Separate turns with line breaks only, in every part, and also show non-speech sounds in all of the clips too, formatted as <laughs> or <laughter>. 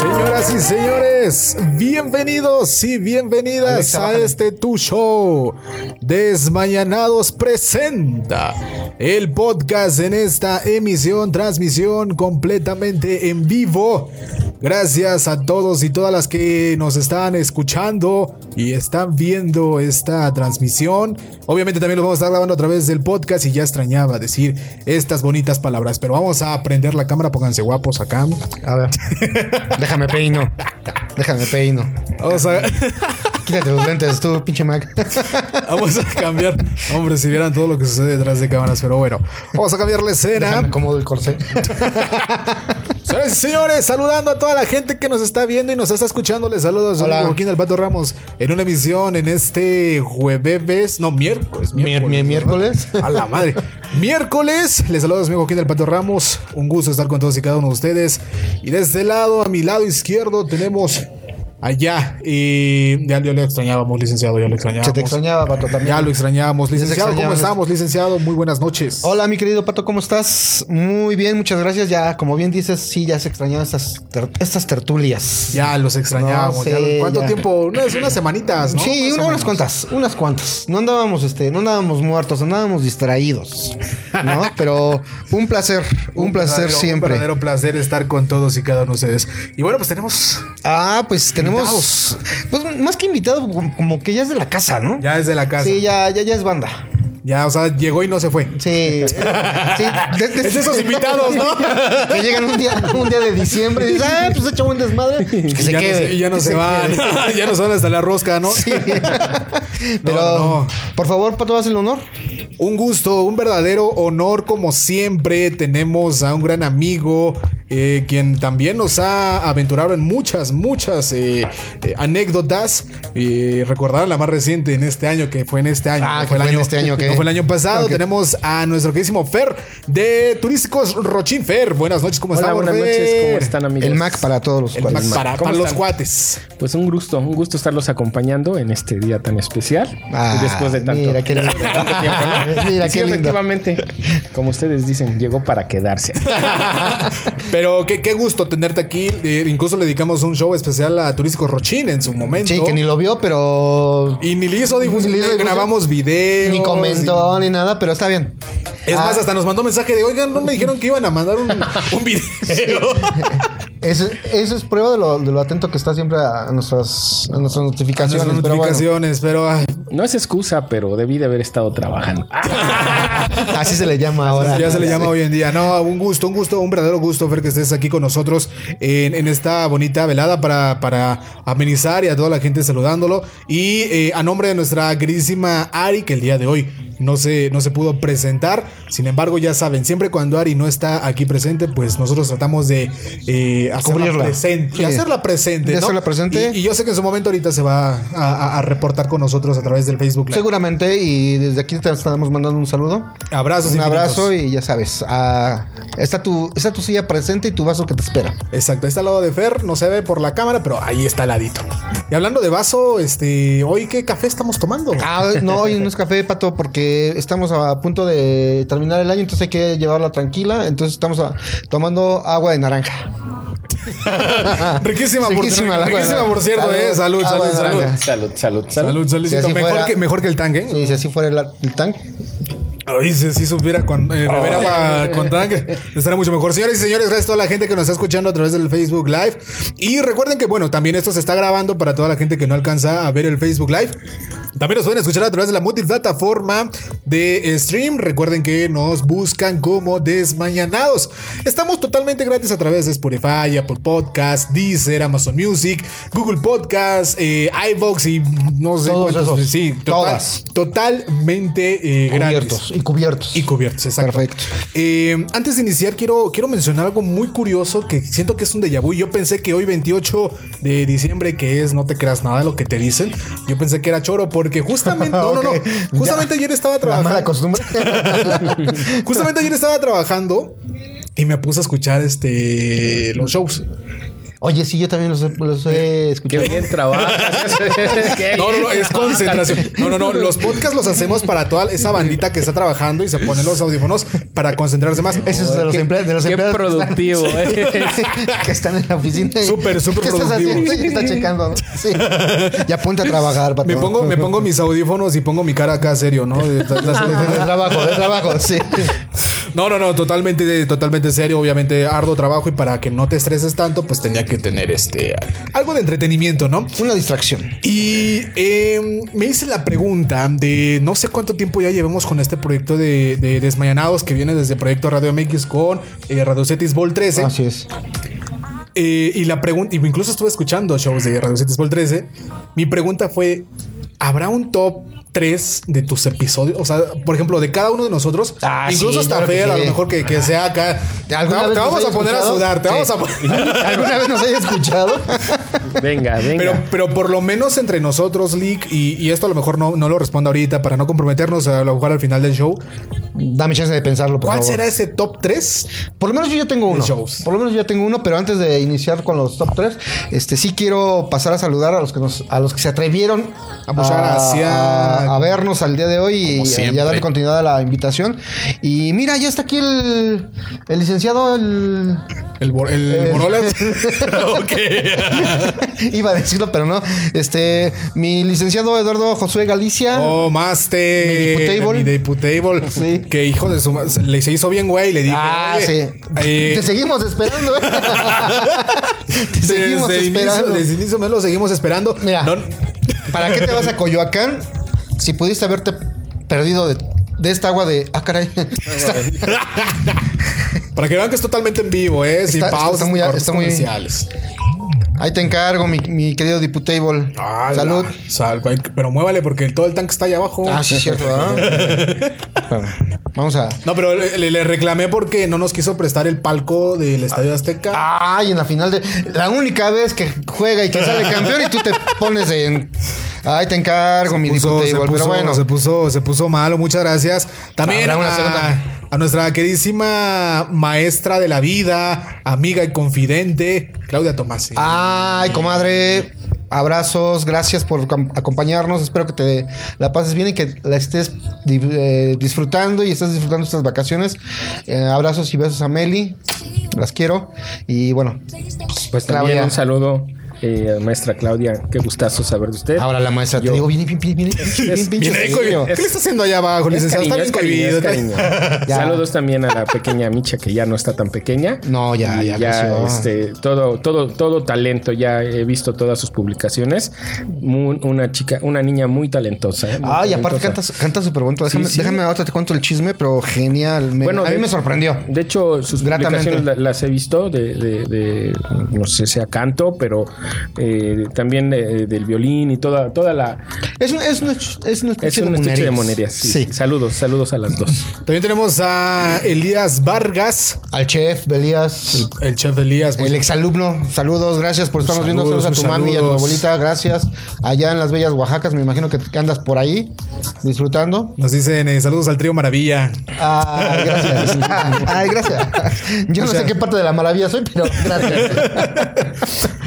Señoras y señores, bienvenidos y bienvenidas
Alexa,
a
bájale.
este tu show. Desmañanados presenta el podcast en esta emisión, transmisión completamente en vivo. Gracias a todos y todas las que nos están escuchando y están viendo esta transmisión. Obviamente también lo vamos a estar grabando a través del podcast y ya extrañaba decir estas bonitas palabras, pero vamos a prender la cámara, pónganse guapos acá.
A ver. <laughs> Déjame peino. Déjame peino.
Vamos a...
Quítate los lentes, tú, pinche <laughs> Mac.
Vamos a cambiar. Hombre, si vieran todo lo que sucede detrás de cámaras, pero bueno. Vamos a cambiar la
Déjame
escena.
cómodo el corsé.
Señoras y señores, saludando a toda la gente que nos está viendo y nos está escuchando. Les saludo a su
Hola.
amigo Joaquín Alberto Ramos en una emisión en este jueves, no, miércoles.
Mier-
miércoles,
miércoles.
¿verdad? A la madre. Miércoles, les saludo a su amigo Joaquín Alberto Ramos. Un gusto estar con todos y cada uno de ustedes. Y de este lado, a mi lado izquierdo, tenemos allá. eh, Y ya, ya lo extrañábamos, licenciado, ya lo extrañábamos.
Se te extrañaba, pato, también.
Ya lo extrañábamos,
te
licenciado. ¿Cómo
extrañábamos.
estamos, licenciado? Muy buenas noches.
Hola, mi querido Pato, ¿cómo estás? Muy bien, muchas gracias. Ya, como bien dices, sí, ya se extrañaban estas, ter- estas tertulias.
Ya los extrañábamos.
No sé,
ya los- ¿Cuánto
ya.
tiempo? Unas, unas semanitas, ¿no?
sí,
Más
una-
o
unas
menos.
cuantas, unas cuantas. No andábamos, este, no andábamos muertos, andábamos distraídos, <laughs> ¿no? Pero un placer, un, placer
verdadero- Un
siempre.
verdadero placer estar con todos y cada uno de ustedes. Y bueno, pues tenemos
Ah, pues tenemos,
Invitados.
pues más que invitado, como- como que ya es de la casa, ¿no?
ya desde la casa.
Sí, ya, ya, ya es banda.
Ya, o sea, llegó y no se fue.
Sí. sí. De- de-
Es de esos invitados, ¿no?
<laughs> Que llegan un día, un día de diciembre y dicen, ah, pues he hecho un desmadre. Pues que
Y ya
se
no
quede.
se- y ya no
que
se van. <laughs>
quede.
ya no se van hasta la rosca, ¿no?
<laughs> Sí. Pero,
no.
por favor, Pato, haz el honor.
Un gusto, un verdadero honor como siempre. Tenemos a un gran amigo, eh, quien también nos ha aventurado en muchas, muchas eh, eh, anécdotas. Y recordar la más reciente en este año, que fue en este año.
Ah,
no
que fue en este año, ok.
no fue el año pasado.
Ok.
Tenemos a nuestro queridísimo Fer de Turísticos Rochín. Fer, buenas noches, ¿cómo
Hola,
estamos,
buenas
Fer?
noches, ¿cómo están amigos?
Pues El Mac para todos los
El
cuales.
Mac para,
¿Cómo
para los
están?
cuates. <laughs>
Pues un gusto, un gusto estarlos acompañando en este día tan especial.
Ah,
Y después de tanto, <laughs>
Mira qué lindo.
tanto tiempo,
<laughs>
¿no?
mira
Y sí,
qué lindo.
efectivamente, como ustedes dicen, llegó para quedarse.
Pero qué, qué gusto tenerte aquí. Eh, incluso le dedicamos un show especial a Turístico Rochín en su momento.
Sí, que ni lo vio, pero.
Y ni le hizo difusión.
Ni le hizo difusión.
grabamos videos.
Ni comentó ni nada, pero está bien.
y- Es más,
Ah.
hasta nos mandó mensaje de, oigan, no me dijeron que iban a mandar
<laughs>
un, un video.
Eso, eso es prueba de lo, de lo atento que está siempre a nuestras, a nuestras notificaciones.
Las
pero bueno.
notificaciones, pero, ay,
No es excusa, pero debí de haber estado trabajando. Ah,
Así se le llama ahora.
ya se
<laughs>
le llama hoy en día. No, un gusto, un gusto, un verdadero gusto, Fer, que estés aquí con nosotros en, en esta bonita velada para, para amenizar y a toda la gente saludándolo. Y eh, a nombre de nuestra queridísima Ari, que el día de hoy no se, no se pudo presentar. Sin embargo, ya saben, siempre cuando Ari no está aquí presente, pues nosotros tratamos de eh, hacerla
Cubrirla.
presente.
Sí.
Hacerla presente.
De
¿no?
hacerla presente.
Y, y yo sé que en su momento ahorita se va a, a- a reportar con nosotros a través del Facebook Live.
Seguramente, y desde aquí te estamos mandando un saludo.
Abrazos.
Un
infinitos.
abrazo y ya sabes, ah, está, tu, está tu silla presente y tu vaso que te espera.
Exacto, ahí está al lado de Fer, no se ve por la cámara, pero ahí está al ladito. Y hablando de vaso, este, hoy qué café estamos tomando.
Ah, no, hoy no es café, Pato, porque estamos a punto de terminar el año, entonces hay que llevarla tranquila. Entonces estamos a- tomando agua de naranja.
<laughs> riquísima, por,
Riquísima la
riquísima,
buena.
por cierto,
Salud,
eh. Salud,
agua
salud,
de
salud.
naranja.
Salud, salud, salud.
Salud, salud.
Si así
mejor,
fuera-
que, mejor que el tanque. ¿eh?
Sí, si así fuera el, el tank.
Ay, si, si supiera con eh, beber agua con tanque, estaría mucho mejor. Señores y señores, gracias a toda la gente que nos está escuchando a través del Facebook Live. Y recuerden que, bueno, también esto se está grabando para toda la gente que no alcanza a ver el Facebook Live. También nos pueden escuchar a través de la multiplataforma de eh, stream. Recuerden que nos buscan como Desmañanados. Estamos totalmente gratis a través de Spotify, Apple Podcast, Deezer, Amazon Music, Google Podcast, eh, iVoox y no sé
Todos
cuántos.
esos.
Sí, total-
Todas.
totalmente eh, gratis.
Cubiertos y cubiertos.
Y
<laughs>
cubiertos, exacto.
Perfecto.
Eh, antes de iniciar, quiero, quiero mencionar algo muy curioso que siento que es un déjà vu. Yo pensé que hoy, 28 de diciembre, que es no te creas nada de lo que te dicen, yo pensé que era choro porque justamente.
<laughs>
No, no,
Ah, Ok,
no. Justamente
ya.
ayer estaba <laughs>
La
trabajando.
mala costumbre.
Justamente ayer estaba trabajando y me puse a escuchar este los shows.
Oye, sí, yo también los, he- los he
Qué
escuchado.
bien
<laughs>
trabajas. Qué
No, no,
bien
no,
<laughs>
es concentración. No, no, no. Los podcasts los hacemos para toda esa bandita que está trabajando y se ponen los audífonos para concentrarse más.
Eso es de los
Que-
empleados. De los
Qué
empleados que están- <laughs>
productivo. eh.
que están en la oficina. y-
Súper, súper
¿Qué estás
productivo.
haciendo? Sí, está checando. ¿no? Sí. Ya ponte a trabajar, patrón.
Me pongo, me pongo mis audífonos y pongo mi cara acá serio, ¿no? De- de- de-
De trabajo, de trabajo, sí.
No, no, no, totalmente, totalmente serio, obviamente arduo trabajo y para que no te estreses tanto, pues tenía que tener este algo de entretenimiento, ¿no?
Una distracción.
Y eh, me hice la pregunta de no sé cuánto tiempo ya llevamos con este proyecto de, de Desmayanados que viene desde Proyecto Radio MX con eh, Radio Cetis Vol 13.
Así es.
Eh, y la pregunta, y incluso estuve escuchando shows de Radio Cetis Vol 13. Mi pregunta fue: ¿habrá un top 3 de tus episodios? O sea, por ejemplo, de cada uno de nosotros,
Ah,
incluso
sí,
hasta
claro que
Fer, a
sí.
lo mejor que, que sea acá. Te, te
¿Alguna vez nos
vamos a
hayas
poner a
escuchado?
sudar, te
Sí.
vamos a poner.
¿Alguna vez nos hayas escuchado?
Venga,
<laughs> Pero,
venga.
pero por lo menos entre nosotros, Lick, y, y esto a lo mejor no, no lo respondo ahorita para no comprometernos a lo mejor al final del show.
Dame chance de pensarlo, por
¿Cuál
favor.
será ese top 3?
Por lo menos yo ya tengo uno.
shows.
Por lo menos yo ya tengo uno, pero antes de iniciar con los top 3, este sí quiero pasar a saludar a los que nos, a los que se atrevieron
A buscar hacia-
a, a vernos al día de hoy y,
siempre.
y a darle continuidad a la invitación. Y mira, ya está aquí el, el
<laughs>
licenciado el-
El, bor- el
<laughs>
Borolas.
iba a decirlo, pero no. Este, mi licenciado Eduardo Josué Galicia.
Oh, Master.
Mi Diputable.
Mi Diputable.
<laughs> Sí.
Que hijo de su ma- se- le se hizo bien, güey. Le dije.
ah,
"Oye,
sí. <laughs>
eh,
Te seguimos
<laughs>
esperando. ¿eh? Te seguimos
desde inicio-
esperando.
desde inicio mes lo seguimos esperando.
Mira.
No- <laughs>
¿Para qué te vas a Coyoacán si pudiste haberte perdido de, de esta agua de...
<laughs>
Ah, caray. Está,
para que vean que es totalmente en vivo, ¿eh? Sin
Está- está
pausas,
muy-
sin cortes
está muy-
comerciales.
ahí te encargo, mi, mi querido Diputable.
Ah,
Salud.
la- sal- pero muévale porque todo el tanque está allá abajo.
Ah, sí, cierto. ¿verdad? Vamos a...
<laughs> No, pero le, le- le reclamé porque no nos quiso prestar el palco del Estadio
Ah,
Azteca.
Ay, en la final de... La única vez que juega y que sale campeón y tú te pones en... Ahí te encargo, mi
Puso-
Diputable.
se, puso,
Pero bueno,
se puso, se puso malo. Muchas gracias. También
Habrá una
a,
segunda.
a nuestra queridísima maestra de la vida, amiga y confidente, Claudia Tomás.
Ah, Ay, comadre. Abrazos, gracias por com- acompañarnos. Espero que te la pases bien y que la estés di- eh, disfrutando y estés disfrutando estas vacaciones. Eh, abrazos y besos a Meli. Las quiero. Y bueno,
Pues también
Claudia.
un saludo, eh, maestra Claudia. Qué gustazo saber de usted.
ahora la maestra. Te
Yo.
digo, viene, viene,
<laughs>
viene, viene,
Es-
pinche
Bien rico,
sencillo.
¿Qué le está haciendo allá abajo, licenciado?
Cariño, es
está
cariño,
bien
es
cohibido.
cariño.
Ya.
Saludos también a la pequeña Micha que ya no está tan pequeña.
No, ya,
Y
ya creció.
este, todo, todo, todo talento. Ya he visto todas sus publicaciones. Muy- una chica, una niña muy talentosa. eh, muy
Ay, aparte
talentosa.
cantas, canta súper bonito. Déjame,
Sí, sí.
déjame ahorita te cuento el chisme, pero genial. Me-
Bueno,
a
de-
mí me sorprendió.
De hecho, sus
Gratamente.
publicaciones la- las he visto de, de- de, no sé, sea canto, pero eh, también eh, del violín y toda, toda la.
Es un, es un, es un
Es
estuche
un estuche de monerías. sí.
Sí.
Saludos, saludos
<laughs>
a las dos.
También tenemos a Elías Vargas,
Al chef, Belías.
el chef Elías.
El exalumno, saludos, gracias por estarnos viendo.
Saludos,
Saludos a tu
saludos.
mami y a tu abuelita, gracias. Allá en las bellas Oaxacas, me imagino que que andas por ahí disfrutando.
Nos dicen eh, saludos al trío Maravilla. <laughs>
Ay, gracias. Ay, gracias. Yo no sé qué parte de la maravilla soy, pero gracias.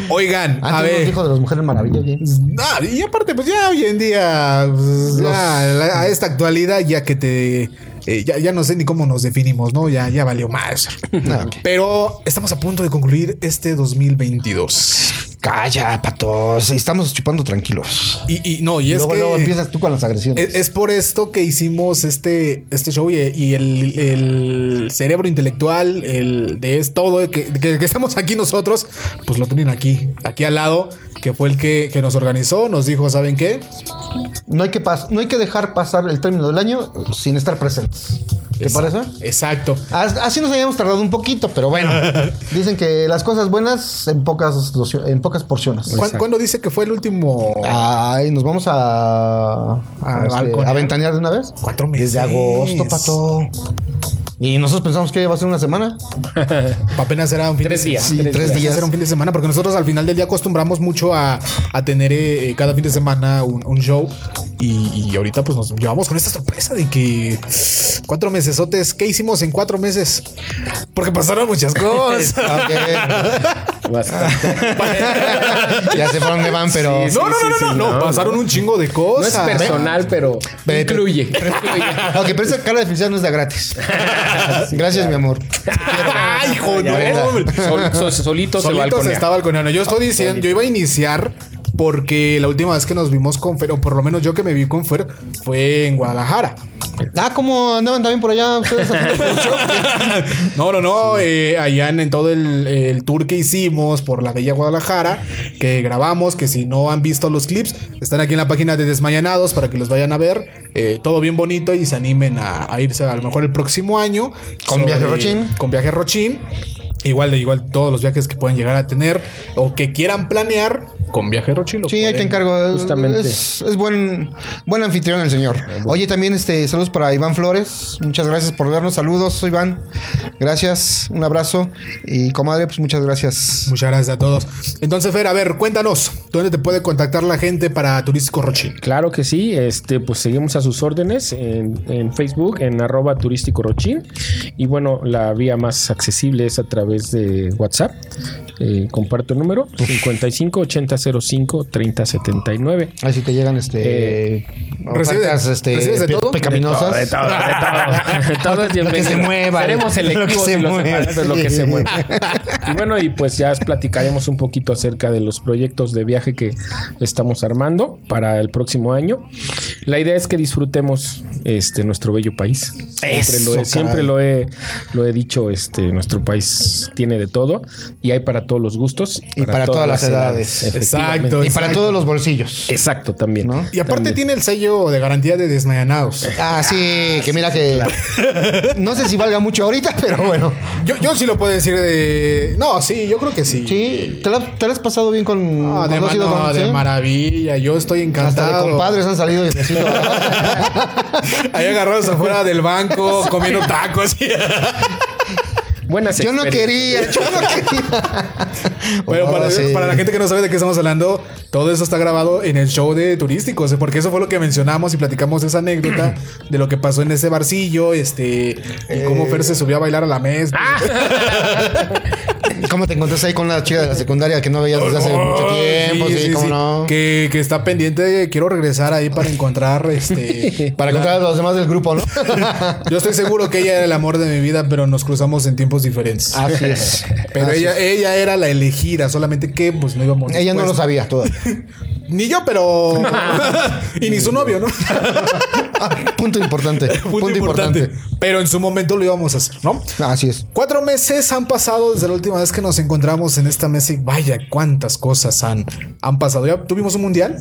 Oigan, <laughs> a
Antes nos
ver.
dijo de las mujeres maravillas. bien.
Ah, y aparte, pues ya hoy en día, pues, ya, la- a esta actualidad, ya que te. eh, ya, ya no sé ni cómo nos definimos, ¿no? Ya, ya valió más.
<laughs> No,
Pero estamos a punto de concluir este 2022.
Calla, patos. Estamos chupando tranquilos.
Y, y no, y
Y
es
luego,
que.
luego empiezas tú con las agresiones.
Es, es por esto que hicimos este, este show y, y el, el cerebro intelectual, el de es todo, que, que- que estamos aquí nosotros, pues lo tienen aquí, aquí al lado, que fue el que, que nos organizó, nos dijo, ¿saben qué?
No, hay que pas- no hay que dejar pasar el término del año sin estar presentes. ¿Te parece?
Exacto.
As- Así nos habíamos tardado un poquito, pero bueno. Dicen que las cosas buenas en pocas, docio- en pocas porciones.
¿Cuán- ¿Cuándo dice que fue el último?
Ah, Ay, nos vamos a, a,
balconear.
a ventanear de una vez.
Cuatro meses.
Desde agosto, pato. Y nosotros pensamos que iba a ser una semana.
Apenas era un fin
Tres
de
días,
Sí,
tres
tres, días.
días.
era un fin de semana, porque nosotros al final del día acostumbramos mucho a, a tener eh, cada fin de semana un, un show. Y, y ahorita pues nos llevamos con esta sorpresa de que cuatro mesesotes, ¿qué hicimos en cuatro meses? Porque pasaron muchas
<laughs>
cosas.
Ok.
Bastante.
<laughs> ya sé por dónde van, pero.
Sí, sí.
no, no, no, no, no,
no,
pasaron un chingo de
No es
Ah,
cosas.
personal, pero
Ve-
incluye.
Ok, pero esa cara de felicidad no es de gratis. Gracias, mi amor.
<laughs>
ah,
Ay, hijo,
Ya
no,
ves,
hombre.
sol- sol- solito,
Solito
se
se
balconea.
está balconeando. Yo estoy diciendo, yo iba a iniciar porque la última vez que nos vimos con Fer, o por lo menos yo que me vi con Fer, fue en Guadalajara.
Ah, ¿cómo andaban también por allá ustedes?
No, no, no. eh, allá en, en todo el, el tour que hicimos por la Bella Guadalajara, que grabamos, que si no han visto los clips, están aquí en la página de Desmayanados para que los vayan a ver. Eh, todo bien bonito y se animen a, a irse a lo mejor el próximo año.
Con Viaje Rochín.
Con Viaje Rochín. Igual de igual todos los viajes que puedan llegar a tener o que quieran planear con Viaje Rochín. lo
Sí, ahí te
pueden.
encargo.
Justamente.
Es, es buen, buen anfitrión el
Ah,
señor. Oye, también este, saludos para Iván Flores. Muchas gracias por vernos. Saludos, Iván. Gracias, un abrazo. Y comadre, pues muchas gracias.
Muchas gracias a todos. Entonces, Fer, a ver, cuéntanos, ¿dónde te puede contactar la gente para Turístico Rochín?
Claro que sí, este, pues seguimos a sus órdenes en, en Facebook, en arroba turístico rochín. Y bueno, la vía más accesible es a través de WhatsApp. Eh, comparto el número 55 80 05 30 79.
Ahí si te llegan este, ofertas
Eh, ¿recibes-
este,
recibes de
pe-
todo?
pecaminosas.
De todo, de todo. De <laughs> todo es
Lo que se
bienvenido.
mueva.
Seremos
Lo que
selectivos
se
y los
mueva.
demás es lo que se mueva. Y bueno, y pues ya os platicaremos un poquito acerca de los proyectos de viaje que estamos armando para el próximo año. La idea es que disfrutemos este nuestro bello país. Siempre,
Eso,
lo he, siempre
caray.
lo he lo he dicho, este nuestro país tiene de todo y hay para todos los gustos
Y para todas las edades.
efectivamente.
Exacto.
Y para todos los bolsillos.
Exacto también.
¿No?
Y aparte
También.
tiene el sello de garantía de desmayanados.
Ah, sí, que mira que. No sé si valga mucho ahorita, pero bueno.
Yo, yo sí lo puedo decir de... No, sí, yo creo que sí.
Sí, ¿te la, te la has pasado bien con.
No, Ah, de,
cuando has
ma-
ido
no,
con-
de
sí?
maravilla. Yo estoy encantado.
Hasta de compadres ¿eh? han salido y así,
Ahí agarrados afuera del
<laughs>
banco comiendo tacos.
Buenas
Yo no
experiencias.
quería, yo no quería.
<laughs> Bueno,
Oh,
para,
sí.
para la gente que no sabe de qué estamos hablando, todo eso está grabado en el show de turísticos, ¿eh? porque eso fue lo que mencionamos y platicamos esa
<clears throat>
anécdota de lo que pasó en ese barcillo, este, y cómo
Eh.
Fer se subió a bailar a la mesa.
Ah. ¿Cómo te encontraste ahí con la chica de la secundaria que no veías desde
Oh,
hace mucho
Ay,
tiempo? Sí, cómo no.
Que, que está pendiente, de- quiero regresar ahí para encontrar
<laughs>
este.
Para encontrar a los demás del grupo, ¿no?
Yo estoy seguro que ella era el amor de mi vida, pero nos cruzamos en tiempos diferentes.
Así es.
pero
Ah, Así
ella,
es.
ella era la elegida, solamente que pues no íbamos.
Ella no lo
dispuestos.
sabía todavía.
Ni yo,
<laughs>
pero. <laughs> y ni su novio, ¿no?
Ah, punto importante. Punto, importante.
Pero en su momento lo íbamos a hacer, ¿no?
Así es.
Cuatro meses han pasado desde la última vez que nos encontramos en esta mesa y vaya cuántas cosas han, han pasado. Ya tuvimos un mundial.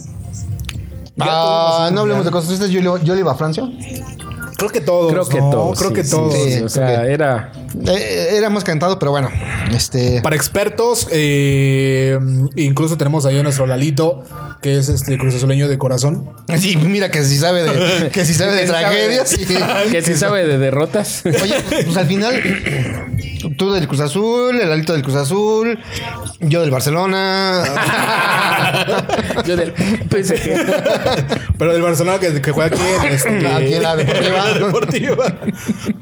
Ya
Ah,
tuvimos un
no hablemos
mundial.
de cosas tristes. Yo, le- yo le iba a Francia.
Creo que todos.
Creo que
¿no?
todos.
Creo
sí,
que
sí,
todos.
sí, o
creo
sea, era
Eh, era más cantado, pero bueno. Este.
Para expertos, eh, incluso tenemos ahí a nuestro Lalito, que es este cruzazuleño de corazón.
<laughs> Sí, mira que si sabe de, que si sabe de
<laughs>
Que sí sabe
tragedias.
de-
sí.
que se sabe
<laughs>
de derrotas.
Oye, pues al final, tú del Cruz Azul, el alito del Cruz Azul, yo del <laughs> Barcelona.
Yo del PSG.
Pero del Barcelona que, que juega aquí
<laughs>
en, este,
Aquí en
<laughs>
la Deportiva.
Deportiva.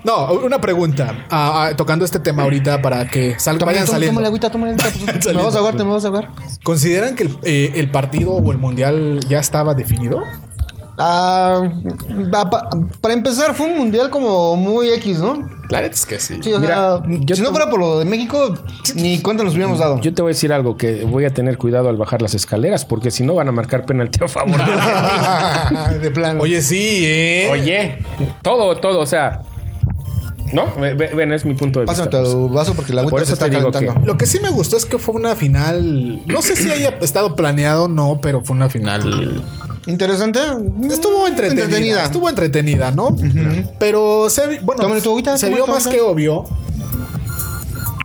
No, una pregunta. ah, ah, tocando este tema ahorita para que sal-
Toma,
vayan
toma,
saliendo.
toma la agüita, toma la agüita. pues, me
Saliendo.
vas a ahogar, te me vas a ahogar.
¿Consideran que el, eh, el partido o el mundial ya estaba definido?
Ah, va pa- para empezar, fue un mundial como muy X, ¿no?
La neta es que <laughs> sí.
Sí, o
Mira,
sea,
yo
si no
te-
fuera por lo de México, ni cuenta nos hubiéramos dado.
Yo te voy a decir algo que voy a tener cuidado al bajar las escaleras porque si no van a marcar penalti a favor.
<laughs> de plano.
Oye, sí, ¿eh?
<laughs> Oye, todo, todo, o sea, ¿no? Ve- ve- Ven, es mi punto de
Pásame
vista.
tu vaso porque la
Por
agüita se
eso
está
te digo que-
calentando.
Lo que sí me gustó es que fue una final. No sé si haya estado planeado o no, pero fue una final.
Interesante. Mm,
Estuvo entretenida. Estuvo entretenida, ¿no? Pero se, vi- bueno,
Tómale tu agüita,
se
tómale
vio
tu
más
agüita.
que obvio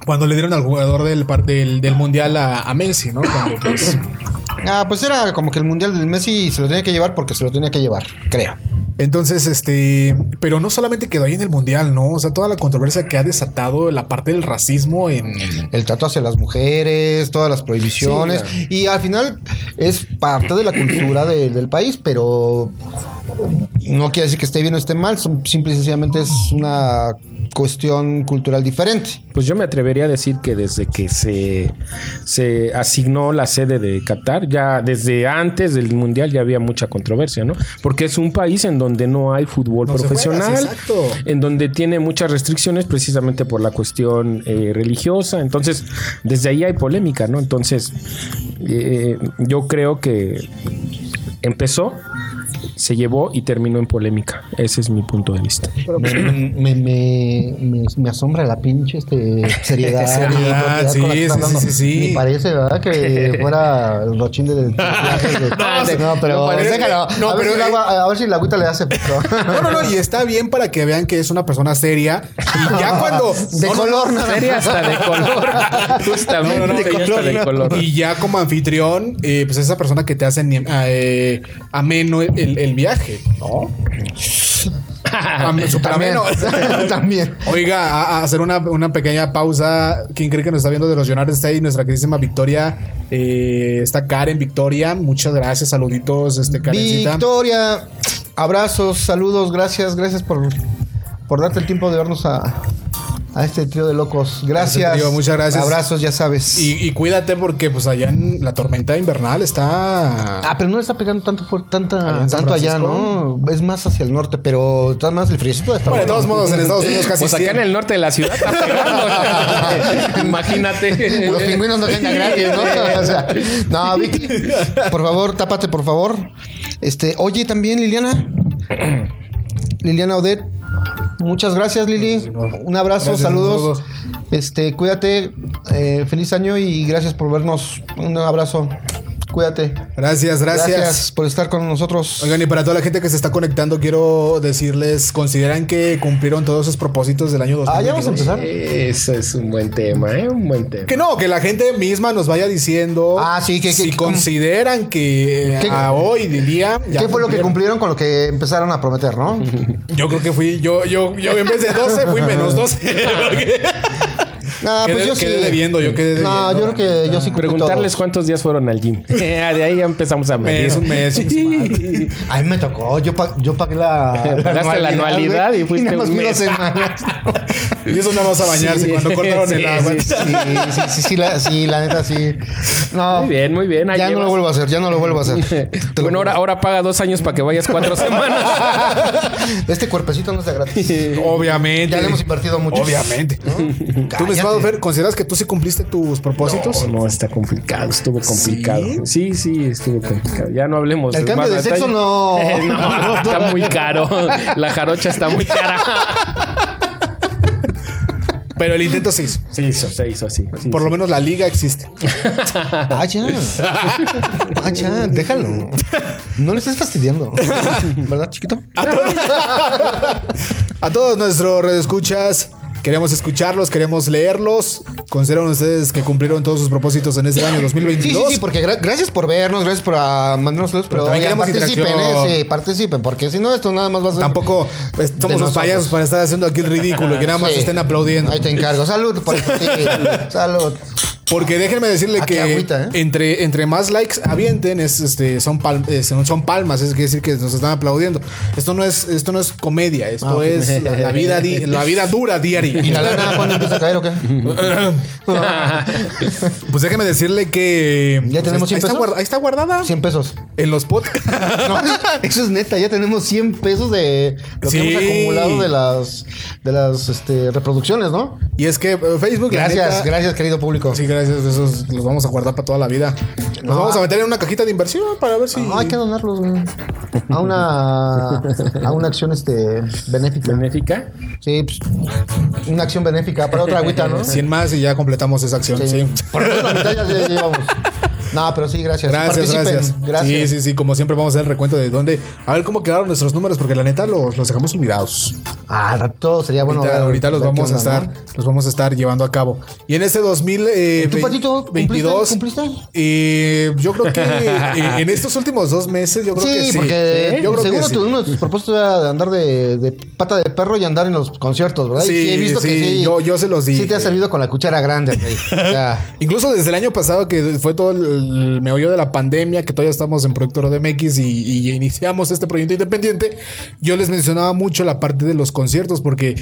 cuando le dieron al jugador del, par- del, del mundial a, a Messi, ¿no? Cuando, pues,
Ah, pues era como que el mundial del Messi se lo tenía que llevar porque se lo tenía que llevar, creo.
Entonces, este, pero no solamente quedó ahí en el mundial, ¿no? O sea, toda la controversia que ha desatado la parte del racismo en.
El trato hacia las mujeres, todas las prohibiciones. Y al final es parte de la cultura de- del país, pero no quiere decir que esté bien o esté mal. son- simple y sencillamente es una cuestión cultural diferente.
Pues yo me atrevería a decir que desde que se, se asignó la sede de Qatar, ya desde antes del Mundial ya había mucha controversia, ¿no? Porque es un país en donde no hay fútbol
No se
profesional,
juega, sí, exacto.
en donde tiene muchas restricciones precisamente por la cuestión eh, religiosa. Entonces, desde ahí hay polémica, ¿no? Entonces, eh, yo creo que empezó, se llevó y terminó en polémica. Ese es mi punto de vista.
pues,
Me, me- me- me- me asombra la pinche este, seriedad.
<laughs> Seriedad,
y propiedad
sí,
con la que está
sí,
hablando.
sí, sí, sí.
Ni parece,
<laughs>
¿verdad? Que fuera el rochín de. no,
no
pero.
parece-
déjalo.
no,
a, ver
pero-
si el agua- a ver si la agüita
<laughs>
le hace.
No, no, no, y está bien para que vean que es una persona seria. Y
<laughs>
ya cuando.
De
no, no,
color, nada más.
Sería hasta de color.
<laughs>
Justamente,
No, no, no,
ya
de
hasta
color,
de
no.
color.
Y ya como anfitrión, eh, pues esa persona que te hace ni- eh, ameno el, el viaje, ¿no? Am- súper
También.
ameno.
<laughs> También.
Oiga, a, a hacer una, una pequeña pausa. Quien cree que nos está viendo de los Leonardo está ahí, nuestra queridísima Victoria. eh, está Karen Victoria. Muchas gracias, saluditos, este Karencita.
Victoria, abrazos, saludos, gracias, gracias por, por darte el tiempo de vernos a, a este trío de locos. Gracias.
Este trío, muchas gracias.
Abrazos, ya sabes.
Y, y cuídate porque pues allá en la tormenta invernal está.
Ah, pero no le está pegando tanto fuerte,
Allá
tanta,
en San
tanto allá,
Francisco.
¿no? Es más hacia el norte, pero está más el friecito de esta
Bueno, de todos modos, en Estados Unidos casi
Pues acá en
siempre-
el norte de la ciudad está pegando. <laughs> Imagínate.
Eh,
Los pingüinos no tengan gratis,
<laughs>
¿no? O sea, no, Vicky, por favor, tápate, por favor. Este, oye, también Liliana. <clears throat> Liliana Odet. Muchas gracias, Lili. Un abrazo,
Gracias,
saludos.
saludos.
Este, cuídate. eh, feliz año y gracias por vernos. Un abrazo. Cuídate.
Gracias, gracias.
por estar con nosotros.
Oigan, y para toda la gente que se está conectando, quiero decirles, ¿consideran que cumplieron todos sus propósitos del año 2000?
Ah, ya vamos a empezar.
Eso es un buen tema, ¿eh? Un buen tema.
Que no, que la gente misma nos vaya diciendo
Ah, sí, que- que-
si
que-
consideran que eh,
¿Qué-
a hoy del día... ya
¿Qué fue lo que
cumplieron.
cumplieron con lo que empezaron a prometer, no?
<laughs> Yo creo que fui, yo, yo, yo en vez de 12 fui menos 12.
<laughs>
porque <laughs>
Nah,
quedé,
pues yo sí.
quedé debiendo, yo quedé debiendo.
No, yo creo que yo sí cumplí
Preguntarles
todos.
cuántos días fueron al gym. Eh, de ahí <laughs> ya empezamos a medir.
Mes, un mes, un
<laughs>
A mí me tocó, yo, pa- yo pagué la, <laughs>
Pagaste la anualidad
güey,
y fuiste
nada más
un
fui dos
mes.
semanas.
Y eso nada más a bañarse
Sí,
cuando cortaron
sí,
el agua.
<laughs> Sí, sí, sí, sí, la, sí, la neta, sí. No,
Muy bien, muy bien. Ahí
ya no
llevas.
lo vuelvo a hacer, ya no lo vuelvo a
<laughs>
hacer. Te lo
Bueno, ahora, ahora paga dos años para que vayas <laughs> cuatro semanas.
juro. <laughs> Este cuerpecito no está gratis.
<laughs> Obviamente.
Ya le hemos invertido mucho.
Obviamente. <laughs> ¿Tú, mi estimado Fer, consideras que tú sí cumpliste tus propósitos?
Oh, No, está complicado, estuvo complicado. Sí, sí, estuvo complicado. Ya no hablemos.
El cambio
Pues más
de sexo
detalle. <laughs> Eh,
no.
No, está muy caro. La jarocha está muy cara.
<laughs>
Pero el intento se hizo.
Se hizo, se hizo así.
Por lo menos la liga existe.
Ah, ya. Ah, ya, déjalo. No le estés
<laughs>
fastidiando. ¿Verdad, chiquito?
A todos nuestros redescuchas, queremos escucharlos, queremos leerlos. ¿Consideran ustedes que cumplieron todos sus propósitos en este año
Sí,
2022?
sí, sí, porque gra- gracias por vernos, gracias por ah, mandarnos saludos, pero,
también
oigan,
queremos
participen,
interacción.
eh, sí, participen, porque si no, esto nada más va a ser.
Tampoco pues, somos los
nosotros.
payasos para estar haciendo aquí el ridículo y que nada más
Sí.
estén aplaudiendo.
Ahí te encargo. Salud, por sí,
<laughs>
Salud.
Porque déjenme decirle
Aquí
que
agüita, ¿eh?
entre, entre más likes avienten, es, este, son, pal- eh, son, son palmas, es decir, que nos están aplaudiendo. Esto no es, esto no es comedia, esto
Ah.
es la, la vida di- la vida dura diaria.
¿Y la lana cuándo empieza a caer o qué?
<laughs> Pues déjeme decirle que. pues,
¿Ya tenemos
ahí, está
100 pesos?
guarda- ahí está guardada
100 pesos.
en los podcasts.
No, eso es neta, ya tenemos 100 pesos de lo
Sí.
que hemos acumulado de las, de las este, reproducciones, ¿no?
<laughs> Y es que eh, Facebook. la
Gracias,
neta-
gracias, querido público.
Sí, gracias. Esos los vamos a guardar para toda la vida. Los
No.
vamos a meter en una cajita de inversión para ver si.
No, hay que donarlos, güey. A una, a una acción este, benéfica.
¿Benéfica?
Sí, pues, una acción benéfica para otra agüita, ¿no?
100 más y ya completamos esa acción.
Sí.
sí.
Por lo menos la mitad ya ya llevamos. No, pero sí, gracias.
Gracias,
Participen.
gracias.
Gracias.
Sí, sí, sí. Como siempre, vamos a hacer el recuento de dónde. A ver cómo quedaron nuestros números, porque la neta los, los dejamos olvidados.
Al rato sería bueno.
ahorita,
ver-
ahorita los
ver qué
vamos a
onda,
estar,
¿no?
los vamos a estar llevando a cabo. Y en este 2022,
¿Tú, Patito, cumpliste? ¿Cumpliste?
eh, yo creo que eh, en estos últimos dos meses, yo creo
Sí,
que sí.
porque
yo creo
seguro
que sí.
tu- uno de tus propósitos era de andar de, de pata de perro y andar en los conciertos, ¿verdad? Y
Sí, sí, yo- yo se los
Sí te
dije.
ha servido con la cuchara grande, güey. O
<laughs>
sea,
Incluso desde el año pasado que fue todo el meollo de la pandemia, que todavía estamos en Proyecto DMX y, y iniciamos este proyecto independiente, yo les mencionaba mucho la parte de los conciertos porque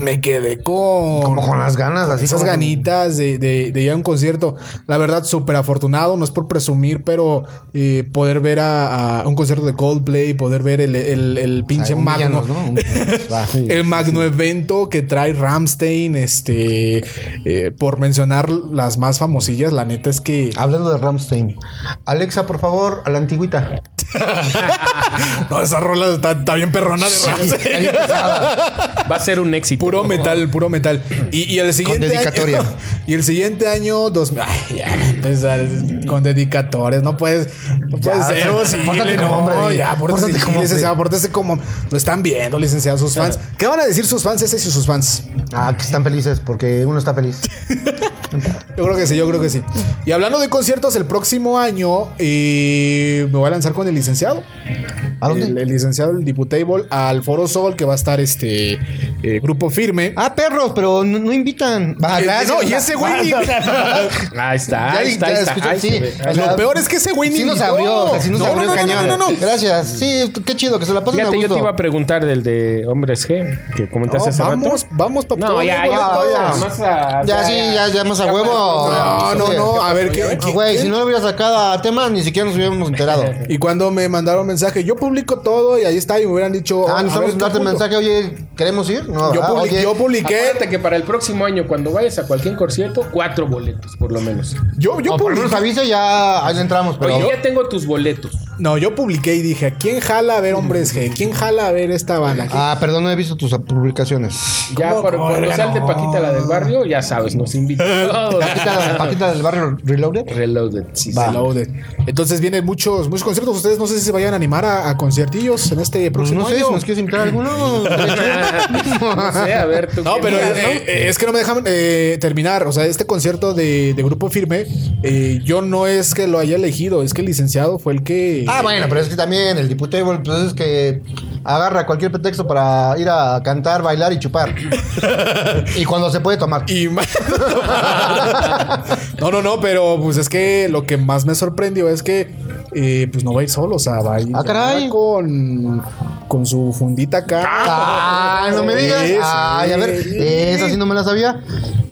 me quedé con...
como con las ganas, así
esas
como-
ganitas de, de- de ir a un concierto. La verdad, súper afortunado, no es por presumir, pero eh, poder ver a, a un concierto de Coldplay, poder ver el, el- el
o sea,
pinche magno.
humíllanos, ¿no? Va.
<laughs> El magno evento que trae Ramstein, este, eh, por mencionar las más famosillas, la neta es que
Hablando de Ramstein. Alexa, por favor, a la antigüita. Ah.
no, esa rola está, está bien perrona de Rammstein.
Ahí empezaba.
Va a ser un
<laughs>
éxito.
Puro metal, puro metal. Y, y el siguiente
dedicatoria.
año- <laughs> y el siguiente año, dos, ay, ya, empezar con dedicatorias. No puedes, no puedes
Ya,
ser hostil,
pórtate
no,
como hombre,
ya, pórtate,
pórtate como
como licenciado, pórtese como lo están viendo, licenciado, sus fans. ¿Qué van a decir sus fans, ese y sus fans?
Ah, que están felices porque uno está feliz.
Yo creo que sí, yo creo que sí. Y hablando de conciertos, el próximo año eh, me voy a lanzar con el licenciado.
¿A dónde?
El, el licenciado, el Diputable, al Foro Sol, que va a estar este eh, grupo firme.
Ah, perros, pero no, no invitan. Va,
Eh,
gracias.
no, y ese güey
<laughs>
ni- <laughs>
Ah,
Ya-
Ahí está, ahí está, ahí
ya
está.
escuché,
ahí
sí.
se ve, ahí
O sea,
Lo peor es que ese güey ni
Sí nos
invitó.
abrió, o sea, sí nos
No,
abrió
no,
el
no,
cañón.
no, no, no.
Gracias. Sí, qué chido, que se la pasen a
Fíjate, yo
gusto.
te iba a preguntar del de Hombres G, que comentaste
No,
hace
vamos,
rato.
vamos, papá.
No, ya, ya,
boleto.
ya, más a-
Ya, sí, ya, ya más a huevo.
No, no, no. A ver, ¿qué?
Ah, Güey, si no lo hubiera sacado a tema, ni siquiera nos
<laughs>
hubiéramos enterado. Ah,
Y cuando me mandaron mensaje, yo publico todo y ahí está, y me hubieran dicho.
Ah,
a
nos
ver,
estamos
¿qué
mandarte
punto?
mensaje, oye, ¿queremos ir? No, ah,
Yo
¿verdad?
publiqué,
Oye,
yo publiqué.
Acuérdate que para el próximo año, cuando vayas a cualquier concierto, cuatro boletos, por lo menos.
Yo, yo
o por lo menos
publiqué.
avisa y ya ahí le entramos, pero...
Oye, ya tengo tus boletos.
No, yo publiqué y dije, ¿a quién jala a ver hombres G? ¿Quién jala a ver esta banda?
Ah, perdón, no he visto tus publicaciones.
Ya,
¿Cómo
por, por
colgan?
sal de Paquita, la del barrio, ya sabes, nos
<laughs>
invita.
Paquita, Paquita del barrio Reloaded.
Reloaded, sí,
Se
sí.
la ode. Entonces vienen muchos, muchos conciertos. Ustedes no sé si se vayan a animar a, a conciertillos en este
Pues
próximo
no sé, si
año.
nos quieres invitar a alguno.
Ah, No sé, a ver, tú.
No,
qué
pero
digas,
eh, eh, es que no me dejan eh, terminar. O sea, este concierto de, de Grupo Firme, eh, yo no es que lo haya elegido, es que el licenciado fue el que.
<laughs> Ah, bueno, pero es que también el diputado pues es que agarra cualquier pretexto para ir a cantar, bailar y chupar. y cuando se puede tomar.
Y <laughs> más- no, no, no, pero pues es que lo que más me sorprendió es que eh, pues no va a ir solo, o sea, va a ir
Ah, caray.
con con su fundita acá.
Ah, no me digas.
Sí,
Ay, a ver,
sí.
esa sí no me la sabía.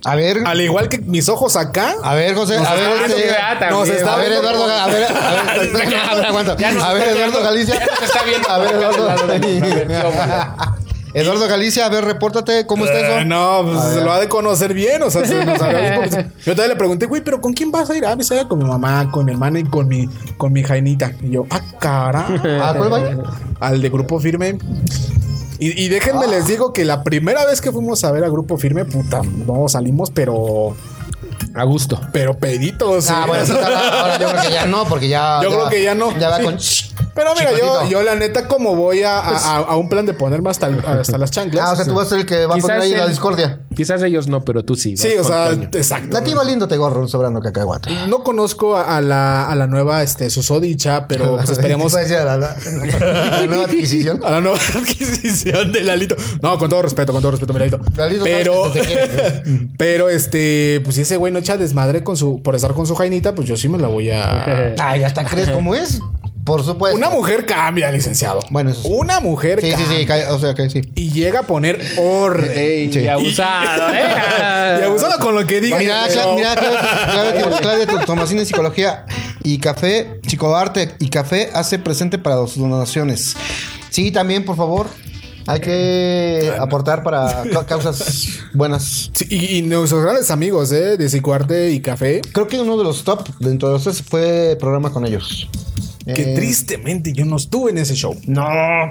A ver,
Al igual que mis ojos acá.
a ver, José,
Nos
a ver,
está
este-
viendo pirata,
nos
güey.
está
a ver,
viendo-
Eduardo, a ver, a ver, a ver, <laughs> aguanta.
Ya nos
A ver,
está
Eduardo
viendo-
Galicia.
ya nos está viendo
A ver,
por
Eduardo.
cada lado de la versión, güey.
Eduardo Galicia, a ver, repórtate, ¿cómo está
Eh,
eso?
no, pues se lo ha de conocer bien. O sea, se nos había <laughs> visto, pues, yo todavía le pregunté, güey, pero ¿con quién vas a ir? Ah, pues voy a ir con mi mamá, con mi hermana y con mi, con mi jainita. Y yo, ah, cara.
<laughs> ¿A cuál baile?
Al de Grupo Firme. Y, y déjenme les digo que la primera vez que fuimos a ver a Grupo Firme, puta, no salimos, pero,
A gusto.
pero peditos.
Ah,
¿eh?
bueno, eso está- ahora yo creo que ya no, porque ya.
<laughs> Yo creo que ya no.
Ya va
<laughs>
con.
pero mira, yo,
Chicotito.
yo la neta, como voy a, a- a un plan de ponerme hasta, hasta las chanclas.
Ah, o sea, tú vas a ser el que va a poner ahí la discordia.
Quizás ellos no, pero tú sí.
sí,
vas
o
con
sea,
Toño.
exacto.
La tiba lindo te gorro sobrando cacahuate.
No conozco a a la, a la nueva este, susodicha, pero pues, esperemos
Iba <laughs> a decir a
<laughs>
La, la- la nueva adquisición.
a la nueva <laughs> adquisición de Lalito. No, con todo respeto, con todo respeto, mi Lalito.
Lalito,
pero,
sabes que te
<laughs> pero este, pues si ese güey no echa desmadre con su, por estar con su jainita, pues yo sí me la voy
<laughs>
a.
Ay, ya está, ¿crees cómo es? Por supuesto.
Una mujer cambia, licenciado.
pues, Bueno, eso sí.
Una mujer
Sí, Eh, sí,
cambia.
sí, ca- o sea que sí.
Y llega a poner orden. <laughs>
Y abusado, ¿eh?
y abusado con lo que diga.
Mira,
pero-
Cla- mira, Claudia, Claudia, Claudia Tom- Tomasini en Psicología y Café, Psicoarte y Café hace presente para sus donaciones. Sí, también, por favor. Hay que aportar para ca- causas buenas.
Sí, y, y nuestros grandes amigos, ¿eh? De Cicuarte y Café.
Creo que uno de los top dentro de los tres fue programa con ellos.
Que
Eh,
tristemente yo no estuve en ese show.
No,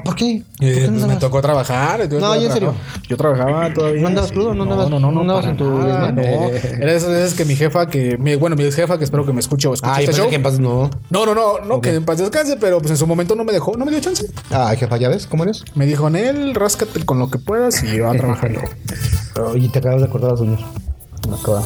¿por qué? ¿Por
Eh,
qué
pues
no
me
andabas?
tocó trabajar. entonces
No,
yo
yo en serio.
trabajaba- Yo trabajaba todavía.
¿No andabas
sí.
crudo? ¿No andabas-
no, no,
no andabas
para
en tu
nada,
desmadre?
no. Era de esas veces que mi jefa, que mi- bueno, mi ex jefa, que espero que me escuche o escuche
Ay,
este
pensé
show.
Ah, que en paz no.
No, no, no, no, que en paz descanse, pero pues en su momento no me dejó, no me dio chance.
Ay, jefa, ¿ya ves cómo eres?
Me dijo, Nel, ráscate con lo que puedas y va a
<laughs>
trabajar yo.
Oye, te acabas de acordar a soñar. Me acaba.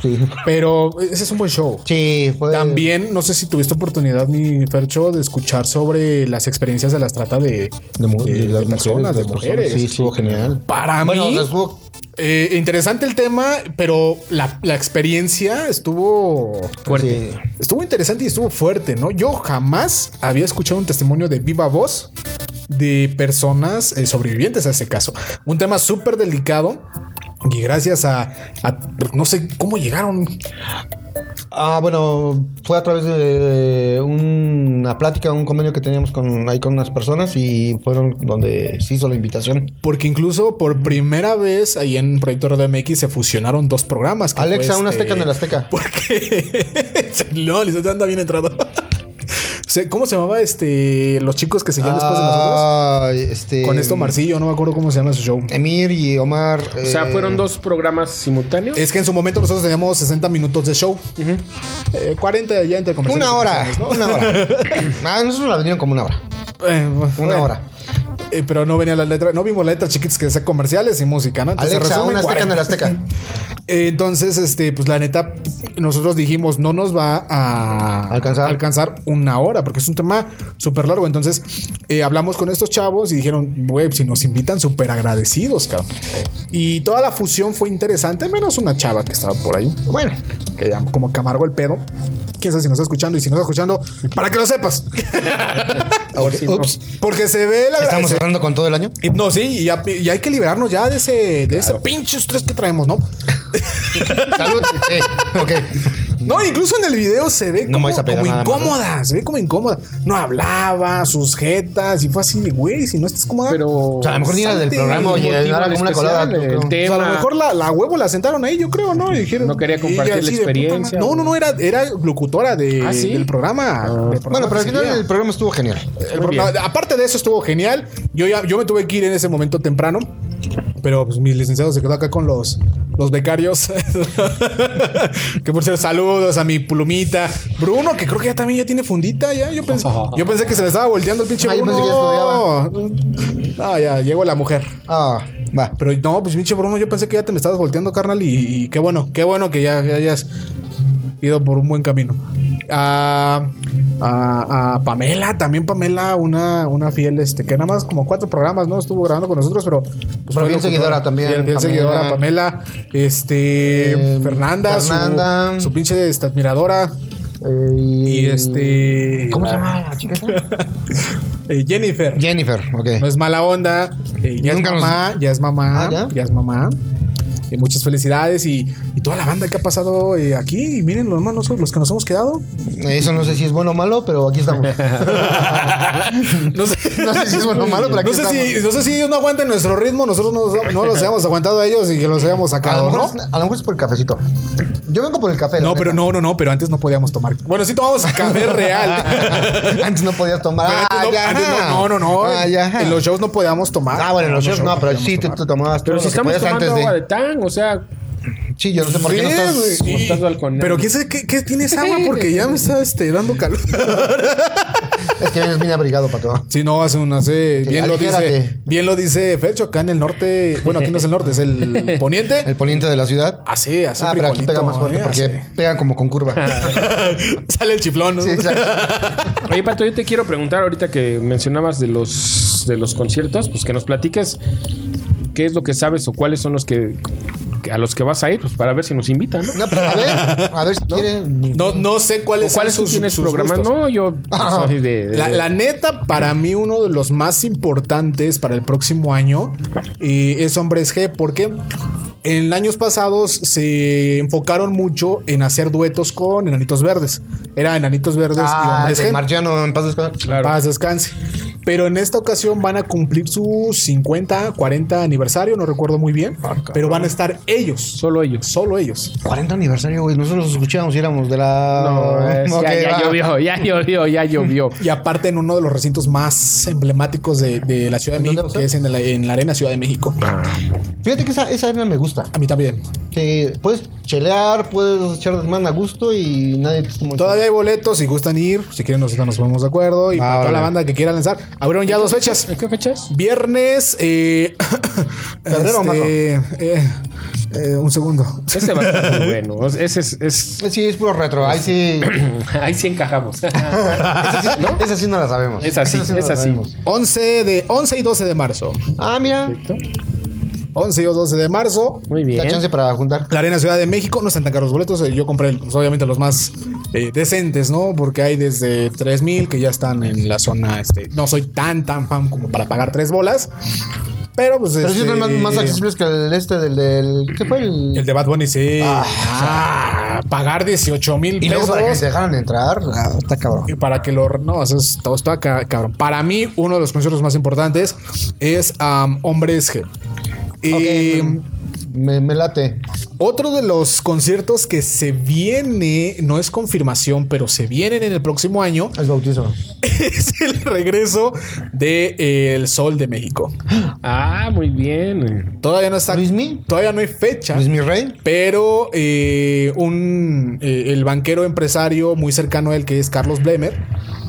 Sí.
Pero ese es un buen show.
Sí, fue.
También, no sé si tuviste oportunidad, mi Fercho, de escuchar sobre las experiencias de las trata de,
De, mu-
de-
de
de
las
personas,
mujeres,
de mujeres.
Sí, estuvo genial.
Para
bueno,
mí,
o sea, estuvo.
eh, interesante el tema, pero la, la experiencia estuvo
Fuerte.
Estuvo interesante y estuvo fuerte, ¿no? Yo jamás había escuchado un testimonio de viva voz de personas eh, sobrevivientes a ese caso. Un tema súper delicado. Y gracias a, a- No sé cómo llegaron.
Ah, bueno, fue a través de una plática, un convenio que teníamos con, ahí con unas personas y fueron donde se hizo la invitación.
Porque incluso por primera vez ahí en Proyecto RDMX se fusionaron dos programas. que fue
Alexa, un
este-
azteca en el azteca.
Porque. <laughs> no, Lizote anda bien entrado. <laughs> Se- ¿Cómo se llamaba este? Los chicos que seguían después de nosotros.
Ah, este,
Con esto Marcillo, no me acuerdo cómo se llama su show.
Emir y Omar. eh,
O sea, fueron dos programas simultáneos.
Es que en su momento nosotros teníamos 60 minutos de show. Eh, 40 ya entre comerciales.
Una
y
hora,
comerciales, ¿no?
una hora. <laughs> Ah, nosotros la vendieron como una hora.
<laughs> Eh, bueno,
Una hora.
Eh, pero no venía la letra. No vimos letras chiquitas que sea comerciales y música, ¿no? Entonces,
Alexa,
resumen,
un azteca en
40.
el azteca.
Eh, Entonces, este, pues la neta, nosotros dijimos, no nos va a
Alcanzar.
una hora, porque es un tema súper largo. Entonces, eh, hablamos con estos chavos y dijeron, güey, si nos invitan, súper agradecidos, cabrón. Y toda la fusión fue interesante, menos una chava que estaba por ahí,
Bueno,
que ya como que amargó el pedo. Quién sabe si nos está escuchando y si nos está escuchando, para que lo sepas.
Por si no.
ups.
Porque se ve la
estamos
agradec-
cerrando con todo el año.
y- No, sí, y, ya- y hay que liberarnos ya de ese, de ese pinche estrés que traemos, ¿no?
Salud. Sí, ok.
No, incluso en el video se ve
No
como,
me vais a pegar
como
nada más, ¿no?
incómoda, se ve como incómoda. No hablaba, sus jetas, y fue así de, güey, si no estás cómoda.
Pero.
O sea, a lo mejor ni era del
Salte,
programa,
el
oye,
motivo
era
en
como una
especial,
colada.
el
creo.
O
tema.
sea, a lo mejor la, la huevo la sentaron ahí, yo creo, ¿no? Y dijeron-
No quería
y
compartir
así
la
de puta
experiencia,
madre. No, no, no,
o-
era, era locutora de,
Ah, ¿sí?
del programa. del programa
Bueno, pero al
que
final
seguía.
el programa estuvo genial.
El
Muy
programa-
bien.
aparte de eso estuvo genial. Yo ya yo me tuve que ir en ese momento temprano, pero pues mi licenciado se quedó acá con los los becarios. <laughs> que por cierto, saludos a mi plumita, Bruno, que creo que ya también ya tiene fundita ya. Yo pensé, yo pensé que se le estaba volteando el pinche
Ah, yo pensé
Bruno. Ah, ya llegó la mujer.
Ah, va.
Pero no, pues pinche Bruno, yo pensé que ya te me estabas volteando, carnal, y, y qué bueno, qué bueno que ya, ya hayas ido por un buen camino. A, a- a Pamela, también Pamela, una, una fiel, este, que nada más como cuatro programas, ¿no? Estuvo grabando con nosotros, pero. pues, fue
fiel
locutora.
seguidora también,
Fiel, fiel
Pamela.
seguidora, Pamela, este,
Eh,
Fernanda, su-
Fernanda.
Su, pinche esta, admiradora,
Eh,
y este.
¿Cómo se
la-
llama la chica? esa?
eh, Jennifer.
Jennifer,
No
ok.
es mala onda. eh, ya, es
Nunca nos-
mamá, ya es mamá,
Ah,
ya es mamá,
¿ya?
Y muchas felicidades y, y toda la banda que ha pasado eh, aquí. Y miren, los hermanos, los que nos hemos quedado. <laughs>
Eso no sé si es bueno o malo, pero aquí estamos.
Ah, No sé,
No sé si es bueno o malo, pero aquí
no sé
estamos.
si, no sé si ellos no aguantan nuestro ritmo. Nosotros no, no los hayamos aguantado a ellos y que los hayamos
A lo,
sacado,
mejor,
¿no?
es- a lo mejor es por el cafecito. Yo vengo por el café. la
No, pero
neta.
no, no, no, pero antes no podíamos tomar. Bueno, sí <laughs> tomamos café real.
<laughs> antes no podías tomar.
Pero antes
Ah,
no,
ya.
antes no, no, no, no.
Ah, ya.
En los shows no podíamos tomar.
Ah, bueno, en los shows no, pero
podíamos
sí te,
tomar.
te tomabas. todo
Pero
lo
si
que
estamos
podías
tomando
antes
agua
de...
de tan, o sea,
Sí, yo no sé por qué no
Sí,
estás.
güey.
mostrando al conero.
Pero quién sabe qué, qué tienes agua porque ya me está este, dando calor.
Es que vienes bien abrigado, pato.
Sí, no, hace un hace.
Sí,
Bien lo dice.
aligérate.
Bien lo dice Fercho, acá en el norte. Bueno, aquí no es el norte, es
<laughs>
el poniente.
El poniente de la ciudad.
Así, así.
Ah, pero aquí
frijolito,
pega más fuerte
¿eh?
porque pega como con
<laughs>
curva.
Así. Sale el chiflón, ¿no?
Sí, exacto.
Oye, Pato, yo te quiero preguntar ahorita que mencionabas de los de los conciertos, pues que nos platiques qué es lo que sabes o cuáles son los que a los que vas a ir, pues para ver si nos invitan, ¿no?
No, pero a ver, a ver si quieren.
No, no sé
¿O
cuáles
cuáles
son
tú
sus,
tienes
sus
programas?
gustos.
No, yo pues, soy de, de-
La, la neta, para mí, uno de los más importantes para el próximo año eh, es Hombres G, porque en años pasados se enfocaron mucho en hacer duetos con Enanitos Verdes. Era Enanitos Verdes y
Ah,
Hombres
de
G.
Marciano, en paz descanse.
Claro.
Paz, descanse. Pero en esta ocasión van a cumplir su 50, 40 aniversario, no recuerdo muy bien.
Ah,
pero van a estar ellos,
Solo ellos.
solo ellos.
40 aniversario, güey. Nosotros los escuchábamos y éramos de la.
No, es-
Ah, Ok,
ya, ya
va.
llovió, ya llovió, ya llovió.
Y aparte en uno de los recintos más emblemáticos de, de la Ciudad de
¿En dónde
México,
va a Ah.
que es en la, en la Arena Ciudad de México.
Fíjate que esa, esa arena me gusta.
A mí también.
Que puedes chelear, puedes echar desmán a gusto y nadie te está molestando.
Todavía hay boletos, si gustan ir, si quieren nosotros nos ponemos de acuerdo. Y
Va,
para toda
vale.
la banda que quiera lanzar, abrieron ya dos fechas.
¿En qué fechas?
Viernes, eh,
<coughs> ¿Febrero o marzo?
eh, eh, un segundo.
Ese va a estar muy bueno. O sea, Ese es, es- <laughs>
Sí, es puro retro. Ahí sí.
Ahí sí
<laughs>
encajamos.
esa, sí esa sí no la sabemos.
Es así,
no la
es así.
sabemos.
11 de 11 y 12 de marzo.
Ah, mira.
Perfecto.
11 y 12 de marzo.
Muy
La
bien.
chance para juntar.
La Arena Ciudad de México no están tan caros los boletos. eh, Yo compré, pues, obviamente, los más eh, decentes, ¿no? Porque hay desde 3000 que ya están en la zona. Este, no soy tan, tan fan como para pagar tres bolas. Pero, pues.
Pero sí
este,
son más, más accesibles que el este del. del ¿Qué fue? El,
El de Bad Bunny, sí. Ah, pagar 18 mil
y luego
pesos.
para que te dejaran entrar. ah, está cabrón.
Y para que lo. No, eso es- todo está ca- cabrón. Para mí, uno de los conciertos más importantes es am, Hombres G. Y
Me, me late.
otro de los conciertos que se viene, no es confirmación, pero se vienen en el próximo año, <laughs>
El bautizo.
es el regreso de eh, El Sol de México.
Ah, muy bien. <laughs>
Todavía no está.
¿Luismi?
Todavía no hay fecha.
Luis mi rey.
Pero eh, un, eh, el banquero empresario muy cercano a él, que es Carlos Blemer,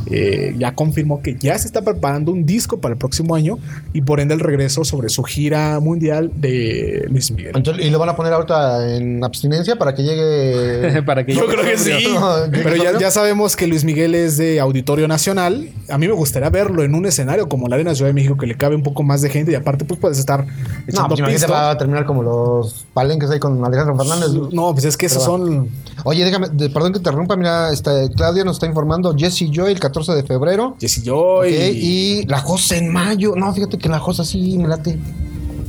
eh, ya confirmó que ya se está preparando un disco para el próximo año y por ende el regreso sobre su gira mundial de Luis Miguel.
Entonces, y lo van a poner ahorita en abstinencia para
<laughs>
que llegue.
Para que
Yo creo que
<laughs>
sí. Pero ya, ya sabemos que Luis Miguel es de Auditorio Nacional. A mí me gustaría verlo en un escenario como la Arena Ciudad de México, que le cabe un poco más de gente y aparte, pues puedes estar
No,
echando
pues imagínate,
pisto.
va a terminar como los palenques ahí con Alejandro Fernández.
No, pues es que esos
Pero
son.
Oye, déjame, de- perdón que interrumpa, mira, está, Claudia nos está informando, Jesse Joy el 14 de febrero.
Jesse Joy.
ok, y la Josa en mayo. No, fíjate que la Josa sí me late.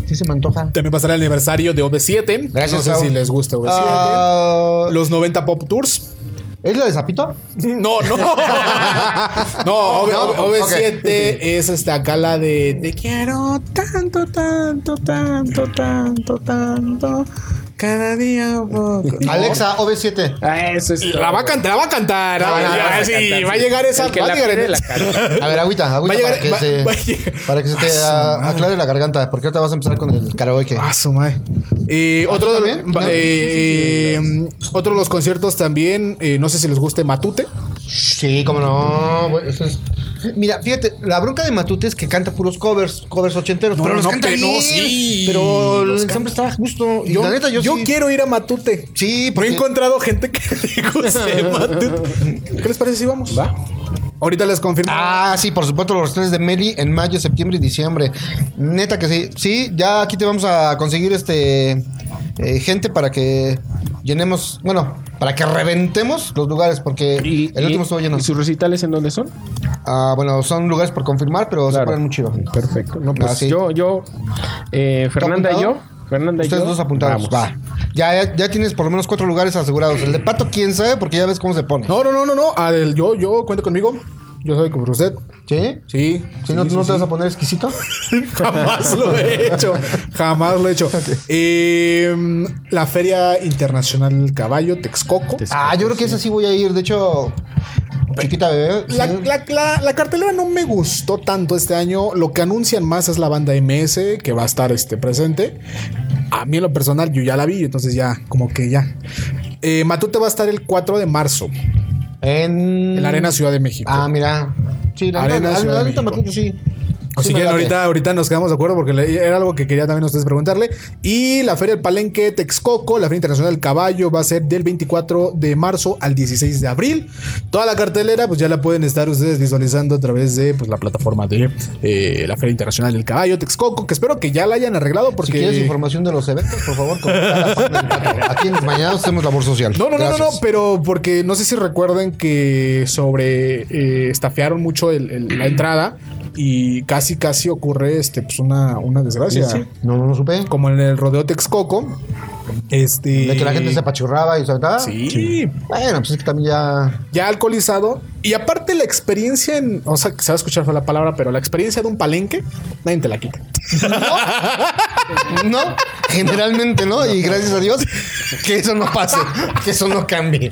Sí se me antoja.
También va a estar el aniversario de OV7.
Gracias,
no sé
Saúl.
si les gusta OV7.
Ah,
Los 90 Pop Tours. <laughs>
¿Es la de Zapito?
No,
<laughs>
no. no, OV,
ok.
7 es hasta acá la de Te quiero tanto, tanto, tanto, tanto, tanto. Cada día un poco. No.
<laughs> Alexa, OV7.
Ah, eso es.
La va a cantar, la va a cantar.
Ah,
Ah,
la va a
sí,
cantar,
va a
sí.
llegar esa.
El que
Va a
la
llegar en
pide,
<laughs>
la canta.
A ver, agüita, agüita
Va a llegar-
para, que
va-
se,
va a llegar-
para que se te ah, aclare la garganta, porque ahorita vas a empezar con el karaoke.
Ah, su madre. Eh, otro, de,
¿Ah, también?
va-
No.
eh, otro de los conciertos también, eh, no sé si les guste Matute.
Sí, cómo no. güey, eso es- Mira, fíjate, la bronca de Matute es que canta puros covers, covers ochenteros,
No,
pero
no,
los
no,
canta
pero
bien.
sí,
pero el
los
ensamble está a gusto. Y
Yo,
la neta, yo,
yo
sí-
quiero ir a Matute.
Sí,
No he
porque
encontrado gente que <laughs> le guste Matute. ¿Qué les parece si vamos? Va. Ahorita les confirmo.
Ah, sí, por supuesto, los tres de Meli en mayo, septiembre y diciembre. Neta que sí. Sí, ya aquí te vamos a conseguir este eh, gente para que llenemos, bueno, para que reventemos los lugares, porque
Y,
el último estuvo
y-
lleno.
¿Y sus recitales en dónde son?
Ah, bueno, son lugares por confirmar, pero se
Claro.
ponen muy chido.
Perfecto. No, pues
Ah, sí.
yo, yo, eh, Fernanda y yo.
apuntado?
Fernanda y
Ustedes
yo.
dos apuntados.
vamos.
Va. Ya, ya, ya tienes por lo menos cuatro lugares asegurados. El de Pato, quién sabe, porque ya ves cómo se pone.
No, no, no, no, no. Adel, yo, yo, cuente conmigo. Yo soy como usted.
¿Sí?
Sí.
Si no, ¿no te vas a poner exquisito?
<laughs> Jamás lo he hecho. Jamás lo he hecho. Eh, la Feria Internacional del Caballo, Texcoco.
Texcoco.
Ah, yo creo que esa sí voy a ir. De hecho, chiquita bebé.
La,
sí.
la- la- la cartelera no me gustó tanto este año. Lo que anuncian más es la banda MS que va a estar este, presente. A mí en lo personal yo ya la vi, entonces ya, como que ya. Eh, Matute va a estar el 4 de marzo
En...
en la Arena Ciudad de México.
Ah, mira. Sí, la
Arena
neta,
Ciudad
la
de
neta,
México.
Matute, sí.
Así
Sí,
que
me late.
ahorita, ahorita nos quedamos de acuerdo porque le- era algo que quería también a ustedes preguntarle. Y la Feria del Palenque Texcoco, la Feria Internacional del Caballo, va a ser del 24 de marzo al 16 de abril. Toda la cartelera, pues ya la pueden estar ustedes visualizando a través de pues, la plataforma de eh, la Feria Internacional del Caballo Texcoco, que espero que ya la hayan arreglado
Si
porque.
quieres información de los eventos, por favor, contacta a la página del Pato. Aquí en Los Mañanos hacemos labor social.
No, no, no, no, no,
Gracias.
pero porque no sé si recuerden que sobre eh, estafearon mucho el- el- la entrada y casi, casi ocurre este, pues una, una desgracia.
No, no, no supe.
como en el rodeo Texcoco, Este.
De que la gente se apachurraba y saltaba.
Sí.
Bueno, pues es que también ya.
Ya alcoholizado. Y aparte, la experiencia en. O sea, que se va a escuchar fue la palabra, pero la experiencia de un palenque, nadie te la quita.
No, generalmente no. Y gracias a Dios que eso no pase, que eso no cambie.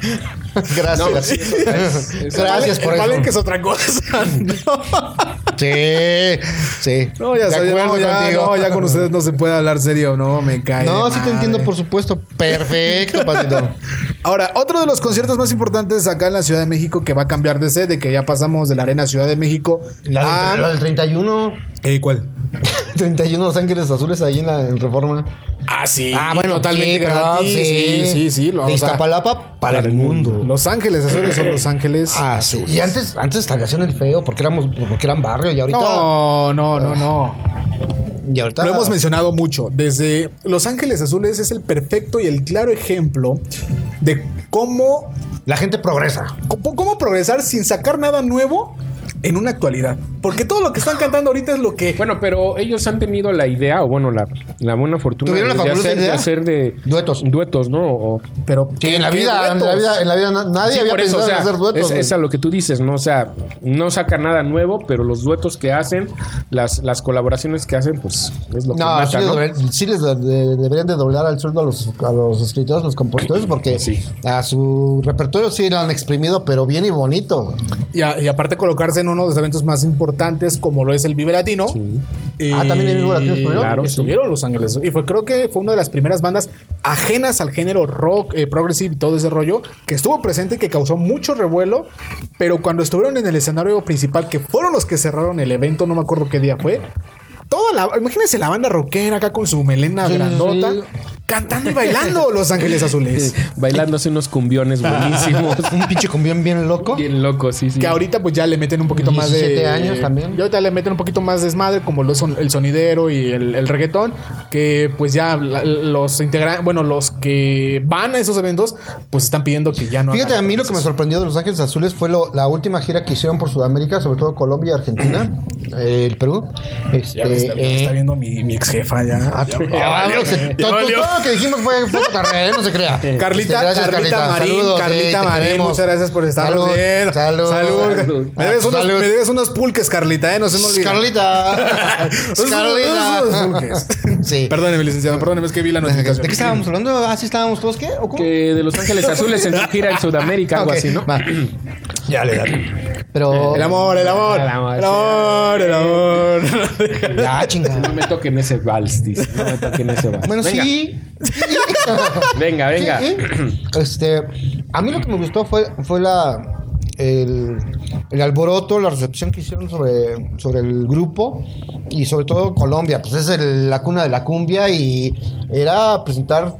Gracias. gracias por
el
eso.
palenque es otra cosa. <laughs> No,
Sí, sí.
No, ya,
De
sabía,
acuerdo
no, ya,
contigo.
no, ya con ustedes no se puede hablar serio. No, me cae.
No,
de
sí te
madre.
entiendo, por supuesto. <laughs> Perfecto, Patito.
Ahora, otro de los conciertos más importantes acá en la Ciudad de México que va a cambiar de sede, que ya pasamos de la Arena Ciudad de México
La,
a.
del- la del 31.
Eh, ¿Cuál?
31 Los Ángeles Azules ahí en la en Reforma.
Ah, sí. gratis.
sí, perdón,
Sí, sí, sí. lo-
de
o sea,
Iztapalapa para el mundo.
los Ángeles Azules son Los Ángeles.
Ah, sí. Y antes, antes la canción El Feo, porque éramos, porque eran barrio y ahorita.
No, no, no, no.
Y ahorita.
Lo hemos mencionado mucho. Desde Los Ángeles Azules es el perfecto y el claro ejemplo de cómo,
La gente progresa.
cómo, cómo progresar sin sacar nada nuevo en una actualidad. Porque todo lo que están cantando ahorita es lo que.
Bueno, pero ellos han tenido la idea, o bueno, la, la buena fortuna
¿Tuvieron
de,
la
de
fabulosa
hacer, de
idea?
hacer de
Duetos.
duetos, ¿no? O-
Pero
Que en la
¿qué
vida, en la
duetos?
vida, en la vida na- nadie
Sí,
había
por eso,
pensado
o sea,
en hacer
es,
duetos. güey.
es a lo que tú dices, ¿no? O sea, no saca nada nuevo, pero los duetos que hacen, las, las colaboraciones que hacen, pues es lo que
No, sí
mata,
les,
¿no?
doble- sí les do- de- deberían de doblar al sueldo a los, a los escritores, los compositores, porque
Sí.
a su repertorio sí lo han exprimido, pero bien y bonito.
Y, a- y aparte colocarse en uno de los eventos más importantes como lo es el Vive Latino. Eh,
Ah, también el Vive Latino estuvieron.
Claro,
Sí.
estuvieron Los Ángeles. Y fue, creo que fue una de las primeras bandas ajenas al género rock, eh, progressive y todo ese rollo, que estuvo presente y que causó mucho revuelo. Pero cuando estuvieron en el escenario principal, que fueron los que cerraron el evento, no me acuerdo qué día fue. Toda la, imagínense la banda rockera acá con su melena
Sí,
grandota,
sí.
cantando y bailando Los Ángeles Azules.
Bailándose
<laughs>
unos cumbiones buenísimos.
Un pinche cumbión bien loco.
Bien loco, sí, sí.
Que ahorita pues ya le meten un poquito más de...
17 años también.
Ya ahorita le meten un poquito más de desmadre, como lo son el sonidero y el, el reggaetón, que pues ya la- los integrantes, bueno, los que van a esos eventos, pues están pidiendo que ya no...
Fíjate,
hagan
a mí lo que me sorprendió de Los Ángeles Azules fue lo- la última gira que hicieron por Sudamérica, sobre todo Colombia y Argentina, eh, el Perú. Este,
Ya me está, me está
eh,
viendo mi, mi ex jefa ya.
ah,
Ya-
ah, vámonos, que to- to- Todo lo que dijimos fue, fue cotorreo, no se crea.
<laughs> Carlita,
Este, gracias,
Carlita, Marín,
Saludos, sí,
Carlita
te
Marín,
queremos.
muchas gracias por estar
Salud,
bien.
Salud.
Salud. Me debes, unos,
Salud.
me debes unos pulques, Carlita, eh, no se me olvida.
Carlita.
Unos- unos
Carlita.
pulques.
Sí.
Perdóneme, licenciado, perdóneme, es que vi la
¿De
notificación.
qué estábamos hablando? ¿Ah, sí estábamos todos qué? ¿O cómo?
Que de Los Ángeles Azules en su gira en Sudamérica, algo
Ok,
así, ¿no?
va.
Ya le dale.
Pero.
El amor, el amor. El
El
amor,
amor,
el amor.
<laughs> Ya, chingada.
No me toquen ese vals, dice. No me toquen ese vals.
Ah, Bueno,
venga,
sí.
<laughs> Venga, venga.
Sí, sí. Este, a mí lo que me gustó fue, fue la, el, el alboroto, la recepción que hicieron sobre, sobre el grupo y sobre todo Colombia. Pues es el- la cuna de la cumbia y era presentar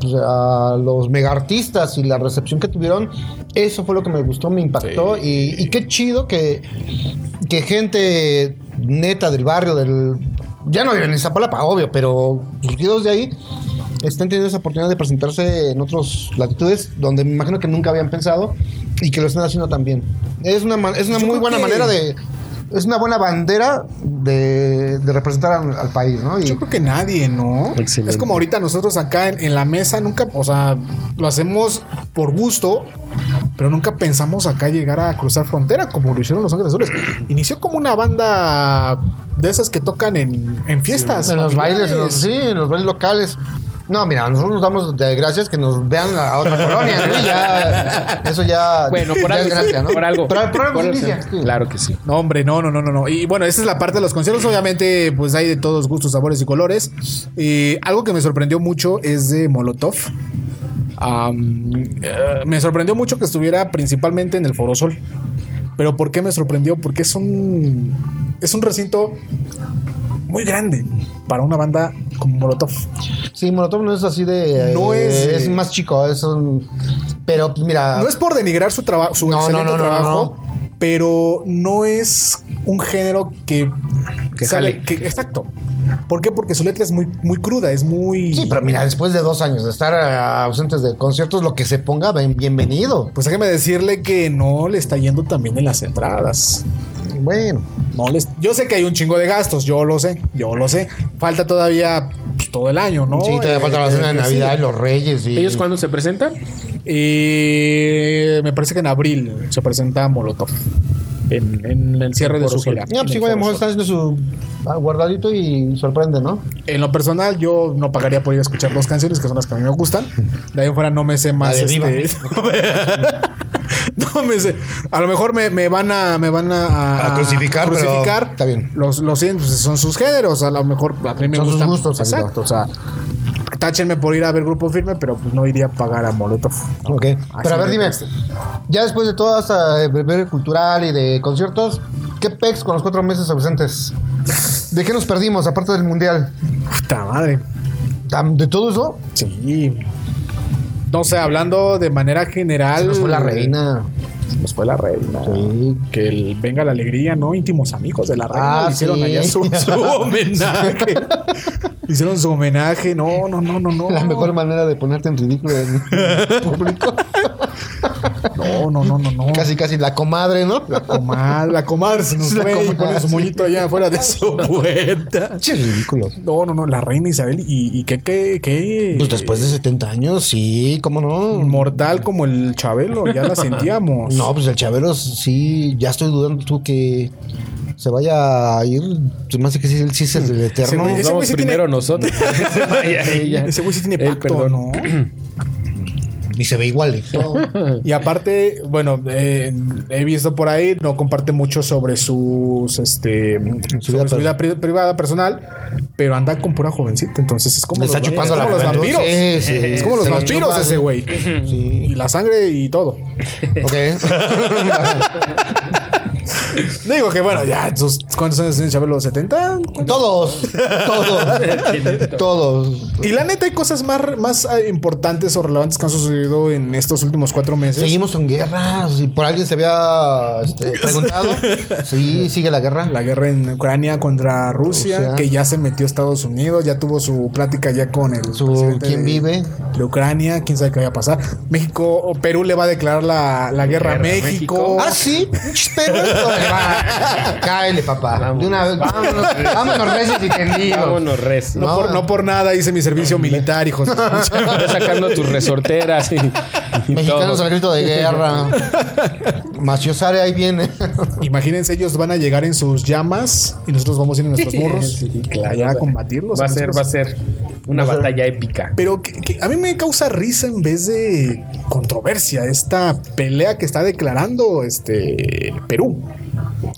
pues, a los mega artistas y la recepción que tuvieron. Eso fue lo que me gustó, me impactó y, y qué chido que, que gente neta del barrio, del... Ya no viven en Zapalapa, obvio, pero surgidos de ahí están teniendo esa oportunidad de presentarse en otras latitudes donde me imagino que nunca habían pensado y que lo están haciendo también. Es una, ma- es una
Yo
muy
creo
buena
que-
manera de... Es una buena bandera de, de representar al, al país, ¿no? Y
Yo creo que nadie, ¿no?
Excelente.
Es como ahorita nosotros acá en, en la mesa nunca, o sea, lo hacemos por gusto, pero nunca pensamos acá llegar a cruzar frontera como lo hicieron los Ángeles Azules. Inició como una banda de esas que tocan en, en fiestas.
en los bailes,
familiares.
en los- sí, en los bailes locales. No, mira, nosotros nos damos de gracias que nos vean a
<laughs>
otra colonia, ¿no? Y Ya, eso ya.
Bueno, por
ya
algo.
es
sí,
gracia, ¿no?
Por algo.
Por, por algo
Por
se
algo,
inicia,
sí.
sí.
Claro que sí.
No, hombre, no, no, no, no, no. Y bueno, esa es la parte de los conciertos. Obviamente, pues hay de todos gustos, sabores y colores. Y algo que me sorprendió mucho es de Molotov. Am, eh, me sorprendió mucho que estuviera principalmente en el Foro Sol. Pero ¿por qué me sorprendió? Porque es un es un recinto muy grande para una banda como Molotov.
Sí, Molotov no es así de.
No
eh,
es, eh,
Es más chico, es un. Pero pues, mira.
No es por denigrar su trabajo, su
No, no,
excelente
no, no,
trabajo, pero no es un género que
Que
sabe-
jale.
que- exacto. ¿Por qué? Porque su letra es muy, muy cruda, es muy.
Sí, pero mira, después de dos años de estar ah, ausentes de conciertos, lo que se ponga, ben- bienvenido.
Pues déjeme decirle que no le está yendo también en las entradas.
Bueno.
No les- Yo sé que hay un chingo de gastos, yo lo sé, yo lo sé. Falta todavía pues todo el año, ¿no?
sí, todavía
Eh,
falta la cena de
eh, sí.
Navidad y los Reyes. Y,
¿Ellos cuándo se presentan?
Y me parece que en abril se presenta Molotov. En, en el cierre de su gira.
No, pues igual a lo mejor están haciendo su ah, guardadito y sorprende, ¿no?
En lo personal, yo no pagaría por ir a escuchar dos canciones, que son las que a mí me gustan. De ahí en fuera no me sé más. este,
de Viva.
<laughs> no me sé. A lo mejor me, me van a. Me van a,
A crucificar, pero
crucificar.
está bien.
Los, los cien, pues, son sus géneros. A lo mejor a mí me
Son sus
gustan.
gustos, amigo.
Exacto. O sea, táchenme por ir a ver grupo firme, pero pues no iría a pagar a Molotov.
Ok. Pero a ver,
me
dime,
parece.
ya después de toda esta breve cultural y de conciertos, ¿qué pex con los cuatro meses ausentes? ¿De qué nos perdimos, aparte del mundial?
Puta madre.
Tam- ¿De todo eso?
Sí. No sé, hablando de manera general.
Nos fue la reina.
Nos fue la reina.
Sí.
Que el venga la alegría, ¿no? Íntimos amigos de la reina
Ah,
le hicieron
sí.
allá
<laughs>
su, su homenaje. hicieron su homenaje. No, no, no, no, no.
La mejor manera de ponerte en ridículo <laughs> en público.
No, no, no, no, no.
Casi, casi la comadre, ¿no?
Comadre, la comadre se nos
La
fue y
comadre,
pone su mollito allá afuera de
<laughs>
su puerta.
Che, ridículo.
No, no, no, la reina Isabel. ¿Y, y qué, qué, qué?
Pues después de 70 años, sí, ¿cómo no?
Mortal como el Chabelo, ya la sentíamos.
No, pues el Chabelo sí, ya estoy dudando tú que se vaya a ir. Se me hace que sí, él sí es el del eterno.
güey
Nos
Ese
vamos
sí
<laughs>
primero nosotros. Vaya, ella.
Ese güey sí tiene
Él,
pacto,
perdón.
¿no?
Y se ve igual. ¿eh?
Y aparte, bueno, eh, he visto por ahí, no comparte mucho sobre sus este
Su
sobre
vida
su vida pri- privada personal, pero anda con pura jovencita, entonces es como
Le está
los-
chupando
es
la
como los
juventud.
vampiros.
Sí, sí,
es
sí.
como los
Se la
vampiros
chupa.
ese güey. Y
Sí.
la sangre y todo.
Ok. <laughs>
Digo que bueno, ya sus- cuántos años tiene Chabelo 70.
todos. <laughs> Todos. todos.
Y la neta hay cosas más más eh, importantes o relevantes que han sucedido en estos últimos cuatro meses.
Seguimos en guerra. Si por alguien se había este, preguntado. Sí, sigue la guerra.
Ah,
La guerra en Ucrania contra Rusia,
Rusia.
que ya se metió Estados Unidos, ya tuvo su plática ya con el
Su
presidente
¿quién
de-
vive?
de Ucrania, quién sabe qué vaya a pasar. México, o Perú le va a declarar la, la guerra a
Guerra a
México.
México.
Ah, sí. Pinches perros. Órale, va. Cáele, papá.
Vámonos.
De una vez. Vámonos. Vámonos, reces y tendidos.
Vámonos, res.
no,
no.
por, no por nada hice mi
Ah,
servicio militar, hijos. de puta.
<laughs>
Estás sacando tus resorteras y, y
Mexicanos
todo.
al grito de guerra. Macio Sare ahí viene.
Imagínense, ellos van a llegar en sus llamas y nosotros vamos a ir en nuestros burros allá a combatirlos.
Va a ser, va a ser una
Va a ser-
batalla épica.
Pero que- que a mí me causa risa en vez de controversia esta pelea que está declarando este Perú.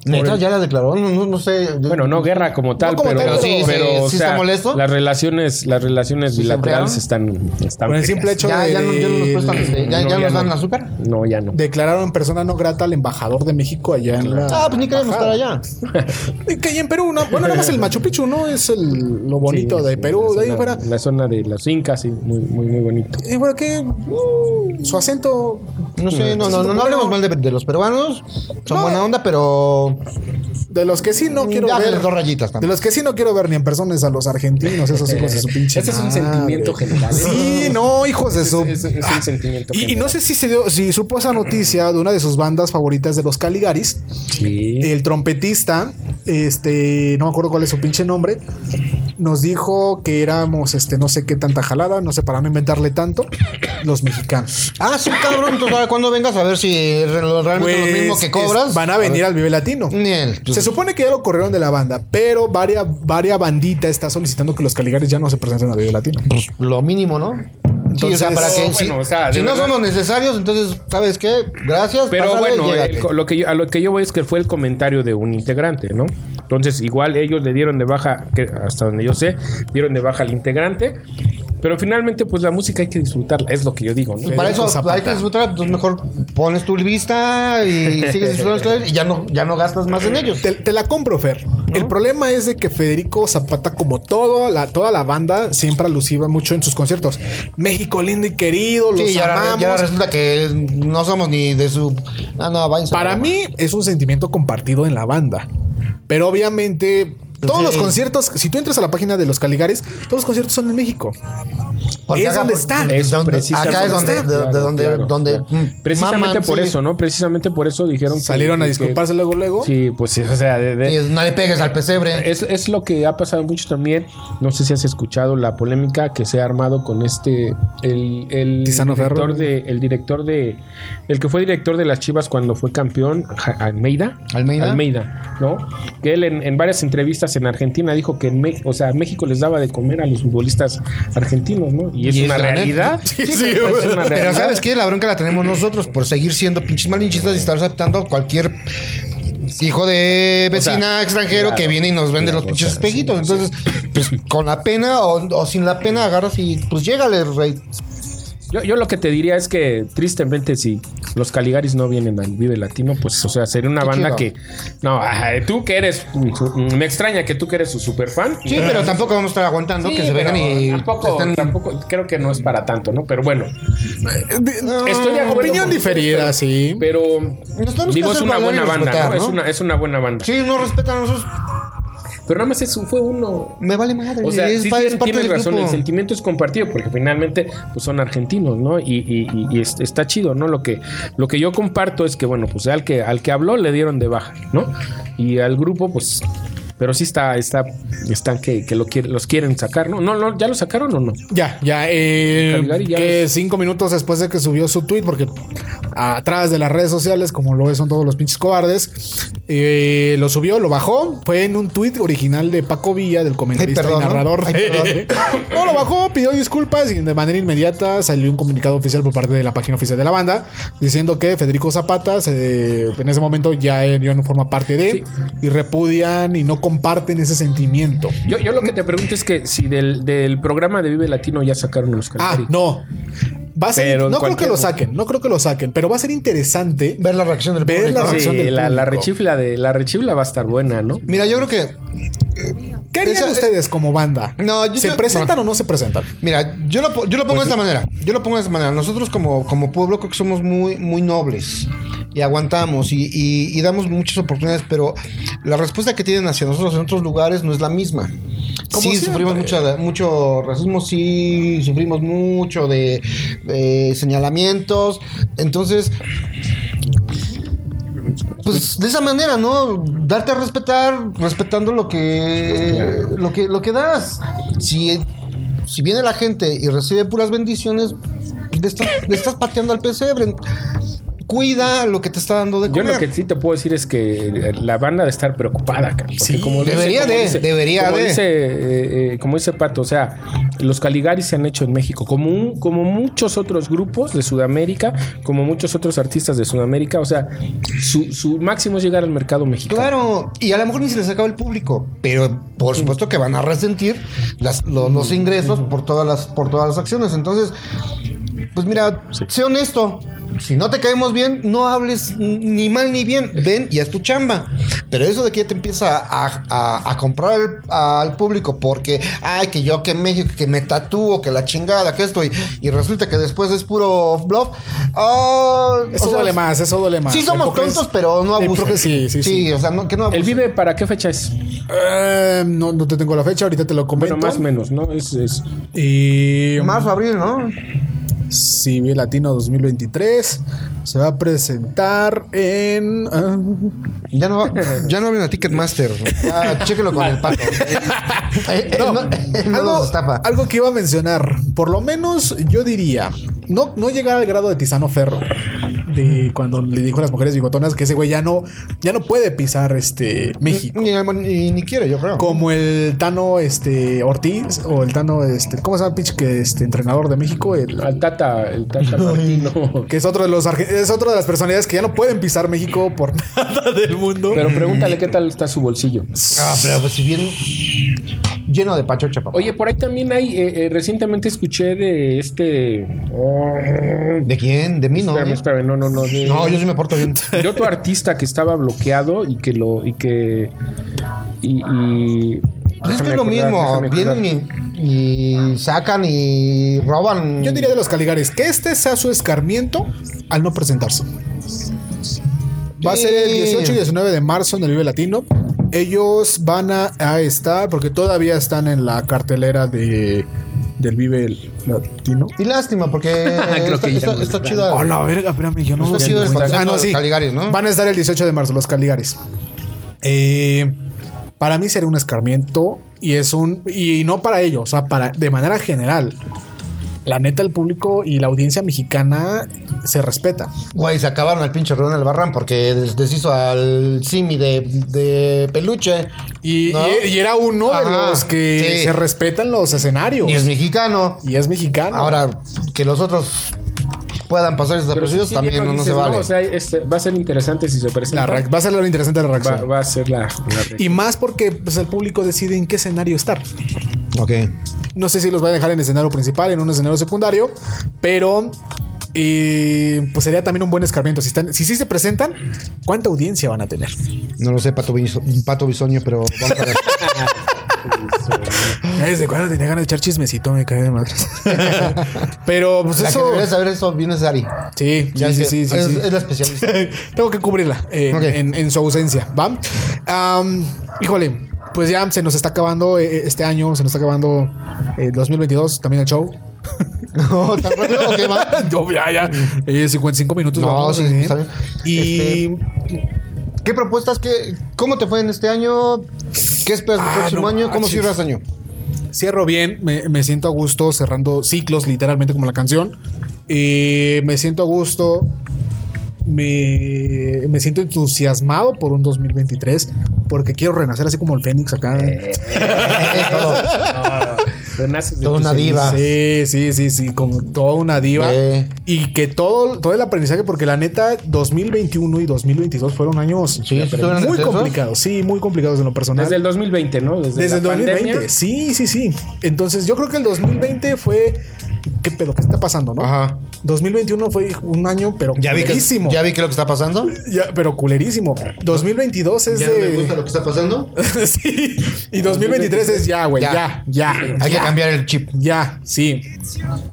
Neta, ya la declaró. No, no, no sé.
Bueno, no guerra como tal,
como
pero,
tal, pero sí,
pero,
sí,
o
eh, sí
sea,
está molesto.
las relaciones, las relaciones
¿Sí se
bilaterales están, están
Por el
frías.
simple hecho
Ya,
de,
ya, no, ya no nos prestan, este, ya,
No,
ya
ya
nos dan
no.
azúcar.
No, ya no.
declararon persona no grata al embajador de México allá en la.
Ah, pues ni queremos estar allá.
Y Que ahí en Perú, no, bueno, nada más el
<laughs>
Machu Picchu, ¿no? Es el, lo bonito
Sí,
de
sí,
Perú, de
la
ahí
zona-
fuera.
La zona de los incas, sí, muy, muy, muy bonito.
Y bueno, que mm, su acento.
No sé, no, no, no, no hablemos mal de, de los peruanos. Son
No.
buena onda, pero.
De los que sí no quiero
Mm, Ya,
ver.
dos rayitas
De
también.
los que sí no quiero ver ni en personas a los argentinos, esos hijos de su pinche.
Eh, Ese es un
madre.
sentimiento general. ¿eh?
Sí, no, hijos de su.
Es, es un sentimiento.
Y, y no
general.
sé si se dio, si supo esa noticia de una de sus bandas favoritas de los Caligaris,
Sí.
el trompetista, este, no me acuerdo cuál es su pinche nombre, nos dijo que éramos, este, no sé qué tanta jalada, no sé, para no inventarle tanto, los mexicanos.
Ah, sí, cabrón. Entonces, ahora cuando vengas a ver si re- realmente es lo mismo que
Pues,
cobras. pues,
es- van a venir al nivel latino. Pues
Niel,
Se supone que ya lo corrieron de la banda, pero varias varia bandita está solicitando que los Caligares ya no se presenten al nivel latino.
pues, lo mínimo, ¿no? Sí, o sea,
Entonces-
para que
Bueno,
si,
o sea, de
si no
verdad-
son los necesarios, entonces, ¿sabes qué? Gracias.
Pero
pásale,
bueno,
llégate.
el co- lo que yo- a lo que yo voy es que fue el comentario de un integrante, ¿no? Entonces, igual ellos le dieron de baja, que hasta donde yo sé, dieron de baja al integrante. Pero finalmente, pues la música hay que disfrutarla, es lo que yo digo, ¿no?
Y para
Federico
eso
Zapata.
hay que disfrutar, entonces mejor pones tu vista
<laughs>
y sigues disfrutando los claves y ya no, ya no gastas más en ellos.
Te, te la compro, Fer. El problema es de que Federico Zapata, como todo, la, toda la banda, siempre alusiva mucho en sus conciertos. México lindo y querido, los
Sí, y ahora,
amamos.
y ahora resulta que no somos ni de su. Ah, no, váyanse.
Para mí es un sentimiento compartido en la banda. Pero obviamente Todos los conciertos, si tú entras a la página de los Caligares, todos los conciertos son en México.
Porque
es
acá-
donde está.
Es donde- acá es donde, de- de donde,
Claro,
donde
claro.
mm,
Precisamente
maman,
por
sí.
eso, ¿no? Precisamente por eso dijeron que-
Salieron a
que-
disculparse luego, luego.
Sí, pues sí, o sea, de- de-
Y es, No le pegues al pesebre.
es, es lo que ha pasado mucho también. No sé si has escuchado la polémica que se ha armado con este. El, el
Tiziano Ferro.
director de. El director de. El que fue director de las Chivas cuando fue campeón, Ja- Almeida.
Almeida.
Almeida, ¿no? Que él en, en varias entrevistas en Argentina dijo que en Me- o sea, México les daba de comer a los futbolistas argentinos, ¿no? Y es
Y es
una
la neta. <laughs>
realidad.
Sí,
Es
sí,
una
güey.
realidad.
Pero ¿sabes qué? La bronca la tenemos nosotros por seguir siendo pinches malinchistas y estar aceptando cualquier hijo de vecina extranjero que viene y nos vende los pinches espejitos. Entonces, pues con la pena o, o sin la pena agarras y pues llégale, rey.
Yo, yo lo que te diría es que tristemente si los Caligaris no vienen al Vive Latino, pues o sea, sería una
Qué
banda
chido.
que no, ay, tú que eres me extraña que tú que eres su superfan.
Sí, pero tampoco vamos a estar aguantando
Sí,
que se vengan
pero
y
tampoco,
estén-
tampoco creo que no es para tanto, ¿no? Pero bueno,
No,
Estoy de acuerdo
Ah, opinión
con-
diferida, sí.
pero
tenemos que
digo es
hacer
una
valer y
buena banda,
respetar,
¿no? Es
¿no?
una es una buena banda.
Sí, no respetan a nosotros.
Pero nada más eso fue uno.
Me vale madre.
O sea,
es,
sí
pa- es
tienen-
parte
tienen
del
razón,
grupo.
el sentimiento es compartido, porque finalmente pues, son argentinos, ¿no? Y, y- y- y es- está chido, ¿no? Lo que, lo que yo comparto es que, bueno, pues al que, al que habló le dieron de baja, ¿no? Y al grupo, pues. Pero sí está, está, están que, que lo quiere- los quieren sacar, ¿no? No, no, ¿ya lo sacaron o no?
Ya, ya. eh,
Caligari ya
que
los-
cinco minutos después de que subió su tweet, porque atrás de las redes sociales, como lo son todos los pinches cobardes, eh, lo subió, lo bajó. Fue en un tweet original de Paco Villa, del comentarista
Ay, perdón,
y
¿no?
narrador.
Ay,
<laughs> no, lo bajó, pidió disculpas y de manera inmediata salió un comunicado oficial por parte de la página oficial de la banda diciendo que Federico Zapata se- en ese momento ya, él ya no forma parte de
Sí.
y repudian y no comparten ese sentimiento.
Yo, yo lo que te pregunto es que si del, del programa de Vive Latino ya sacaron los
Ah,
Caligaris.
no. Va a ser,
Pero en
no creo que
cualquier
lo
momento.
saquen, no creo que lo saquen, pero va a ser interesante.
Ver la reacción del
Ver
público.
la
Sí,
razón del
la, la
público.
rechifla de la rechifla va a estar buena, ¿no?
Mira, yo creo que
¿Qué harían
Esa- eh,
ustedes como banda?
No, yo-
¿Se
yo-
presentan o no se presentan?
Mira, yo lo, po- yo
Pues
lo pongo de esta manera. Yo lo pongo de esta manera. Nosotros como, como pueblo creo que somos muy, muy nobles y aguantamos y, y- y damos muchas oportunidades, pero la respuesta que tienen hacia nosotros en otros lugares no es la misma.
Como
Sí,
siempre.
sufrimos mucho, mucho racismo, sí, sufrimos mucho de, de señalamientos. Entonces, pues de esa manera, ¿no? Darte a respetar, respetando lo que lo que lo que das. Si, si viene la gente y recibe puras bendiciones, pues, le estás, le estás pateando al pesebre. Cuida lo que te está dando de
Yo
comer.
lo que sí te puedo decir es que eh, la banda de estar preocupada, Carlos, porque
Sí,
dice-
debería de, debería
como
de.
Dice, eh, eh, como dice Pato, o sea, los Caligaris se han hecho en México, como, un- como muchos otros grupos de Sudamérica, como muchos otros artistas de Sudamérica, o sea, su, su máximo es llegar al mercado mexicano.
Claro, y a lo mejor ni se les acaba el público, pero por supuesto que van a resentir las- lo- los ingresos por todas las por todas las acciones. Entonces, pues mira, sé honesto. Si no te caemos bien, no hables ni mal ni bien. Ven y haz tu chamba. Pero eso de que ya te empieza a, a- a comprar al, al público porque, ay, que yo que en México, que me tatúo, que la chingada, que esto, y, y resulta que después es puro bluff. Ah,
Eso
o sea,
duele más, eso duele más.
Sí,
El
somos
poker es-
tontos, pero no
el
abusen.
poker sí, sí, sí.
o sea, no, que no
¿El
abusen.
Vive para qué fecha es?
Eh, no, no te tengo la fecha, ahorita te lo comento.
Bueno, más o menos, ¿no? Es, es-
Y
Marzo, abril, ¿no?
si bien Latino 2023 se va a presentar en ah, <laughs>
Ya no, va- ya no abren a Ticketmaster. Ya, chéquelo con el pato. Eh, eh,
No,
no, eh, no
algo,
los estapa.
algo que iba a mencionar, por lo menos yo diría, no, no llegar al grado de Tizano Ferro, de cuando le dijo a las mujeres bigotonas que ese güey ya no, ya no puede pisar este México.
Ni, ni- ni quiere, yo creo.
Como el Tano este Ortiz o el Tano este, ¿cómo se llama pitch que este entrenador de México? El-
al Tata, el Tata
<laughs>
Martino.
que es otro de los arge- es otro de las personalidades que ya no pueden pisar México por <laughs> nada del mundo.
Pero pregúntale qué tal está su bolsillo.
Ah, pero pues si bien lleno de pachocha, papá.
Oye, por ahí también hay, eh, eh, recientemente escuché de este...
¿De quién? De mí, ¿no?
Espérame, espérame, no, no, no. de-
No, yo sí me
<laughs>
porto bien. Pues
de otro artista que estaba bloqueado y que lo y que y, y-
Pues Es que
déjame
es lo mismo.
acordar, déjame acordar.
Vienen y, y sacan y roban.
Yo diría de los Caligares que este sea su escarmiento al no presentarse. Va a ser el
Sí.
18 y 19 de marzo en el Vive Latino. Ellos van a, a estar, porque todavía están en la cartelera de, del Vive Latino.
Y
<laughs>
lástima, porque
Creo
está,
que ya
está-
no
está
está.
chida.
A la verga, espérame, yo no.
Esto ha sido el
ah,
concierto
no,
de
sí.
Caligaris, ¿no?
Van a estar el 18 de marzo, los Caligaris. Eh, para mí sería un escarmiento y es un. Y no para ellos, o sea, para, de manera general. La neta, el público y la audiencia mexicana se respeta.
Güey, se acabaron al pinche Rubén Albarrán porque des- deshizo al Simi de, de peluche.
Y,
¿No?
y- y era uno de
Ajá,
los que
sí.
se respetan los escenarios.
Y es mexicano.
Y es mexicano.
Ahora, que los otros puedan pasar
Pero sí,
desapercibidos
sí,
también
bien lo
no, no se
dices,
vale.
o sea, este, va a ser interesante si se presenta.
La reac- va a ser lo interesante la reacción.
va, va a ser la, la re-
Y más porque pues, el público decide en qué escenario estar.
ok.
No sé si los va a dejar en escenario principal, en un escenario secundario, pero eh, pues sería también un buen escarmiento. Si, están, si sí se presentan, ¿cuánta audiencia van a tener?
No lo sé, Pato, Biso- Pato Bisoño, pero vamos <laughs> a ver.
Desde cuándo tenía ganas de echar chismecito, me cae de madre. <laughs> pero pues
La que
eso.
debería saber eso bien es Dari.
Sí,
Ya
sí, sí, sí,
es que
sí,
es,
sí.
es la especialista.
<laughs> Tengo que cubrirla en,
Ok.
en- en su ausencia, ¿va? Am, híjole, pues ya se nos está acabando eh, este año, se nos está acabando eh, 2022, también el <laughs> show.
<laughs> <laughs> no, tan rápido, ok, va.
No, ya, ya. Eh, 55 minutos.
No,
vamos,
sí,
eh.
está bien. Este,
Y
¿Qué propuestas? Qué, ¿Cómo te fue en este año? ¿Qué esperas del
Ah,
próximo
no
año? ¿Cómo
manches.
cierras <laughs> año?
cierro bien, me, me siento a gusto cerrando ciclos, literalmente como la canción. Eh, me siento a gusto, me, me siento entusiasmado por un 2023, porque quiero renacer así como el Fénix acá.
<laughs> Renaces de
Toda
tus
una
cenizas.
diva.
Sí, sí, sí, sí, como toda una diva.
Eh.
Y que todo, todo el aprendizaje, porque la neta, 2021 y 2022 fueron años
Sí, estuvieron
muy
intensos.
complicados, sí, muy complicados en lo personal.
Desde el 2020, ¿no? Desde,
Desde
la
el 2020.
pandemia.
Sí, sí, sí. Entonces yo creo que el 2020 fue... ¿Qué pedo? ¿Qué está pasando, no?
Ajá.
2021 fue un año, pero
Ya vi, que,
culerísimo.
ya vi que lo que está pasando.
Ya, pero culerísimo. 2022 es
no
de...
lo que está pasando.
<laughs> sí. Y 2023 es ya, güey. Ya,
Ya.
ya.
Hay que
ya.
cambiar el chip.
Ya, sí.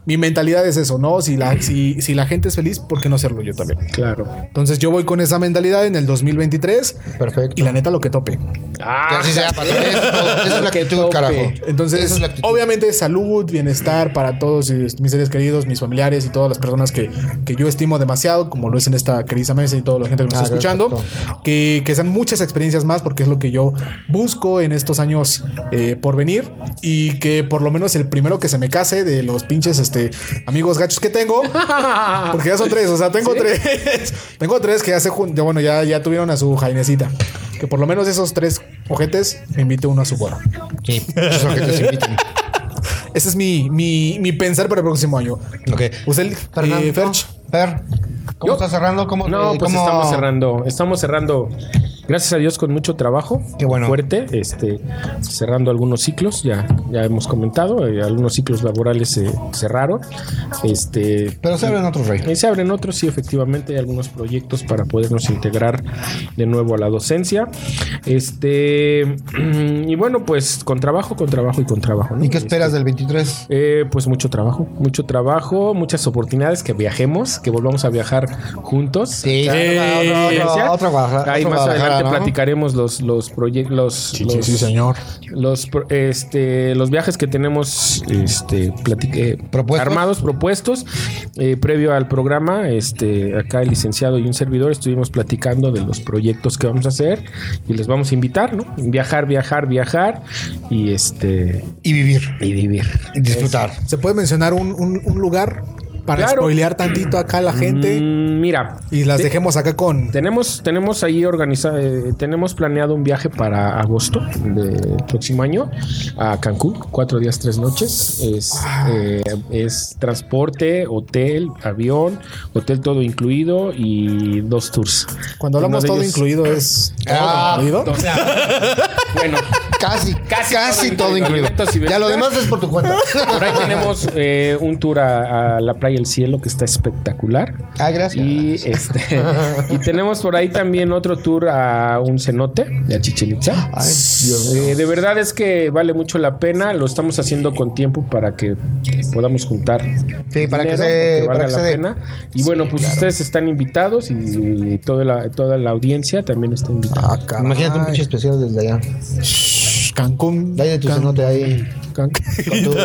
Mi mentalidad es eso, ¿no? Si la, si, si la gente es feliz, ¿por qué no hacerlo yo también?
Claro.
Entonces yo voy con esa mentalidad en el 2023 y
Perfecto.
la neta lo que tope.
Que
Ah,
así sea, Pato. Eso, eso es la
Qué
actitud,
Ah, tope.
carajo. Esa
Entonces,
es la actitud.
obviamente salud, bienestar para todos eh, mis seres queridos, mis familiares y todas las personas que, que yo estimo demasiado, como lo es en esta querida mesa y toda la gente que me
Ah,
está escuchando. Que, que sean muchas experiencias más porque es lo que yo busco en estos años eh, por venir y que por lo menos el primero que se me case de los pinches este, amigos gachos que
<laughs>
tengo, porque ya son tres, o sea, tengo tres, <laughs> tengo tres que ya se jun- bueno, ya, ya tuvieron a su jainecita. Que por lo menos esos tres ojetes me invite uno a su boda.
Sí, eso que te inviten.
Ese es mi, mi, mi pensar para el próximo año.
Ok.
Usted,
Fernando,
eh, Ferch.
Fer, ¿cómo
Yo.
estás cerrando? ¿Cómo,
No,
eh,
pues
cómo-
estamos cerrando. Estamos cerrando, gracias a Dios, con mucho trabajo.
Qué bueno.
Fuerte. Este, cerrando algunos ciclos, ya, ya hemos comentado. eh, algunos ciclos laborales se cerraron. Este.
Pero se abren otros rey.
Y se abren otros, sí, efectivamente, hay algunos proyectos para podernos integrar de nuevo a la docencia. Este, <clears throat> y bueno, pues con trabajo, con trabajo y con trabajo. ¿no?
¿Y qué esperas del 23?
Eh, pues mucho trabajo, mucho trabajo, muchas oportunidades, que viajemos, que volvamos a viajar juntos.
Sí,
Eh,
otro, otro, otro Guadalajara-
Ahí
otro
más
Guadalajara,
adelante
¿no?
platicaremos los, los proyectos, los, los-
señor.
los pro- este, los viajes que tenemos este, plati- eh,
¿Propuestos?
armados, propuestos. Eh, previo al programa, este, acá el licenciado y un servidor estuvimos platicando de los proyectos que vamos a hacer y les vamos a invitar, ¿no? Viajar, viajar, viajar y este
Y vivir.
y vivir.
Y disfrutar.
¿Se puede mencionar un, un- un lugar para
Claro.
spoilear tantito acá a la gente?
Mm, mira,
Y las
te-
dejemos acá con.
Tenemos, tenemos ahí organizado, tenemos planeado un viaje para agosto del próximo año a Cancún, cuatro días, tres noches. Es, eh, es transporte, hotel, avión, hotel todo incluido y dos tours.
Cuando hablamos
Uno de
todo
ellos-
incluido es. ¿Todo
Ah,
incluido?
O sea, bueno,
Casi, casi, casi todo incluido.
Alimentos y
Ya lo
bebidas.
demás es por tu cuenta.
por ahí tenemos eh, un tour a, a la playa y el cielo, que está espectacular.
Ah, gracias.
Y, este, y tenemos por ahí también otro tour a un cenote, a Chichen Itza.
Ay, Dios mío.
Eh, de verdad es que vale mucho la pena. Lo estamos haciendo con tiempo para que podamos juntar.
Sí, para que
dinero,
se-
porque
para que
valga
se
la
dé.
pena. Y bueno, pues ustedes están invitados y, y toda, la, toda la audiencia también está invitada.
Ah, caray.
Imagínate un pinche especial desde allá.
Shh, Cancún.
De ahí de tu
Can-
cenote ahí. Con
<laughs>
tu,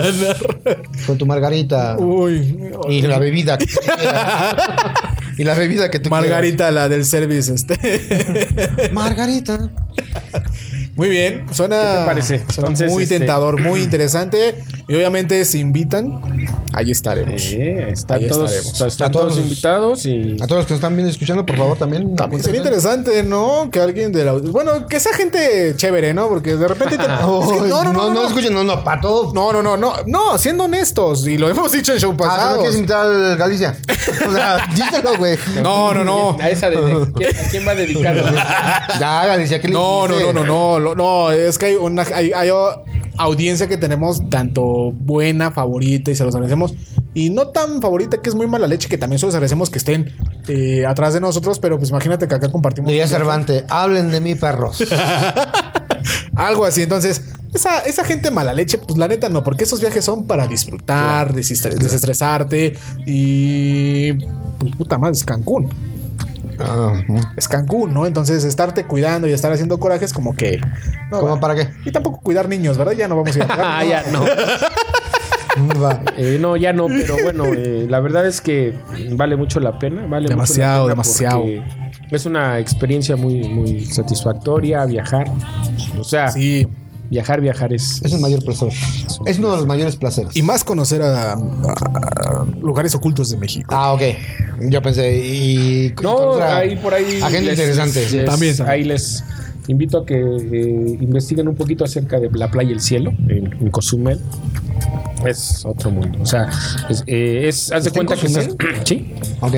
con tu margarita.
Uy.
Y la bebida que tú quieras. Y la bebida que tú
Margarita, la del service. Este.
quieras. Margarita.
<laughs> Muy bien, suena,
¿Qué te parece?
suena
Entonces,
muy
este-
tentador, muy interesante. Y obviamente, si invitan, ahí
Ah,
estaremos.
Eh, están
Ahí
todos,
estaremos.
están
pues, A
todos
todos.
invitados y
A todos los que nos están viendo y escuchando, por favor, también.
También sería interesante, ¿no? Que alguien de la. Bueno, que esa gente chévere, ¿no? Porque de repente.
<laughs>
te- es que
Ay, no, no, no, escuchen, no, no, para todos.
No, pues, no, no, no, no, siendo honestos, y lo hemos dicho en show
Ah, ¿tú no
pasado.
quieres invitar al Galicia. O
<laughs>
sea, díselo, güey.
No, no,
<laughs>
no.
a esa de, ¿quién, a quién va dedicado?
Ya, Galicia, ¿qué le
No, no, no,
hiciste?
no, no, lo- no, es que hay una hay, hay o- audiencia que tenemos tanto buena, favorita y se los agradecemos. Y no tan favorita que es muy mala leche, que también se los agradecemos que estén eh, atrás de nosotros, pero pues imagínate que acá compartimos
Diría Cervantes, hablen de mí, perros.
algo así. Entonces, esa, esa gente mala leche, pues la neta no, porque esos viajes son para disfrutar, desestre- desestresarte y pues puta madre, es Cancún.
Ah,
Es Cancún, ¿no? Entonces, estarte cuidando y estar haciendo corajes como que. no
¿Cómo
va.
para qué?
Y tampoco cuidar niños, ¿verdad? Ya no vamos a
<laughs>
ir a cuidar.
Ah, ya no.
Va.
Eh, no, ya no, pero bueno, eh, la verdad es que vale mucho la pena. Vale
Demasiado,
mucho la
demasiado.
pena porque Es una experiencia muy, muy satisfactoria viajar. O sea,
Sí.
viajar, viajar es.
Es el mayor placer. Es uno de los mayores placeres.
Y más conocer a, a lugares ocultos de México.
Ah, ok. Yo pensé, y.
No,
contra-
ahí por ahí.
A gente
les-
interesante.
les-
También, también.
Ahí les invito a que eh, investiguen un poquito acerca de la playa El Cielo en, en Cozumel. Es otro mundo. O sea, es. eh, es- haz de
¿Está en
cuenta que. estás-
Cozumel?
<clears throat> sí.
Ok.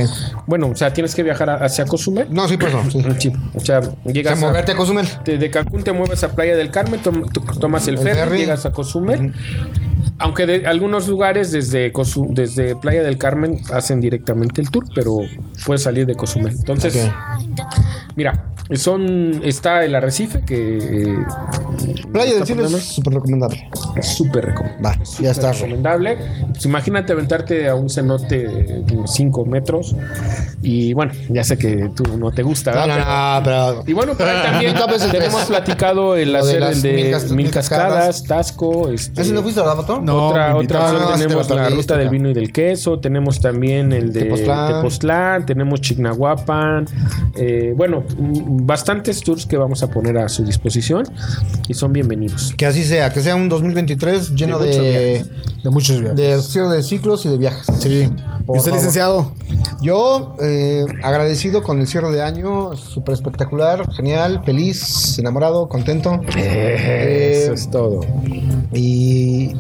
Bueno, o sea, tienes que viajar a- hacia Cozumel.
No, sí, pues no. Sí.
Sí, o sea,
O sea,
llegas a,
moverte a Cozumel.
te- de Cancún te mueves a Playa del Carmen, tom- to- tomas el
El
ferry,
ferry.
llegas a Cozumel. Aunque de algunos lugares desde Cozu- desde Playa del Carmen hacen directamente el tour, pero puedes salir de Cozumel. Entonces,
Ok.
mira, son está el arrecife que eh,
Playa del
está
Cielo
por
es súper recomendable.
demás. súper recomendable.
Va, ya está.
recomendable. Pues imagínate aventarte a un cenote de 5 metros y bueno, ya sé que tú no te gusta.
No,
¿verdad?
no,
Pero-
no, pero.
y bueno,
<laughs>
por ahí también
Nunca pensé en
tenemos
eso.
platicado el
de
hacer
las
el de mil,
mil cas- mil
cascadas, Tasco. este,
¿Ese no fuiste a Gabato?
No.
otra,
me
otra
invitaron.
opción
Ah, este va a
tenemos la
estar
ruta
listo,
del
ya.
vino y del queso, tenemos también el de
Tepoztlán.
Tepoztlán, tenemos Chignahuapan, eh, bueno, mm, bastantes tours que vamos a poner a su disposición y son bienvenidos.
Que así sea, que sea un 2023 lleno
De muchos
de.
De muchos viajes.
De cierre de ciclos y de viajes.
sí.
Por
¿Y usted,
favor.
licenciado?
Yo, eh, agradecido con el cierre de año, súper espectacular, genial, feliz, enamorado, contento. Eh,
todo.
Y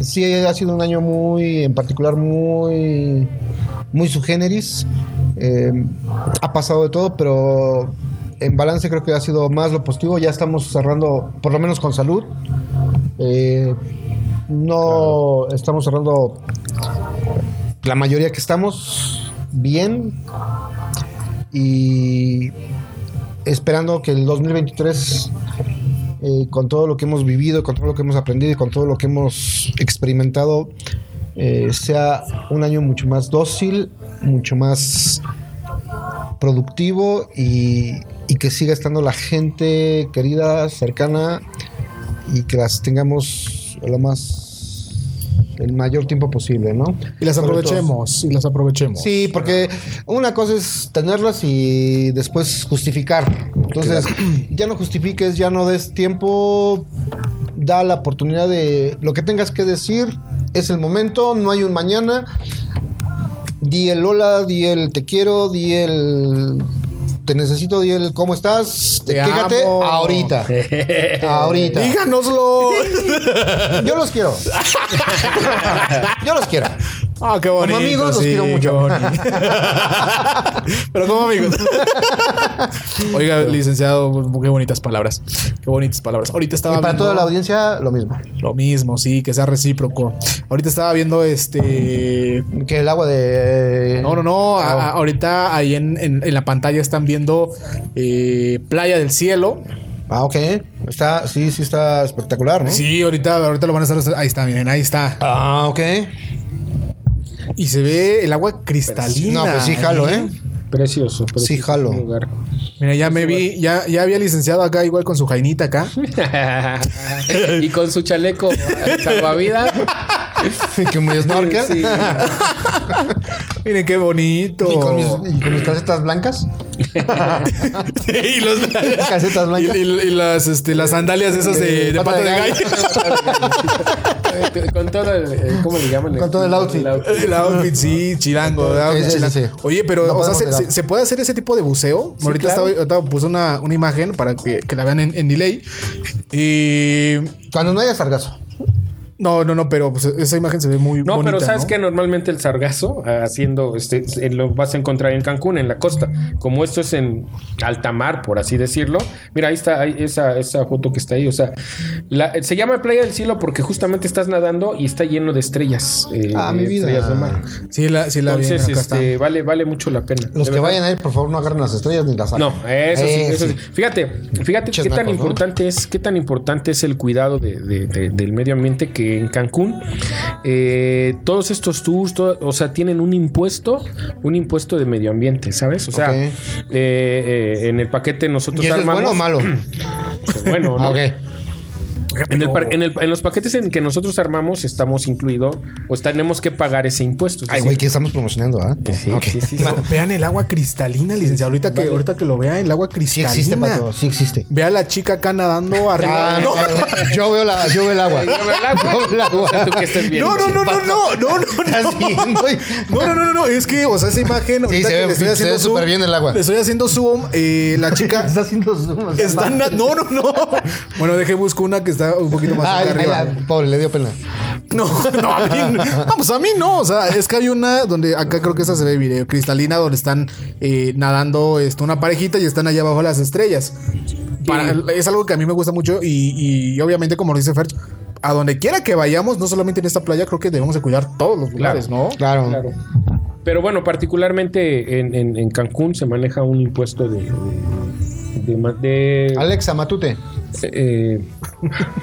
sí, ha sido un año muy, en particular, muy, muy su generis. Eh, ha pasado de todo, pero en balance creo que ha sido más lo positivo. Ya estamos cerrando, por lo menos con salud. Eh, no estamos cerrando la mayoría que estamos bien y esperando que el 2023 eh, con todo lo que hemos vivido, con todo lo que hemos aprendido y con todo lo que hemos experimentado, eh, sea un año mucho más dócil, mucho más productivo y, y que siga estando la gente querida, cercana y que las tengamos lo más el mayor tiempo posible, ¿no?
Y las
Sobre todo-
aprovechemos. Y las aprovechemos.
Sí, porque una cosa es tenerlas y después justificar. Entonces, <clears throat> ya no justifiques, ya no des tiempo, da la oportunidad de lo que tengas que decir, es el momento, no hay un mañana. Di el hola, di el te quiero, di el te necesito, di el cómo estás,
Te
fíjate
amo. <laughs>
ahorita. ahorita.
Díganoslo. <laughs>
Yo los quiero. Yo los quiero.
Ah, qué bonito.
amigos, los quiero mucho.
qué
<laughs>
bonito. Pero como amigos. <laughs> Oiga, licenciado, qué bonitas palabras. Qué bonitas palabras. Ahorita estaba
Y para
viendo-
toda la audiencia, lo mismo.
Lo mismo, sí, que sea recíproco. Ahorita estaba viendo este.
Que el agua de. eh,
No,
oh.
no, no. a- a- ahorita ahí en, en- en la pantalla están viendo eh, Playa del Cielo.
Ah, ok. Está, sí, sí, está espectacular, ¿no?
Sí, ahorita, ahorita lo van a hacer. Ahí está, miren, ahí está.
Ah, ok.
Y se ve el agua cristalina.
No, pues sí, jalo, ¿eh?
Precioso. precioso
Sí, jalo.
lugar. <laughs>
Mira, ya me vi, ya, ya había licenciado acá, igual con su jainita acá.
y con su chaleco eh,
<laughs>
salvavidas.
que me snorkel.
Sí.
Miren qué bonito.
Y
<laughs>
con, mis, y con mis calcetas blancas.
y los-
<laughs> Calcetas blancas. Eh,
y- y- y las, este, las sandalias esas de, de pata de gallo.
con todo el. eh, ¿Cómo le llaman? Este,
Con todo el outfit.
El outfit, <laughs> sí, chilango. el outfit
Sí, sí,
chilango.
sí, sí.
Oye, pero,
No
o sea, ¿se,
podemos
se- se puede hacer ese tipo de buceo? ahorita,
claro.
estaba, ahorita puse una, una imagen para que, que la vean en, en delay. Y.
Cuando no haya sargazo.
No, no, no, pero pues, esa imagen se ve muy
No,
bonita.
pero sabes
¿no?
que normalmente el sargazo ah, haciendo este eh, lo vas a encontrar en Cancún, en la costa. Como esto es en alta mar, por así decirlo. Mira, ahí está ahí esa, esa foto que está ahí. O sea, la- se llama Playa del Cielo porque justamente estás nadando y está lleno de estrellas. eh,
Ah, mi vida.
Estrellas de mar.
Sí, la, sí, la vi,
Entonces,
mira, acá
este,
está.
vale, vale mucho la pena.
Los
De
que
verdad.
vayan a ir, por favor, no agarren las estrellas ni las saquen.
No, eso sí,
Eh,
eso sí. Fíjate, fíjate
Pinches
qué tan
nacos, ¿no?
importante es, qué tan importante es el cuidado de- de- de- del medio ambiente que en Cancún eh, todos estos tours, todo- o sea, tienen un impuesto, un impuesto de medio ambiente, ¿sabes? O sea,
Ok.
eh, eh, en el paquete nosotros
¿Y eso es
armamos.
bueno o malo?
<clears throat> Pues <laughs> bueno, ¿no?
Ah, ok.
en, el par- en el- en los paquetes en que nosotros armamos estamos incluido, pues tenemos que pagar ese impuesto. Es
Ay,
decir,
güey, que estamos promocionando, ¿ah?
sí,
Ok.
sí, sí, sí.
Pero vean el agua cristalina, licenciado. Ahorita que, ahorita que lo vean, el agua
Sí
cristalina.
existe, Pato. Sí existe.
Ve a la chica acá nadando arriba.
Ah,
no,
Yo veo la, yo veo el agua.
Yo veo el agua.
Yo veo el agua.
<laughs> Tú
<laughs>
que estés bien.
no, no, no, no, no, no, no, no.
Estás bien, güey.
No, no, no, no, no, es que, o sea, esa imagen. ahorita
se
que
ve-
le estoy
se
haciendo
ve súper
zoom,
bien el agua.
Le estoy haciendo zoom, eh, la
<laughs>
chica.
Está haciendo
<laughs>
zoom. o sea,
está na- No, no,
<laughs>
no. Bueno, deje busco una que está un poquito más
Ay,
acá
ay,
arriba.
la- pobre, le dio pena.
No, <laughs> no, a mí, vamos, a mí no. O sea, es que hay una donde acá creo que esa se ve video cristalina donde están eh, nadando este, una parejita y están allá abajo las estrellas. Para- es algo que a mí me gusta mucho y, y obviamente, como lo dice Fer, a donde quiera que vayamos, no solamente en esta playa, creo que debemos de cuidar todos los lugares, ¿no?
Claro.
Claro. Pero bueno, particularmente en, en- en Cancún se maneja un impuesto de. de. de- de-
Alexa, matute.
eh,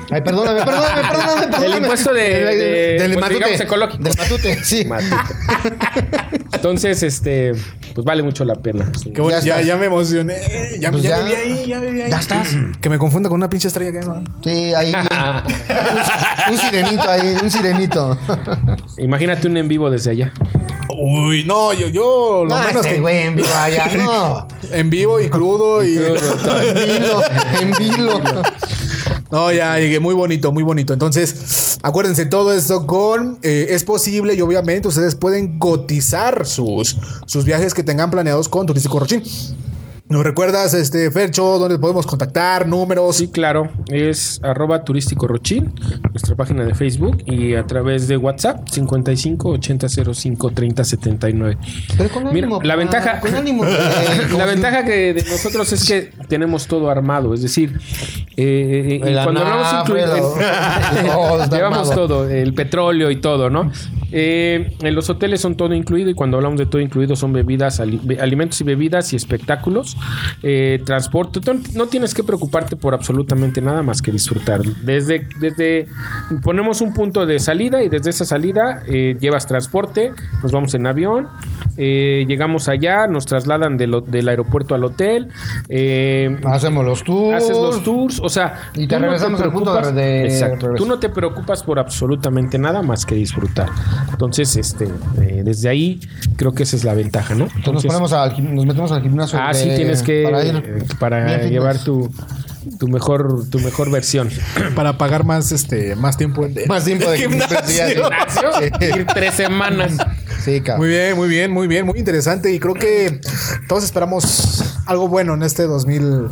Ay, perdóname, perdóname, perdóname, perdóname.
<laughs> El impuesto de-
Del- del
de- pues,
matute.
digamos, ecológico.
Del matute, sí. <laughs>
entonces, este. pues vale mucho la pena. sí.
Qué bueno,
Ya
ya,
estás.
ya me emocioné. Ya,
Pues
ya
ya.
me vi ahí, ya me vi ahí.
Ya estás.
<clears throat> Que me confunda con una pinche estrella que es, ¿no?
Sí,
<laughs>
ahí. Un sirenito ahí, un sirenito.
Imagínate un en vivo desde allá.
Uy, no, yo, yo, lo
No,
menos
este
que
güey en vivo allá. No.
en vivo y crudo y.
<laughs> En vilo, en vilo.
No, ya llegué muy bonito, muy bonito. Entonces, acuérdense, todo esto con eh, es posible y obviamente ustedes pueden cotizar sus, sus viajes que tengan planeados con Turístico Rochín. ¿Nos recuerdas, este, Fercho, dónde podemos contactar, números?
Sí, claro. Es arroba turístico rochín, nuestra página de Facebook y a través de WhatsApp 55 80 05 30 79.
Pero con
Mira,
ánimo.
la
pa,
ventaja-
Con ánimo.
<laughs> La ventaja que de nosotros es que tenemos todo armado, es decir, eh, eh, eh, cuando hablamos incluido, <laughs> llevamos todo, el petróleo y todo, ¿no? Eh, en los hoteles son todo incluido y cuando hablamos de todo incluido son bebidas, ali- be- alimentos y bebidas y espectáculos, eh, transporte. Tú No tienes que preocuparte por absolutamente nada más que disfrutar. Desde, desde ponemos un punto de salida y desde esa salida eh, llevas transporte, nos vamos en avión, eh, llegamos allá, nos trasladan del, ho- del aeropuerto al hotel. eh,
Hacemos los tours.
haces los tours, o sea,
Y te
tú
regresamos al punto de-
preocupas-
de
Exacto.
regreso.
Tú no te preocupas por absolutamente nada más que disfrutar. Entonces, este, eh, desde ahí creo que esa es la ventaja, ¿no?
Entonces, nos, ponemos al, gim- nos metemos al gimnasio.
ah,
de-
sí tienes que
Para ir.
eh, para
Bien fitness.
llevar tu tu mejor tu mejor <laughs> versión.
Para pagar más, este, más tiempo. en-
Más tiempo de
Gimnasio.
Ignacio, ir tres semanas.
Sí, cabrón.
Muy bien, muy bien, muy bien, muy interesante. Y creo que todos esperamos algo bueno en este 2000,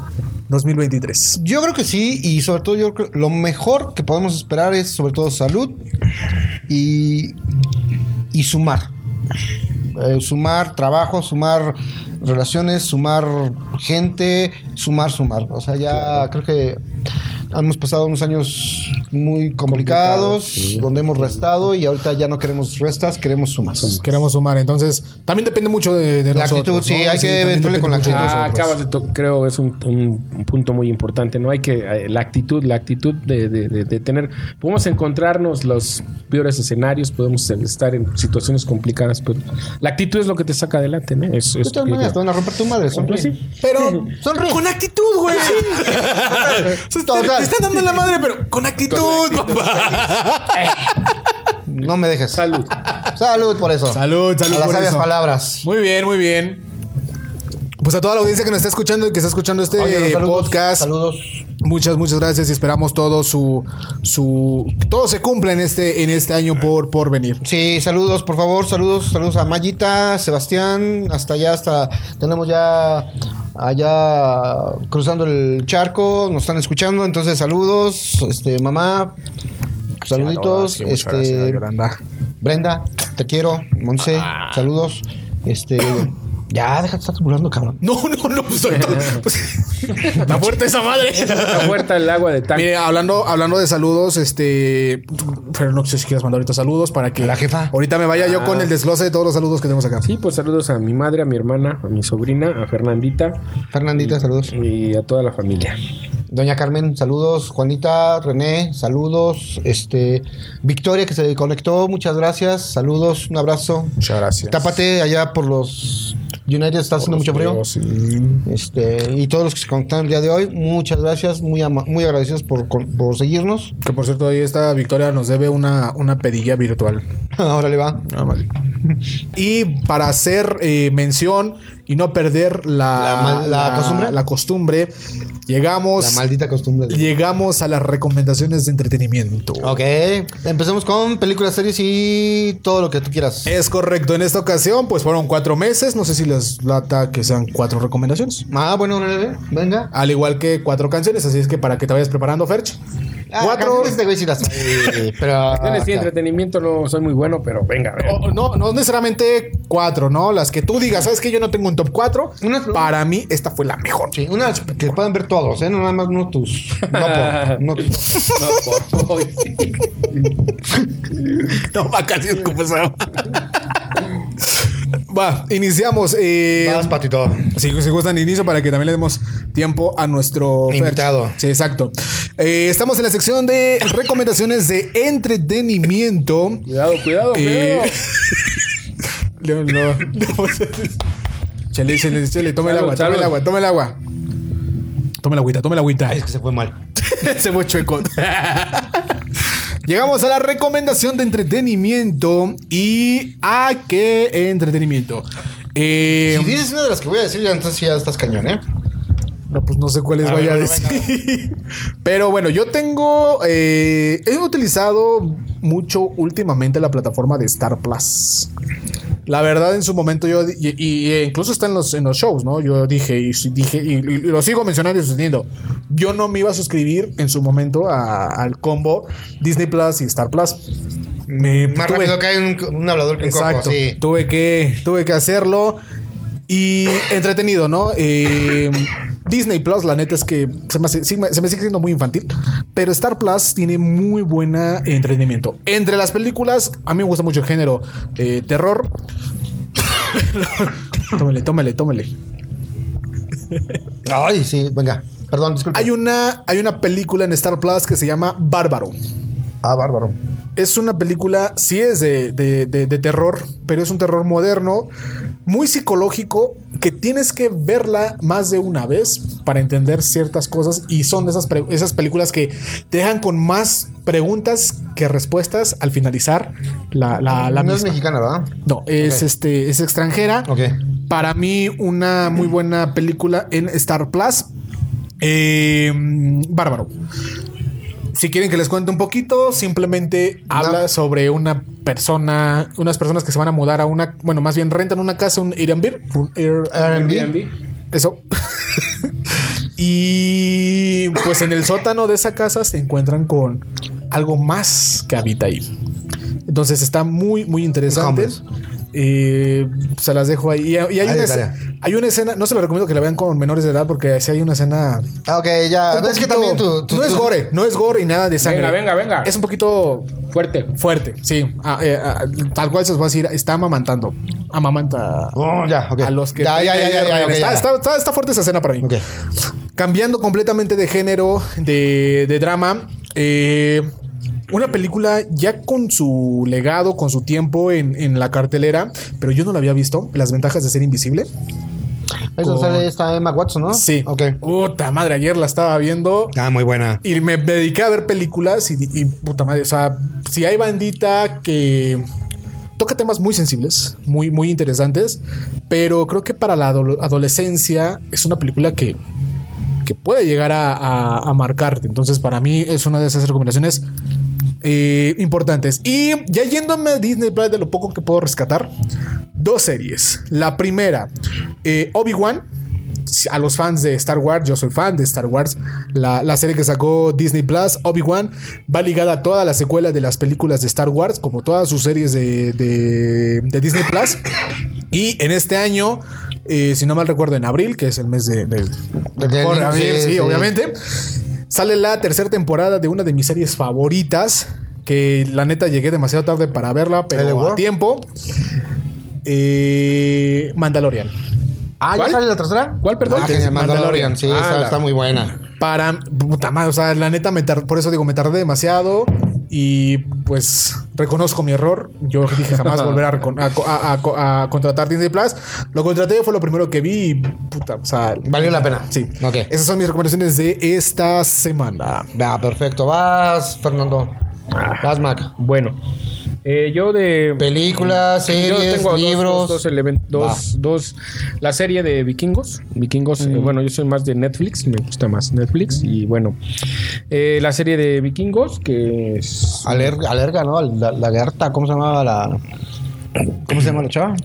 2023.
Yo creo que sí, y sobre todo yo creo lo mejor que podemos esperar es sobre todo salud y, y y sumar. Eh, sumar trabajo, sumar relaciones, sumar gente, sumar, sumar. O sea, ya creo que hemos pasado unos años muy complicados, donde hemos restado y ahorita ya no queremos restas, queremos sumas.
Queremos sumar, entonces también depende mucho de, de
La
nosotros,
actitud, sí,
¿no?
hay que
también
entrarle
depende
con la
mucho de
actitud.
nosotros.
Ah, acabas de to- creo es un, un- un punto muy importante, ¿no? Hay que, eh, la actitud, la actitud de, de- de- de tener, podemos encontrarnos los peores escenarios, podemos estar en situaciones complicadas, pero la actitud es lo que te saca adelante, ¿no? Es,
De
es-
todas maneras, Pues te van a romper tu madre. son-
Pues sí.
Pero
Sonríe.
con actitud, güey. <laughs> Se está-
Total.
Te están dando la madre, pero con actitud, papá.
No me dejes.
Salud.
Salud por eso.
Salud, salud
A las
por
sabias
eso.
palabras.
Muy bien, muy bien. Pues a toda la audiencia que nos está escuchando y que está escuchando este
Oye, los
eh,
saludos,
podcast.
Saludos.
Muchas, muchas gracias y esperamos todo su, su todo se cumpla en este, en este año por, por venir.
Sí, saludos, por favor, saludos, saludos a Mayita, Sebastián, hasta allá, hasta tenemos ya allá cruzando el charco, nos están escuchando, entonces saludos, este mamá, saluditos,
Sí, muchas
este
gracias, Yolanda.
Brenda, te quiero, Monse,
Ah.
saludos, este ya deja de estar burlando, cabrón.
No, no, pues, no, estoy todo- Está fuerte esa madre.
<laughs> La puerta del agua de tanque.
Mire, hablando, hablando de saludos, este. Pero no sé si quieres mandar ahorita saludos para que.
La jefa.
Ahorita me vaya yo con el desglose de todos los saludos que tenemos acá.
Sí, pues saludos a mi madre, a mi hermana, a mi sobrina, a Fernandita
Fernandita, saludos.
y a toda la familia.
Doña Carmen, saludos. Juanita, René, saludos. Este, Victoria que se conectó, muchas gracias. Saludos, un abrazo.
Muchas gracias.
Tápate allá por los United, está haciendo mucho frío. Este, y todos los que se conectaron el día de hoy, muchas gracias, muy, ama- muy agradecidos por, con- por seguirnos. <laughs>
Que por cierto, ahí esta Victoria nos debe una, una pedilla virtual.
Ahora le va.
Y para hacer eh, mención y no perder
La
la,
mal- la costumbre.
la costumbre, llegamos,
La maldita costumbre. de-
llegamos a las recomendaciones de entretenimiento.
Ok, empecemos con películas, series y todo lo que tú quieras.
Es correcto, en esta ocasión, pues fueron cuatro meses. No sé si les lata que sean cuatro recomendaciones.
Ah, bueno, órale, venga.
Al igual que cuatro canciones, así es que para que te vayas preparando, Ferch.
Ah,
cuatro.
canciones de güey sí las- Sí, pero.
Tienes sí, entretenimiento, no soy muy bueno, pero venga, a
Eh.
ver.
Oh,
<laughs>
o- no, no necesariamente cuatro, ¿no? Las que tú digas, ¿sabes que yo no tengo un top cuatro?
Una-
Para mí, esta fue la mejor.
Sí, una que puedan ver todos, ¿eh? No nada más no tus. No,
<laughs>
por- no tus-
No, por-
<laughs> No, vacaciones como esa. <laughs> Va, iniciamos. eh,
Vas, patito.
si, si gustan, inicio para que también le demos tiempo a nuestro Ferch.
Invitado.
Sí, exacto. Eh, estamos en la sección de recomendaciones de entretenimiento.
Cuidado, cuidado,
Eh,
cuidado.
<laughs> León, no. No, pues, <laughs> Chale, chale, chale. Toma el
Salud,
agua, toma el
salud.
agua, toma el agua. Toma la agüita, toma la <laughs> agüita.
Ay, es que se fue mal.
Se fue chueco. <laughs> Llegamos a la recomendación de entretenimiento. ¿Y a qué entretenimiento? Eh,
Si dices una de las que voy a decir, ya entonces ya estás cañón, ¿eh?
no, pues no sé cuáles
A
vaya
ver,
a
bueno,
decir. <laughs> Pero bueno, yo tengo. eh, he utilizado mucho últimamente la plataforma de Star Plus. La verdad, en su momento yo. di- Y, y, eh, incluso está en los, en los shows, ¿no? Yo dije y si- dije. Y, y lo sigo mencionando y sosteniendo. Yo no me iba a suscribir en su momento a- al combo Disney Plus y Star Plus. Me
Más
tuve-
rápido cae un, un hablador que un coco,
Exacto.
sí.
Tuve que, tuve que hacerlo. Y entretenido, ¿no? Eh, Disney Plus, la neta es que se me, hace- sí me- se me sigue siendo muy infantil, pero Star Plus tiene muy buena entretenimiento. Entre las películas, a mí me gusta mucho el género eh, terror. <coughs> tómele, tómele, tómele.
Ay, sí, venga. Perdón, disculpa.
Hay una, hay una película en Star Plus que se llama Bárbaro.
Ah, bárbaro.
Es una película, sí es de, de- de- de terror, pero es un terror moderno, muy psicológico, que tienes que verla más de una vez para entender ciertas cosas y son de esas, pre- esas películas que te dejan con más preguntas que respuestas al finalizar la, la, la
no es
misma.
mexicana, ¿verdad?
No, es,
Ok.
este, es extranjera.
Ok.
Para mí, una muy buena película en Star Plus. Eh, bárbaro. Si quieren que les cuente un poquito, simplemente habla sobre una persona, unas personas que se van a mudar a una, bueno, más bien rentan una casa, un Airbnb, un Air-
R&B.
Airbnb.
eso. <laughs> y pues en el sótano de esa casa se encuentran con algo más que habita ahí. Entonces está muy, muy interesante.
Hombres.
Eh, se las dejo ahí. Y, y hay,
Ahí
una,
está.
escena- hay una escena, no se la recomiendo que la vean con menores de edad porque si hay una escena...
Ah, ok, ya.
un
No, es que
poquito-
también tú. tú-
no es
tú-
gore, no es gore y nada de sangre.
Venga, venga, venga.
Es un poquito
Fuerte.
fuerte, sí. Ah, eh, ah, tal cual se os va a decir, está amamantando. Amamanta
Oh, ya, ok.
a los que...
Ya, ya, ya, ya, ya, ok,
está,
ya.
está- está- está fuerte esa escena para mí.
Ok.
Cambiando completamente de género, de, de drama, eh, una película ya con su legado, con su tiempo en, en la cartelera, pero yo no la había visto, Las ventajas de ser invisible.
Ahí es donde sale esta Emma Watson, ¿no?
Sí.
Ah, Ok.
Puta madre, ayer la estaba viendo.
Ah, muy buena.
Y me dediqué a ver películas y, y puta madre, o sea, si hay bandita que toca temas muy sensibles, muy, muy interesantes, pero creo que para la adol- adolescencia es una película que, que puede llegar a, a- a marcarte. Entonces, para mí es una de esas recomendaciones eh, importantes. Y ya yéndome a Disney Plus de lo poco que puedo rescatar, dos series. La primera, eh, Obi-Wan a los fans de Star Wars, yo soy fan de Star Wars, la, la serie que sacó Disney Plus, Obi-Wan, va ligada a todas las secuelas de las películas de Star Wars, como todas sus series de, de- de Disney Plus. Y en este año, eh, si no mal recuerdo, en abril, que es el mes de, de-
Del-
por abril,
sí,
sí,
sí.
obviamente, sale la tercera temporada de una de mis series favoritas, que la neta llegué demasiado tarde para verla,
¿El de
pero
War?
a tiempo. Eh, Mandalorian.
Ah, ¿ya
¿Cuál?
sale la tercera?
¿Cuál, perdón?
Ah, que se llama
Mandalorian.
Mandalorian. Sí,
Ah,
esa
la-
está muy buena.
Para puta madre, o sea, la neta me tar- por eso digo, me tardé demasiado y pues reconozco mi error. Yo dije jamás volver a, recon- a co- a- a co- a contratar Disney Plus. Lo contraté, fue lo primero que vi y puta, o sea,
Valió la pena.
sí.
Ok.
Esas son mis recomendaciones de esta semana.
Va, perfecto. Vas, Fernando.
Ah.
Vas, Mac.
Bueno, eh, yo de.
Películas,
Yo
series,
tengo dos-
libros.
Dos, dos, elemen- dos- dos- La serie de Vikingos. Vikingos,
Mm.
eh, bueno, yo soy más de Netflix, me gusta más Netflix. Y bueno, eh, la serie de Vikingos, que es.
Aler- alerga, ¿no? La, lagarta, ¿cómo se llamaba la. ¿Cómo se llama la chava?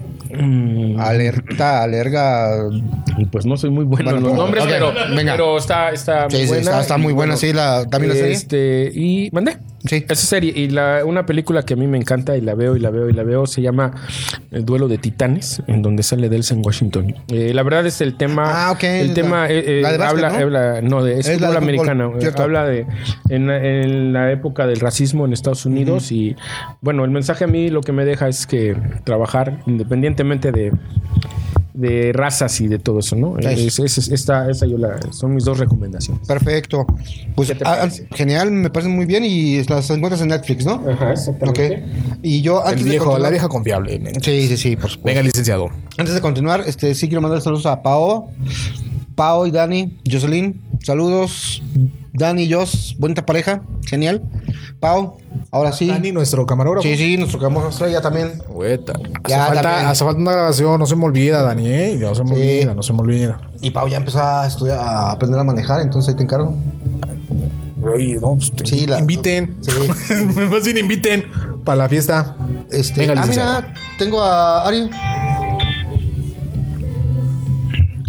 Alerta, alerga.
Mm. Pues no soy muy bueno
Bueno,
en los
pues,
nombres,
ok,
pero,
venga.
pero está, está
Sí, sí, está, está muy
y
buena,
bueno,
sí, la, también la serie.
Este, y mandé.
Sí.
Esa serie. Y la, una película que a mí me encanta y la veo y la veo y la veo se llama El Duelo de Titanes, en donde sale Delson Washington. Eh, la verdad es el tema.
Ah, ok.
El tema. eh, eh,
La de básquet,
habla,
¿no?
habla- no, de, es,
Es la de
fútbol
fútbol,
americano. eh,
cierto.
habla de. En, la- en la época del racismo en Estados Unidos. Y bueno, el mensaje a mí lo que me deja es que trabajar independientemente de de razas y de todo eso, ¿no?
Ahí.
Es- es- es- esta, esa yo la, son mis dos recomendaciones.
Perfecto. Pues
¿Qué te
ah,
parece?
genial, me parece muy bien y las encuentras en Netflix, ¿no?
Ajá,
Ok.
exactamente.
Y yo
El
antes de
viejo,
continuar-
la vieja confiable. men.
Sí, sí, sí, por supuesto.
Venga, licenciado.
Antes de continuar, este, sí quiero mandar saludos a Pao, Pao y Dani, Jocelyn, saludos. Dani y Jos, bonita pareja, genial. Pao, ahora sí.
Dani, nuestro camarógrafo.
Sí, sí, nuestro campo estrella también.
Güeta. Hace,
Ya, también.
falta, hace falta una grabación, no se me olvida, Dani, ¿eh? No se me
Sí.
olvida, no se me olvida.
Y Pau ya empezó a estudiar, a aprender a manejar, entonces ahí te encargo.
Oye, no, pues, te-
Sí, la-
inviten.
sí.
<laughs> Más bien inviten para la fiesta.
Este,
Venga,
ah,
licenciado.
mira, tengo a Ari.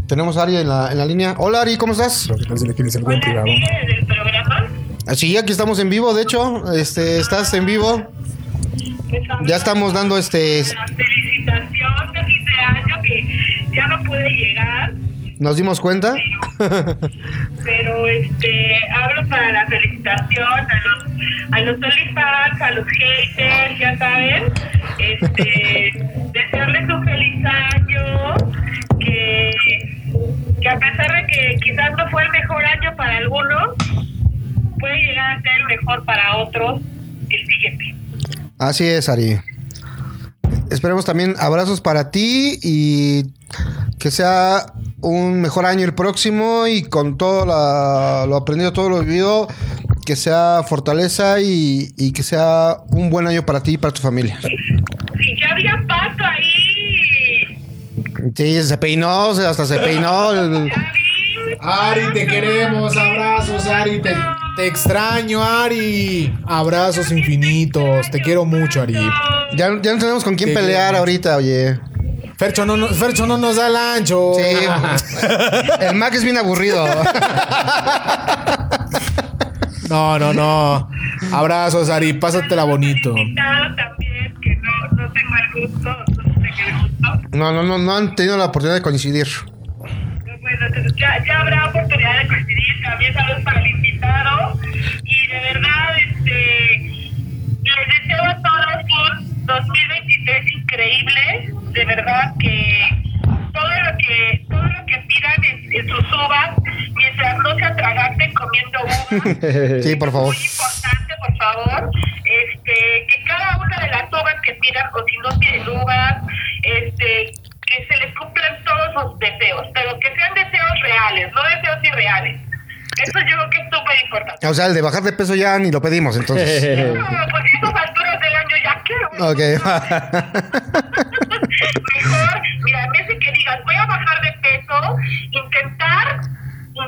Tenemos a Ari en la, en la línea. Hola Ari, ¿cómo estás?
Pero qué tal si le quieres algo en privado.
del programa.
Ah, Sí, aquí estamos en vivo, de hecho, este, estás en vivo. Ya estamos dando este,
La felicitación de 15 años que ya no pude llegar,
nos dimos cuenta.
pero este hablo para la felicitación a los a los OnlyFans, a los haters, ya saben,
<laughs>
este desearles un feliz año, que, que a pesar de que quizás no fue el mejor año para algunos, puede llegar a ser el mejor para otros el siguiente.
Así es, Ari. Esperemos también abrazos para ti y que sea un mejor año el próximo y con todo la- lo aprendido, todo lo vivido, que sea fortaleza y, y que sea un buen año para ti y para tu familia.
Si ya había paso ahí,
Sí, se peinó, se- hasta se peinó. el-
ya vi.
Ari, te queremos. Abrazos, Ari. Te, te extraño, Ari. Abrazos infinitos. Te quiero mucho, Ari.
<laughs> ya, ya no tenemos con quién pelear ahorita, oye.
Fercho no, nos- Fercho no nos da el ancho. <laughs>
Sí, el Mac es bien aburrido.
No, no, no. Abrazos, Ari. Pásatela bonito.
Nada, también. justo, de que le gustó.
No, no, no, no han tenido la oportunidad de coincidir.
Bueno, entonces ya, ya habrá oportunidad de coincidir. También saludos para el invitado. Y de verdad, este, les deseo a todos un 2023 increíble. De verdad que todo lo que todo lo que pidan en, en sus uvas, mientras no se atraganten comiendo uvas.
Sí, por favor.
Muy importante, por favor, este, que cada una de las uvas que pidan, o si no tienen uvas, este, que se les cumplan todos los deseos, pero que sean deseos reales, no deseos irreales. Eso yo creo que es súper importante.
O sea, el de bajar de peso ya ni lo pedimos, entonces.
<laughs> No, pues estas alturas del año ya quiero.
Ok. <laughs>
<laughs> Mejor, mira, en vez de que digas, voy a bajar de peso, intentar,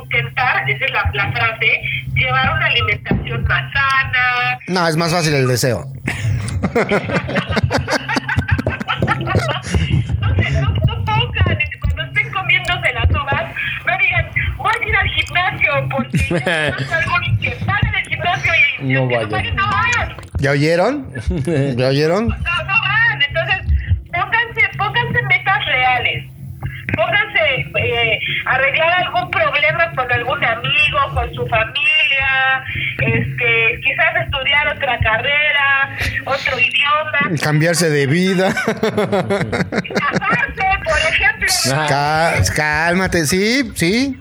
intentar, esa es la, la frase, llevar una alimentación más sana,
no, es más fácil el deseo.
Entonces, no, no pongan, este, cuando estén comiéndose las uvas, no digan, voy a ir al gimnasio porque yo conozco a alguien que sale del gimnasio y
No
y que
vayan.
sale, no van,
¿Ya oyeron? ¿Ya oyeron?
no, no van. Entonces, pónganse, pónganse metas reales. Pónganse eh, arreglar algún problema con algún amigo, con su familia, este, quizás estudiar otra carrera, otro
<laughs>
idioma,
Cambiarse de vida.
casarse, por ejemplo.
<laughs> Cá- cálmate, sí, sí.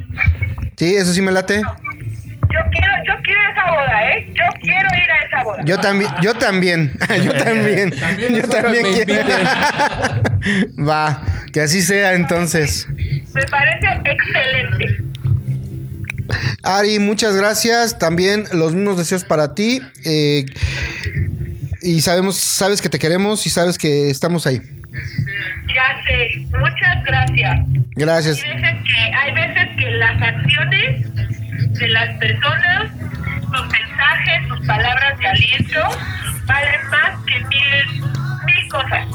Sí, eso sí me late.
Yo quiero, yo quiero esa boda, ¿eh? Yo quiero ir a esa boda.
Yo también, yo también, <laughs> yo también,
También
yo
nosotros
también
me
quiero. <laughs> Va, que así sea entonces.
Me parece excelente.
Ari, muchas gracias. También los mismos deseos para ti. eh, y sabemos, sabes que te queremos y sabes que estamos ahí.
Ya sé. Muchas gracias.
Gracias.
Hay veces que, hay veces que las acciones de las personas, sus mensajes, sus palabras de aliento, valen más que mil, mil cosas.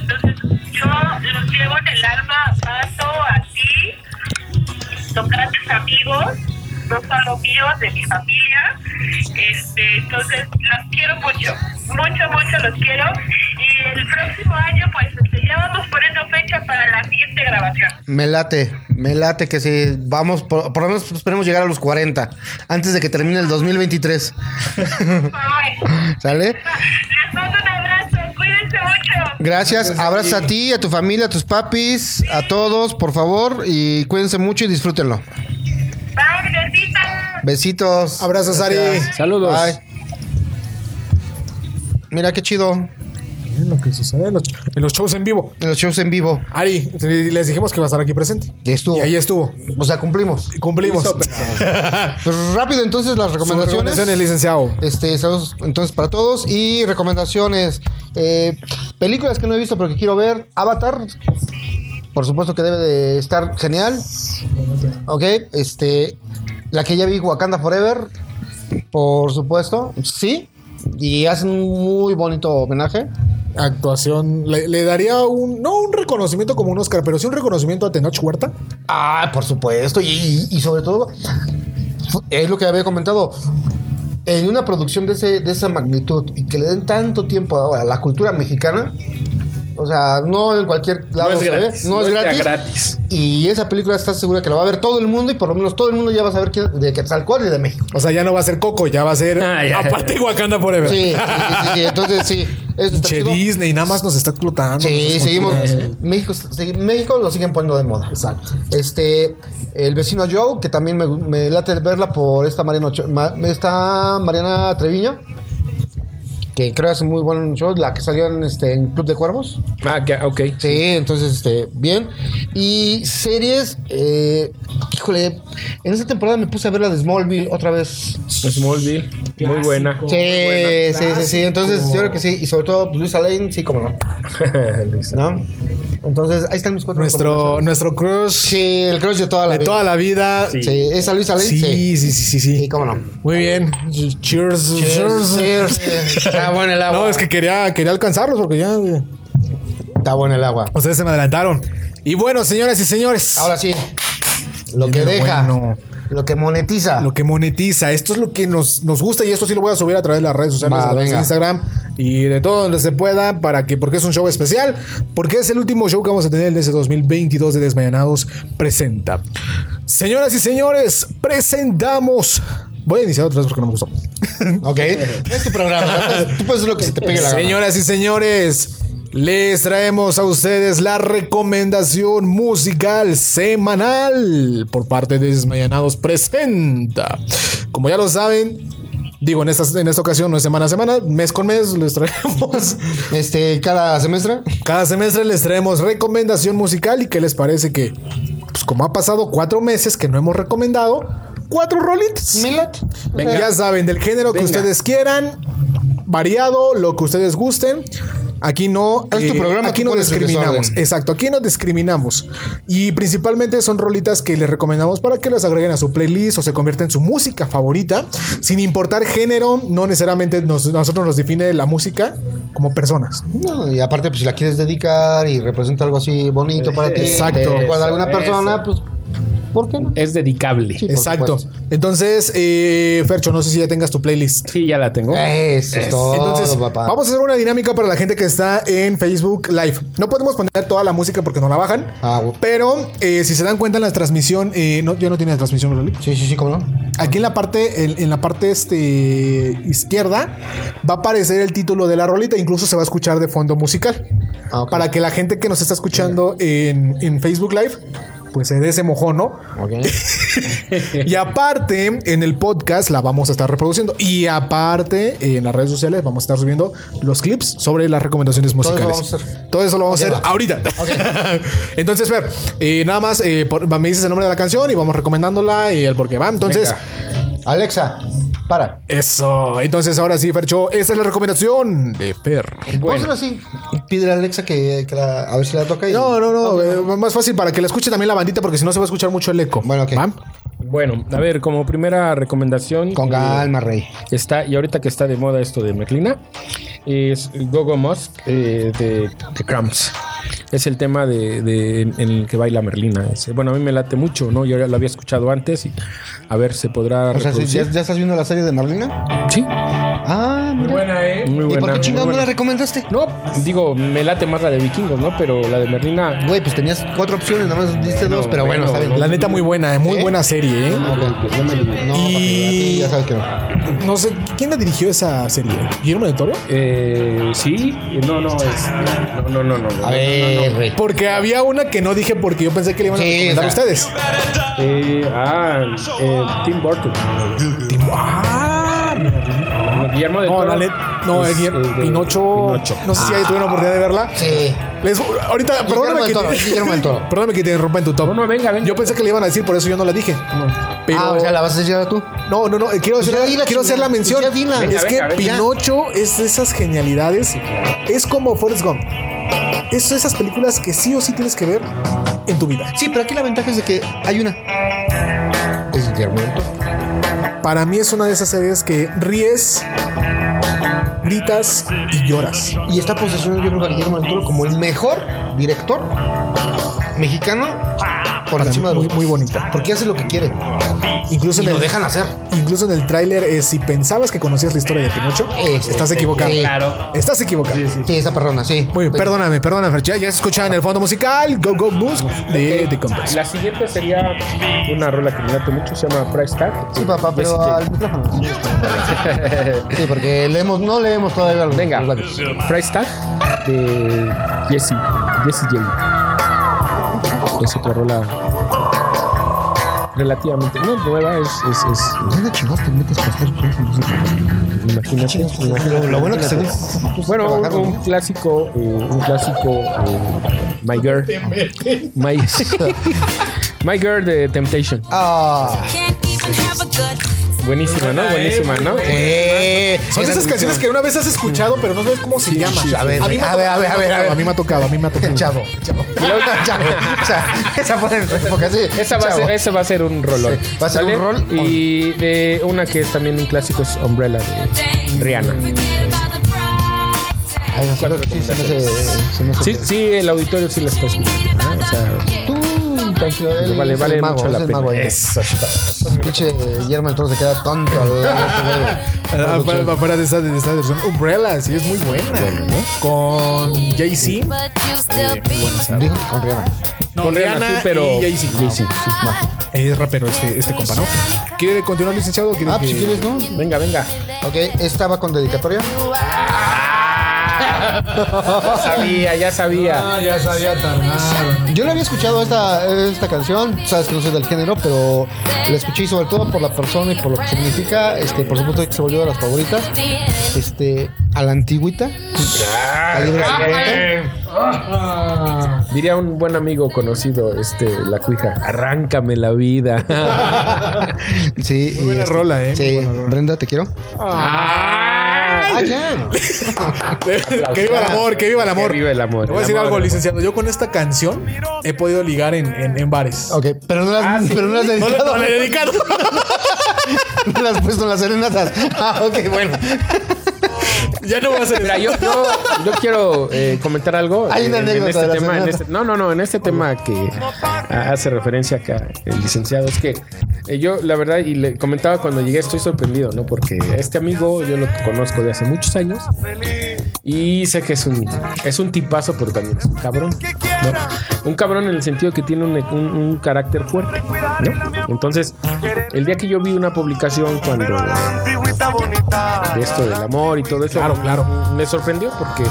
Entonces, yo los llevo en el alma, paso a ti, son grandes amigos, no solo míos, de mi familia. Este, entonces, los quiero mucho, mucho, mucho los quiero. Y el próximo año, pues, este, ya vamos poniendo fecha para la siguiente grabación.
Me late, me late que sí. Vamos, por, por lo menos esperemos llegar a los 40 antes de que termine el 2023.
Ay,
<laughs>
<laughs>
¿Sale?
Les mando un abrazo, cuídense mucho.
Gracias, abrazo a ti, a tu familia, a tus papis, a todos, por favor, y cuídense mucho y disfrútenlo.
Bye, besitos.
Besitos.
Abrazos, Ari.
Saludos.
Bye. Mira qué chido.
Miren lo que sucede en los, en los shows en vivo.
En los shows en vivo.
Ari, les dijimos que va a estar aquí presente.
Ya estuvo.
Y ahí estuvo.
O sea, cumplimos.
Cumplimos.
Pues rápido entonces las
Sus
recomendaciones.
<laughs> recomendaciones, licenciado.
Este, saludos entonces para todos y recomendaciones. eh, películas que no he visto pero que quiero ver. Avatar. Por supuesto que debe de estar genial. Ok, este. La que ya vi, Wakanda Forever. Por supuesto, sí. Y hacen un muy bonito homenaje.
Actuación. Le, le daría un. No un reconocimiento como un Oscar, pero sí un reconocimiento a Tenoch Huerta.
Ah, por supuesto. Y, y- y sobre todo, es lo que había comentado. En una producción de, ese- de esa magnitud y que le den tanto tiempo ahora a la cultura mexicana, o sea, no en cualquier lado se ve, no es
está
gratis.
gratis.
Y esa película está segura que la va a ver todo el mundo y por lo menos todo el mundo ya va a saber quién, de Quetzalcóatl y de México.
O sea, ya no va a ser Coco, ya va a ser.
<laughs> Ah, ya.
aparte Wakanda Forever.
Sí, sí,
<laughs>
sí, sí, entonces sí. Eso está
Che
chido.
Disney, nada más nos está explotando.
Sí,
Nuestras
seguimos.
culturas.
México, sí, México lo siguen poniendo de moda. Exacto. Este, el vecino Joe, que también me, me late verla por esta Mariana, Ocho- Ma- esta Mariana Treviño, que creo que hace muy buen show, la que salió en, este, en Club de Cuervos.
Ah, que- ok.
Sí, entonces, este, bien. Y series, eh, híjole, en esta temporada me puse a ver la de Smallville otra vez.
Smallville. Pues Muy buena.
Sí, sí, sí, sí. Entonces, yo creo que sí. Y sobre todo, pues, Luisa Lane, sí, como
<laughs>
no. ¿No? Entonces, ahí están mis cuatro.
Nuestro,
recomendaciones.
nuestro crush
Sí, el crush de toda la
de
vida.
toda la vida.
Sí.
Sí, esa Luisa Lane,
Sí, sí,
sí.
sí, sí,
Sí,
sí.
cómo no.
Muy bien. Cheers. Cheers.
Cheers, cheers.
<laughs>
Está bueno el agua.
No, es que quería, quería alcanzarlos porque ya eh,
Está bueno el agua.
ustedes se me adelantaron. Y bueno, señoras y señores,
Ahora sí. Lo que
Dinero
deja.
bueno.
Lo que monetiza.
lo que monetiza, esto es lo que nos, nos gusta y esto sí lo voy a subir a través de las redes sociales,
Va,
a través de
venga.
Instagram, y de todo donde se pueda para que porque es un show especial, porque es el último show que vamos a tener en ese 2022 de Desmayanados presenta. Señoras y señores, presentamos Voy a iniciar otra vez porque no me gustó.
Ok. Es tu <laughs> programa. Tú puedes hacer lo que se te pegue la gana.
Señoras y señores, les traemos a ustedes la recomendación musical semanal por parte de Desmayanados Presenta. Como ya lo saben, digo, en, estas- en esta ocasión no es semana a semana, mes con mes les traemos. <laughs>
Este, cada semestre.
Cada semestre les traemos recomendación musical y qué les parece que, pues como ha pasado cuatro meses que no hemos recomendado, cuatro rolitas.
Milat.
Venga. Ya saben, del género que
Venga.
ustedes quieran, variado, lo que ustedes gusten. Aquí no.
Este
eh,
Es tu programa,
aquí
tú
no
pones el
discriminamos.
desorden.
Exacto, aquí no discriminamos. Y principalmente son rolitas que les recomendamos para que las agreguen a su playlist o se convierta en su música favorita, sin importar género. No necesariamente nos- nosotros nos define la música como personas.
No, y aparte, pues si la quieres dedicar y representa algo así bonito para ti.
Exacto.
te- Para alguna
Eso,
persona,
eso.
pues. ¿Por qué no?
Es dedicable.
Sí. por
Exacto.
supuesto.
Entonces, eh, Fercho, no sé si ya tengas tu playlist.
Sí, ya la tengo.
Eso es todo,
Entonces,
papá.
vamos a hacer una dinámica para la gente que está en Facebook Live. No podemos poner toda la música porque no la bajan.
Ah, güey.
Pero eh, si se dan cuenta en la transmisión, eh, no, yo no tiene transmisión, ¿verdad?
Sí, sí, sí, cómo no.
Aquí en la parte, en, en la parte este, izquierda, va a aparecer el título de la rolita, incluso se va a escuchar de fondo musical.
Ah, ok.
Para que la gente que nos está escuchando en, en Facebook Live, pues se dé ese mojón, ¿no?
Ok.
<laughs> Y aparte, en el podcast la vamos a estar reproduciendo. Y aparte, en las redes sociales vamos a estar subiendo los clips sobre las recomendaciones
eso lo
musicales.
vamos a hacer.
Todo eso lo vamos a
Ya
hacer
va.
ahorita. <laughs> Entonces, Fer, eh, nada más eh, por- me dices el nombre de la canción y vamos recomendándola y el por qué va. Entonces,
Venga. Alexa, para.
eso. Entonces, ahora sí, Fercho, esa es la recomendación de Fer.
Pónselo así. Pídele a Alexa que, que la- a ver si la toca. y-
No, no, no. eh, más fácil para que la escuche también la bandita, porque si no se va a escuchar mucho el eco.
Bueno, ok.
¿Va?
Bueno, a ver, como primera recomendación.
Con
eh,
calma, rey.
Está, y ahorita que está de moda esto de Merlina, es Gogo Musk eh, de, de Cramps. Es el tema de, de- en el que baila Merlina. Es- bueno, a mí me late mucho, ¿no? Yo ya lo había escuchado antes y a ver, se podrá
O sea, si
reproducir.
¿ya, ya estás viendo la serie de Marlina?
Sí,
Ah, mira.
muy
¿Y
buena.
por qué
muy
chingados no
buena.
la recomendaste?
No, digo, me late más la de vikingos, ¿no? Pero la de Merlina.
Güey, pues tenías cuatro opciones, nada más diste dos,
No,
pero bueno,
bueno,
está bien.
La neta, muy buena, eh, muy
¿Eh?
buena serie, ¿eh?
pues, No, papi, a ti ya sabes que no.
No sé, ¿quién la dirigió esa serie? ¿Guillermo del Toro?
eh, sí, no, no, es. No, no, no, no. no,
A ver, rey.
Porque había una que no dije porque yo pensé que le iban a
Sí,
recomendar a
esa.
ustedes.
Eh, ah, eh, Tim Burton. Guillermo del
No,
Toro
la net, no,
es
el Guillermo-
Pues, el de
Pinocho,
Pinocho.
No sé si ahí tuve la oportunidad de verla.
Sí.
Les, ahorita,
Guillermo
perdóname
del
que,
Toro,
te,
Guillermo del Toro.
<laughs> perdóname que te rompa en tu top.
No, no, venga, venga.
Yo pensé que le iban a decir, por eso yo no la dije. Pero,
Ah, o sea, la vas a decir tú.
no, no, no, eh, quiero,
Pues
hacer,
ya dila,
quiero hacer la
chingada,
mención.
pues ya dila.
es
Venga,
que
venga, venga.
Pinocho es de esas genialidades. Es como Forrest Gump. Es de esas películas que sí o sí tienes que ver en tu vida.
Sí, pero aquí la ventaja es de que hay una. Es Guillermo del Toro.
Para mí es una de esas series que ríes, gritas y lloras.
Y está posesionado yo creo que a Guillermo del Toro como el mejor director mexicano por
Para
encima
mí,
de los
muy, muy bonita.
Porque hace lo que quiere.
Incluso
Y
en
lo
el,
dejan hacer.
incluso en el tráiler, eh, si pensabas que conocías la historia de Pinocho,
Exacto.
estás equivocado.
Este, Sí.
Claro.
Estás equivocado.
Sí, Pues- esa perrona, sí.
Muy bien, perdóname, perdóname, ya, ya se escuchaba en el fondo musical Go Go Boost de, de Compass.
La siguiente sería una rola que me late mucho, se llama Price Tag.
Sí, papá, pero al micrófono.
<laughs>
Sí, porque leemos, no leemos todavía los
Venga,
los labios.
Price Tag de Jesse, Jesse J. Es otra rola relativamente no nueva, es, es, es
¿Dónde chingados te metes para hacer
imagínate,
Lo, lo bueno que según.
Bueno, un,
trabajaron,
un
¿no?
clásico, eh, un clásico, eh, My
<laughs>
Girl. My, <laughs> My Girl de Temptation.
Ah. <laughs>
Can't even have a good
Buenísima, ¿no? Buenísima, ¿no?
Eh,
Son de esas canciones que una vez has escuchado, pero no sabes cómo se llama.
sí, a ver,
mí me
a
ha
ver,
tocado,
a ver, a ver, a ver.
A mí me ha tocado, a mí me ha tocado.
Chavo,
<laughs>
chavo. <laughs> Chavo. O sea, esa fue porque así.
Esa va, a
chavo.
ser, esa va a ser un rolón.
Sí, va a ser
¿Sale?
un rol.
Y de una que es también un clásico es Umbrella de Rihanna.
Ay, no, sí, se me hace- se me hace-
Sí, sí, el auditorio sí la está escuchando. ¿no? O sea,
Tú, Tranquilo, él
Vale,
es
vale
el mago,
mucho
es
la
el
pena.
mago ahí.
Eso, chicos.
Pinche Guillermo del Toro se queda tonto. al <laughs> lado de
Ah,
este
para-
güey.
Para de esta, de esta versión, Umbrella, sí, es muy buena. Con Jay-Z.
But you still be my
Dijo que con Rihanna.
No,
Con Rihanna, sí, pero-
y Jay-Z.
Jay-Z, Ah, sí.
Es rapero este, este compa, ¿no? ¿Quiere continuar, licenciado? o quiere
Ah, pues
que-
si quieres, ¿no?
Venga, venga.
Ok, esta va con dedicatoria.
Ya sabía, ya sabía.
Ah, ya sabía tardar.
Yo no había escuchado esta, esta canción, sabes que no soy del género, pero la escuché y sobre todo por la persona y por lo que significa. Este, por supuesto que se volvió de las favoritas. Este, a
<laughs>
la antigüita.
Ah,
Ah,
Calibre 50.
Diría un buen amigo conocido, este, la cuija. Arráncame la
<laughs>
vida.
Sí, y este,
buena rola, ¿eh?
Sí,
Muy buena rola.
Brenda, te quiero. Ah, ya.
que viva el amor, que viva el amor.
Que viva el amor,
Te voy a
el
decir
amor,
algo,
el amor.
licenciado. Yo con esta canción he podido ligar en, en, en bares.
<laughs> Ok, pero no las, pero no las
Ah, No le,
dedicado.
no le he dedicado.
<laughs>
<laughs>
No las has puesto en las serenatas. Ah, ok, bueno.
ya no voy a hacer
Mira, yo, yo, yo quiero eh, comentar algo.
Hay una
en- en
anécdota
este
de la
tema, en
señora.
este- No, no, no, en este tema que a- hace referencia acá el licenciado. Es que eh, yo, la verdad, y le comentaba cuando llegué, estoy sorprendido, ¿no? Porque este amigo yo lo conozco de hace muchos años y sé que es un, es un tipazo, pero también es un cabrón. ¿no? Un cabrón en el sentido que tiene un, un- un carácter fuerte, ¿no? Entonces, el día que yo vi una publicación cuando de esto del amor y todo eso.
Claro, claro.
Me sorprendió porque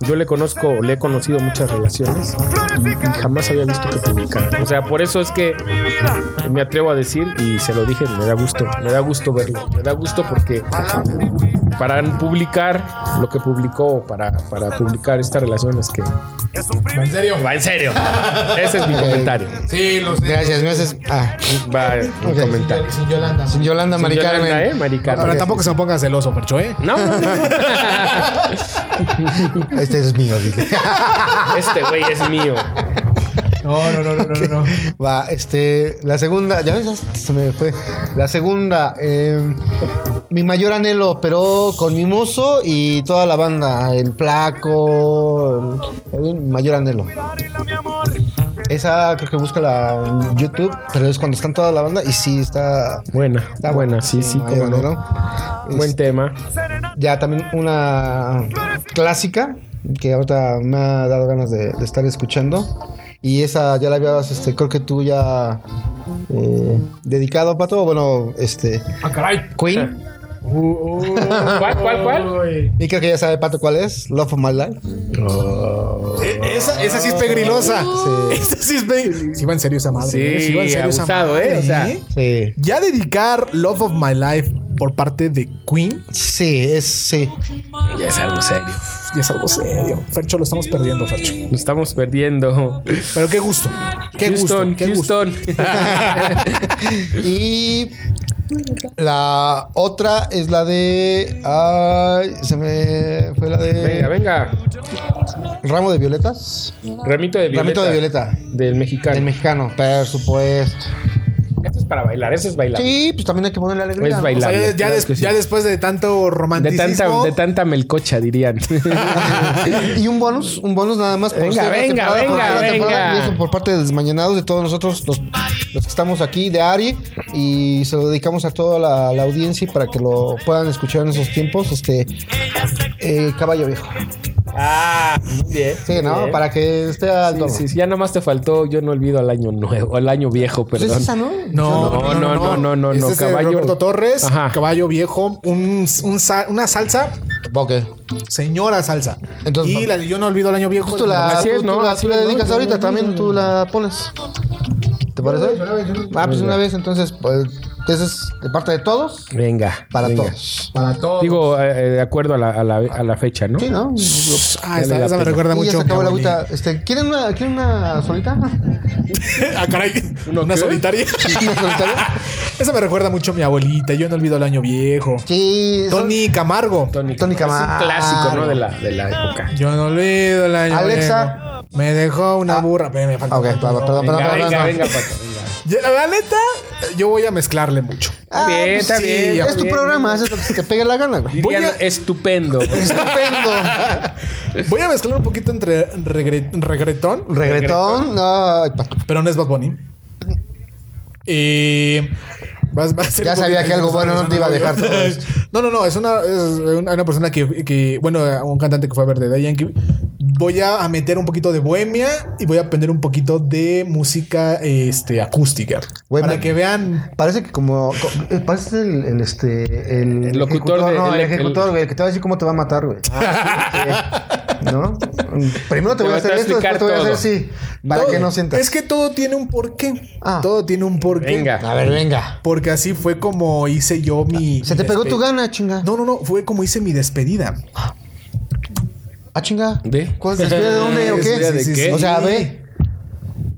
yo le conozco, le he conocido muchas relaciones y, y jamás había visto que publicara. O sea, por eso es que me atrevo a decir y se lo dije, me da gusto, me da gusto verlo, me da gusto porque para publicar lo que publicó, para, para publicar estas relaciones que
¿En serio?
va
<laughs>
en serio. Ese es mi comentario.
Sí, lo sé.
Gracias, me haces. Ah,
Va mi
Ok.
comentario.
Sin Yolanda.
sin Yolanda,
Sin
Mari
Yolanda,
Carmen.
¿eh? Mari Carmen.
Ahora tampoco se me ponga celoso, Percho, ¿eh?
<laughs>
No, no, no.
Este es mío, dile.
este güey es mío.
No, no, no, no, no, no.
Va, este, la segunda, ya ves, ya se me fue. La segunda, eh, mi mayor anhelo, pero con mi mozo y toda la banda, el placo, el, el mayor anhelo. Esa creo que busca la en YouTube, pero es cuando están toda la banda y sí está.
Buena, está buena, sí, sí,
Mayor
cómo no.
Anhelo.
Buen tema.
Ya también una clásica que ahorita me ha dado ganas de, de estar escuchando. Y esa ya la habías, este, creo que tú ya eh, dedicado, Pato. Bueno, este,
¡Ah, caray!
Queen.
¿Cuál, cuál, cuál?
Y creo que ya sabe, Pato, cuál es. Love of My Life.
Esa, esa sí es pegrilosa. <laughs> Esa sí es pegrilosa. Sí va en serio esa madre.
Sí,
va en serio esa
abusado,
madre,
¿eh? O sea,
Sí.
Ya dedicar Love of My Life por parte de Queen
Sí, es, sí.
Ya es algo serio.
pues, ya es algo serio. Fercho, lo estamos perdiendo, Fercho.
Nos estamos perdiendo.
Pero qué gusto. Qué
Houston,
gusto. Qué gusto.
Houston.
Y la otra es la de. Ay, se me fue la
venga,
de.
venga.
Ramo de Violetas.
Ramito de violeta.
Ramito de Violeta.
Del mexicano.
El mexicano, por supuesto.
Esto es para bailar, eso es bailar.
Sí, pues también hay que ponerle alegría.
Es
¿no?
O sea,
bailable.
ya, ya
claro
des-
que sí.
ya después de tanto
de tanta,
romanticismo.
de tanta melcocha, dirían.
y un bonus, un bonus nada más. por
Venga,
cierta
venga,
temporada, por
venga,
cierta
venga.
temporada, Y eso por parte de Desmañanados, de todos nosotros, los, los que estamos aquí, de Ari. Y se lo dedicamos a toda la, la audiencia y para que lo puedan escuchar en esos tiempos. Este eh, Caballo Viejo.
ah, bien.
Sí, ¿no?
bien.
Para que esté al
Sí,
tono.
sí, sí, ya nomás te faltó, yo no olvido al año nuevo, al año viejo,
Pues es
perdón.
esa, ¿no?
No, no, no, no,
no, no,
Este
no,
es de
caballo.
Roberto Torres,
Ajá.
caballo viejo, un, un sa- una salsa,
Ok.
señora salsa.
Entonces,
y la de yo no olvido el año viejo.
Pues Tú la,
Así es,
tú-
¿no?
tú la,
Así
tú la
es, ¿no?
dedicas ahorita también, tú la pones. ¿Te parece? Ah, pues una vez, entonces, pues, esa es de parte de todos,
Venga.
para
venga.
todos.
Digo, eh, eh, de acuerdo a la, a la, a la fecha, ¿no?
Sí, ¿no?
Ah,
Dale
esa,
la
esa me
pena.
recuerda
Y ya
mucho.
se
a
acabó la
Cabalín.
agüita. Este, ¿quieren, una, ¿Quieren una solita?
<laughs> ah, caray. Una
qué? <laughs>
solitaria.
¿Una solitaria?
esa me recuerda mucho a mi abuelita. Yo no olvido el año viejo.
Sí. son-
Tony Camargo.
Tony,
Tony
Es un
Camargo.
clásico, ¿no? De la, de la época.
Yo no olvido el año
Alexa.
viejo. Me dejó una
Ah.
burra. Espérame, me falta
Ok,
una.
Ah, perdón, perdón, perdón.
Venga,
perdón,
venga,
perdón.
venga, Paco, venga.
Ya, La neta, yo voy a mezclarle mucho.
Ah,
bien,
pues
está
sí,
bien,
Es
está
tu
bien.
programa, haces lo que se te pegue la gana,
<laughs>
güey.
Voy
Dirían,
a-
<laughs>
Estupendo.
Estupendo.
<laughs> Voy a mezclar un poquito entre regre- reggaetón,
Regretón. No, ay, Paco.
pero no es Bad Bunny. Y vas- va a ser
Ya
un
sabía
poquito-
que algo bueno no te iba a dejar todo esto.
<laughs> No, no, no. Es una, es una, una persona que, que- Bueno, un cantante que fue a ver de Daddy Yankee. Voy a a meter un poquito de bohemia y voy a aprender un poquito de música este, acústica.
Bohemia.
Para que vean.
Parece que como. co- eh, Parece el, el, este. El,
El locutor
ejecutor,
de-
no, el,
el-
ejecutor, güey, el que te va a decir cómo te va a matar, güey. Ah, Sí. ¿No? Primero te
Te
voy a
va a
hacer esto,
explicar
después te voy a hacer
todo.
así. Para
todo-
que no sientas.
Es que todo tiene un porqué.
Ah.
Todo tiene un porqué.
Venga.
ver, venga.
Porque así fue como hice yo mi.
Se
mi
te pegó tu
despe-
gana, chinga.
No, no, no. Fue como hice mi despedida.
Ah, chinga.
¿De?
¿Cuál se
<laughs>
despide de dónde o
¿Se
qué?
despide de
Sí, sí,
qué?
sí. O sea, ve.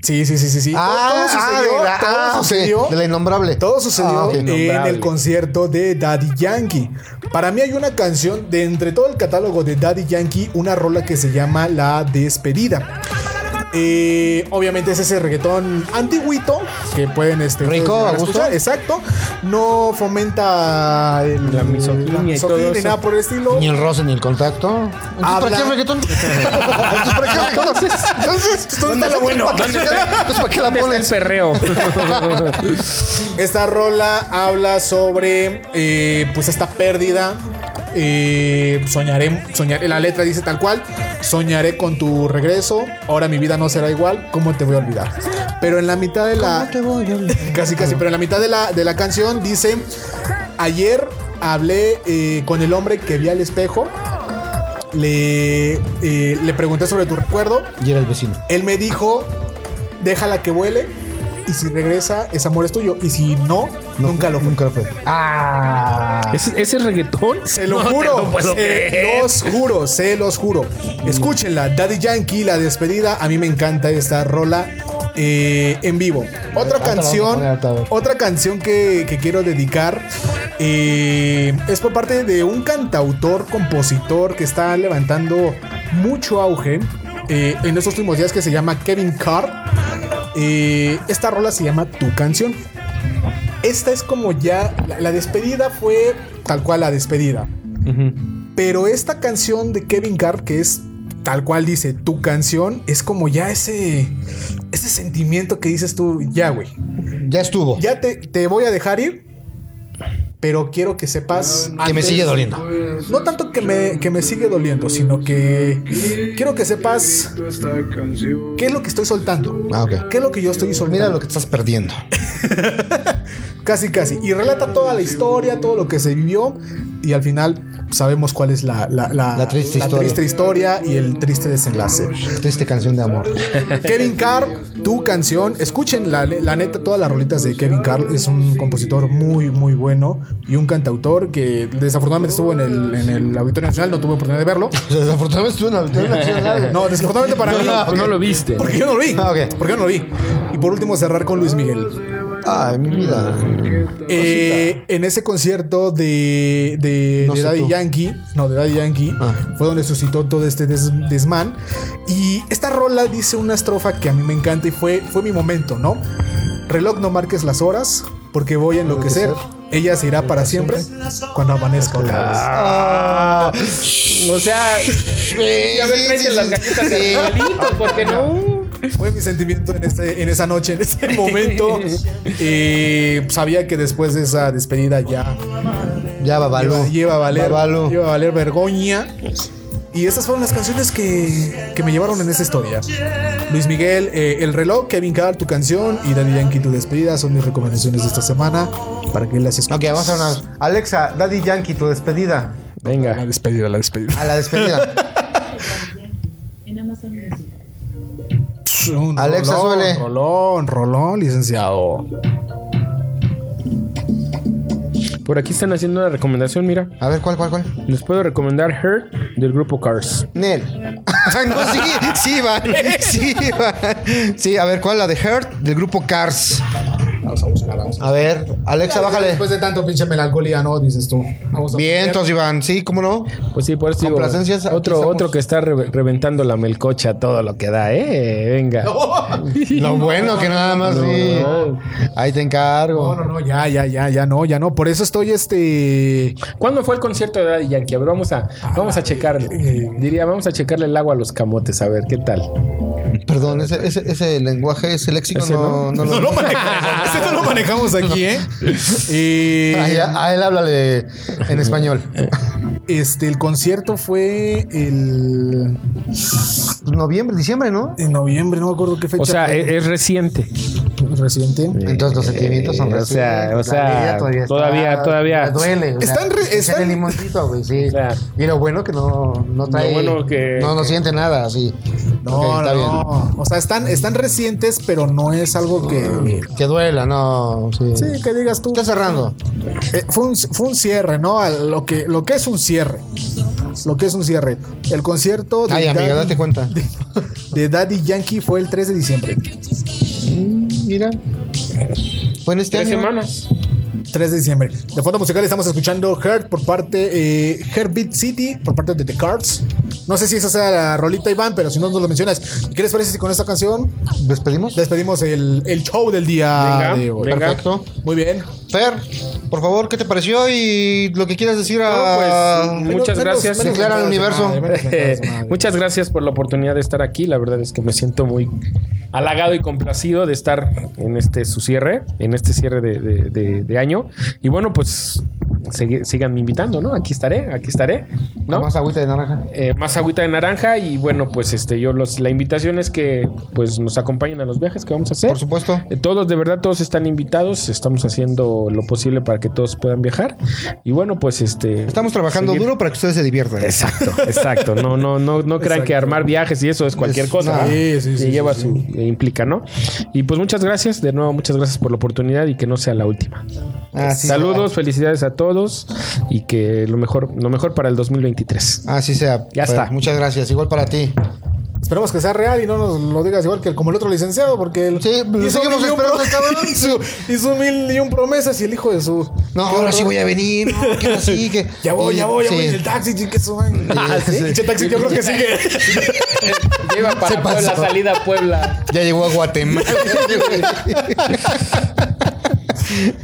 Sí, sí, sí, sí. sí.
Ah,
todo
ah,
sucedió.
de la,
todo
ah, ok,
sucedió.
de la innombrable.
Todo sucedió Eh,
Ah, ok.
en el
Innombrable.
concierto de Daddy Yankee. Para mí hay una canción de entre todo el catálogo de Daddy Yankee, una rola que se llama La Despedida. Eh, obviamente es ese reggaetón antiguito que pueden este, ustedes
Rico,
llegar
a gusto.
escuchar, exacto. No fomenta el-
La misoginia y todo
misoginia ni
eso.
nada por el estilo.
Ni el roce ni el contacto. Entonces, ¿Para
Habla-
qué
<laughs>
reggaetón? Entonces, ¿para qué Entonces, entonces,
¿Dónde está lo bueno?
Ah, Entonces, ¿para qué la
¿Dónde
pones?
está el perreo?
Esta rola habla sobre eh, pues esta pérdida. Eh, soñaré, soñaré, la letra dice tal cual, soñaré con tu regreso, ahora mi vida no será igual, ¿cómo te voy a olvidar? Pero en la mitad de la... Casi, casi, pero en la mitad de la, de la canción dice, ayer hablé eh, con el hombre que vi al espejo, le, eh, le pregunté sobre tu recuerdo,
Y era el vecino.
él me dijo, déjala que vuele. Y si regresa, ese amor es tuyo. Y si no, nunca lo
Nunca lo fue. Ah.
¿Ese, ese reggaetón?
Se lo
No te
juro.
eh,
puedo
se
creer.
los juro, se los juro. Escúchenla, Daddy Yankee, la despedida. A mí me encanta esta rola. eh, en vivo. Otra
cántala,
canción.
vamos a poner alta, a ver.
Otra canción que, que quiero dedicar eh, es por parte de un cantautor, compositor que está levantando mucho auge eh, en estos últimos días que se llama Kevin Carr. Eh, esta rola se llama Tu canción. Esta es como ya. La, la despedida fue tal cual la despedida. Pero esta canción de Kevin Carr, que es tal cual dice tu canción, es como ya ese. Ese sentimiento que dices tú, ya, güey.
Ya estuvo.
Ya te, te voy a dejar ir. Pero quiero que sepas.
Que me
antes-
sigue doliendo.
No tanto que me, que me sigue doliendo, sino que quiero que sepas qué es lo que estoy soltando.
Ah, ok.
¿Qué es lo que yo estoy soltando?
Mira lo que estás perdiendo.
Casi, casi. Y relata toda la historia, todo lo que se vivió. Y al final sabemos cuál es la, la- la-
La triste historia.
triste historia y el triste desenlace.
Triste canción de amor.
Kevin Carr, tu canción. Escuchen la, la neta, todas las rolitas de Kevin Carr. Es un compositor muy, muy bueno y un cantautor que desafortunadamente estuvo en el, en el Auditorio Nacional. No tuve oportunidad de verlo.
Desafortunadamente estuve en la en la acción, ¿sabes?
No, desafortunadamente para mí.
No,
No lo viste.
Porque yo no lo vi.
Ah, ok.
Porque yo no lo vi. Y por último, cerrar con Luis Miguel.
Ay, mi vida.
Eh, en ese concierto de, de,
No
de
sé
Daddy
tú.
Yankee, no, de Daddy Yankee,
Ah.
fue donde suscitó todo este des- desmán. Y esta rola dice una estrofa que a mí me encanta y fue, fue mi momento, ¿no? Reloj, no marques las horas, porque voy a enloquecer. Ella se irá para siempre cuando amanezca otra vez.
Ah,
O sea, ya me traen las galletas de Angelito, porque no.
Fue mi sentimiento en, este- en esa noche, en ese momento.
<laughs>
Eh, sabía que después de esa despedida ya
ya
Lleva,
Babalú.
lleva a valer,
Babalú.
lleva a valer vergoña. Y esas fueron las canciones que, que me llevaron en esa historia. Luis Miguel, eh, El reloj, Kevin Carr, tu canción y Daddy Yankee, tu despedida son mis recomendaciones de esta semana para que las
Ok,
escuches.
vamos
<laughs>
a una. Alexa, Daddy Yankee, tu despedida.
La
Venga.
despedida, la despedida.
A la despedida.
<laughs> Un
Alexa,
rolón,
súbele.
Rolón, rolón, licenciado.
Por aquí están haciendo una recomendación, mira.
A ver, ¿cuál, cuál, cuál?
Les puedo recomendar Her del grupo Cars.
Nel. <laughs> Ay, no, sí, sí, Iván. Sí, Iván. Sí, a ver, ¿cuál? La de Hurt, del grupo Cars.
Vamos a buscar, vamos a
A ver, Alexa, bájale.
Después de tanto pinche melancolía, ¿no? Dices tú. Vamos a
Bien,
poner-
entonces, Iván. Sí, cómo no.
Pues sí, por eso digo,
Complacencias, aquí
otro,
estamos.
otro que está re- reventando la melcocha todo lo que da, ¿eh? Venga.
Lo bueno que nada más. sí. Ahí te encargo.
No, no, no, ya, ya, ya, ya no, ya no. Por eso estoy este.
¿Cuándo fue el concierto de Daddy Yankee? A ver, vamos a, vamos a checarle. Diría, vamos a checarle el agua a los camotes, a ver qué tal.
Perdón, ese, ese, ese lenguaje, ese léxico
Ese
no,
<laughs> No
no, lo.
lo manejamos. Este no lo manejamos aquí, ¿eh? Eh,
Ay, Ah, a, a él háblale en español.
este, el concierto fue el.
Noviembre, diciembre, ¿no?
En noviembre, no me acuerdo qué fecha.
O sea, eh, e,
fue.
es, es reciente.
reciente.
Entonces los sentimientos son
Eh, o sea,
recientes.
o sea,
La herida está-
todavía- todavía-
duele. o sea,
Están re-
echarle
están-
limoncito, güey, sí.
O sea,
y lo bueno que no, no trae.
bueno que-
no, no
que-
siente nada, sí.
No,
Ok, está
no. O sea, están, están recientes, pero no es algo que.
bien. Que duela, no. Sí.
Sí, que digas tú.
Está cerrando.
Eh, fue, un, fue un cierre, ¿no? A lo, que, lo que es un cierre. Lo que es un cierre. El concierto de,
Ay, amiga,
Daddy,
date cuenta.
<laughs> de Daddy Yankee fue el 3 de diciembre.
Mira. Fue en este
tres
año.
semanas.
3 de diciembre. De fondo musical estamos escuchando Heart por parte eh, Heartbeat City, por parte de The Cards. No sé si esa sea la rolita, Iván, pero si no nos lo mencionas. ¿Qué les parece si con esta canción
¿Despedimos?
despedimos el, el show del día
Venga,
de hoy?
venga.
Perfecto.
Muy bien.
Fer, por favor, ¿qué te pareció? Y lo que quieras decir a.
Ah,
No, pues, Muchas gracias.
Declara al universo.
mentadas de
<laughs> Eh,
<laughs>
madre.
Muchas gracias por la oportunidad de estar aquí. La verdad es que me siento muy halagado y complacido de estar en este su cierre, en este cierre de, de- de- de año. Y bueno, pues sigue- sigan invitando, ¿no? Aquí estaré, aquí estaré. ¿no?
Más agüita de naranja.
Eh, más agüita de naranja y bueno pues este yo los la invitación es que pues nos acompañen a los viajes que vamos a hacer
Por supuesto.
Eh, todos de verdad todos están invitados estamos haciendo lo posible para que todos puedan viajar y bueno pues este
Estamos trabajando
seguir-
duro para que ustedes se diviertan.
Exacto, exacto. No, no, no, no crean que armar viajes y eso es cualquier
Es-
cosa.
no.
¿no?
Sí, sí,
Que
sí,
lleva
sí,
su eh, implica, ¿no? Y pues muchas gracias, de nuevo muchas gracias por la oportunidad y que no sea la última.
Así
Saludos, felicidades a todos y que lo mejor, lo mejor para el 2023.
Sea. Así Ah, sea. Pues,
Ya está.
Muchas gracias. Igual para ti.
Esperemos que sea real y no nos lo digas igual que el- como el otro licenciado, porque él
Sí, lo seguimos
mil y un
esperando,
pro-
cabrón.
hizo, <laughs> hizo mil y un promesas y el hijo de su.
No, ahora sí voy a venir. No, que así, que.
<laughs> Ya voy, ya voy, ya voy en el taxi, que suban.
<laughs> Ah, sí.
Pinche taxi, yo creo que sigue.
<laughs>
Lleva
Se
para
pasó.
la salida a Puebla.
Ya llegó
<laughs>
a Guatemala.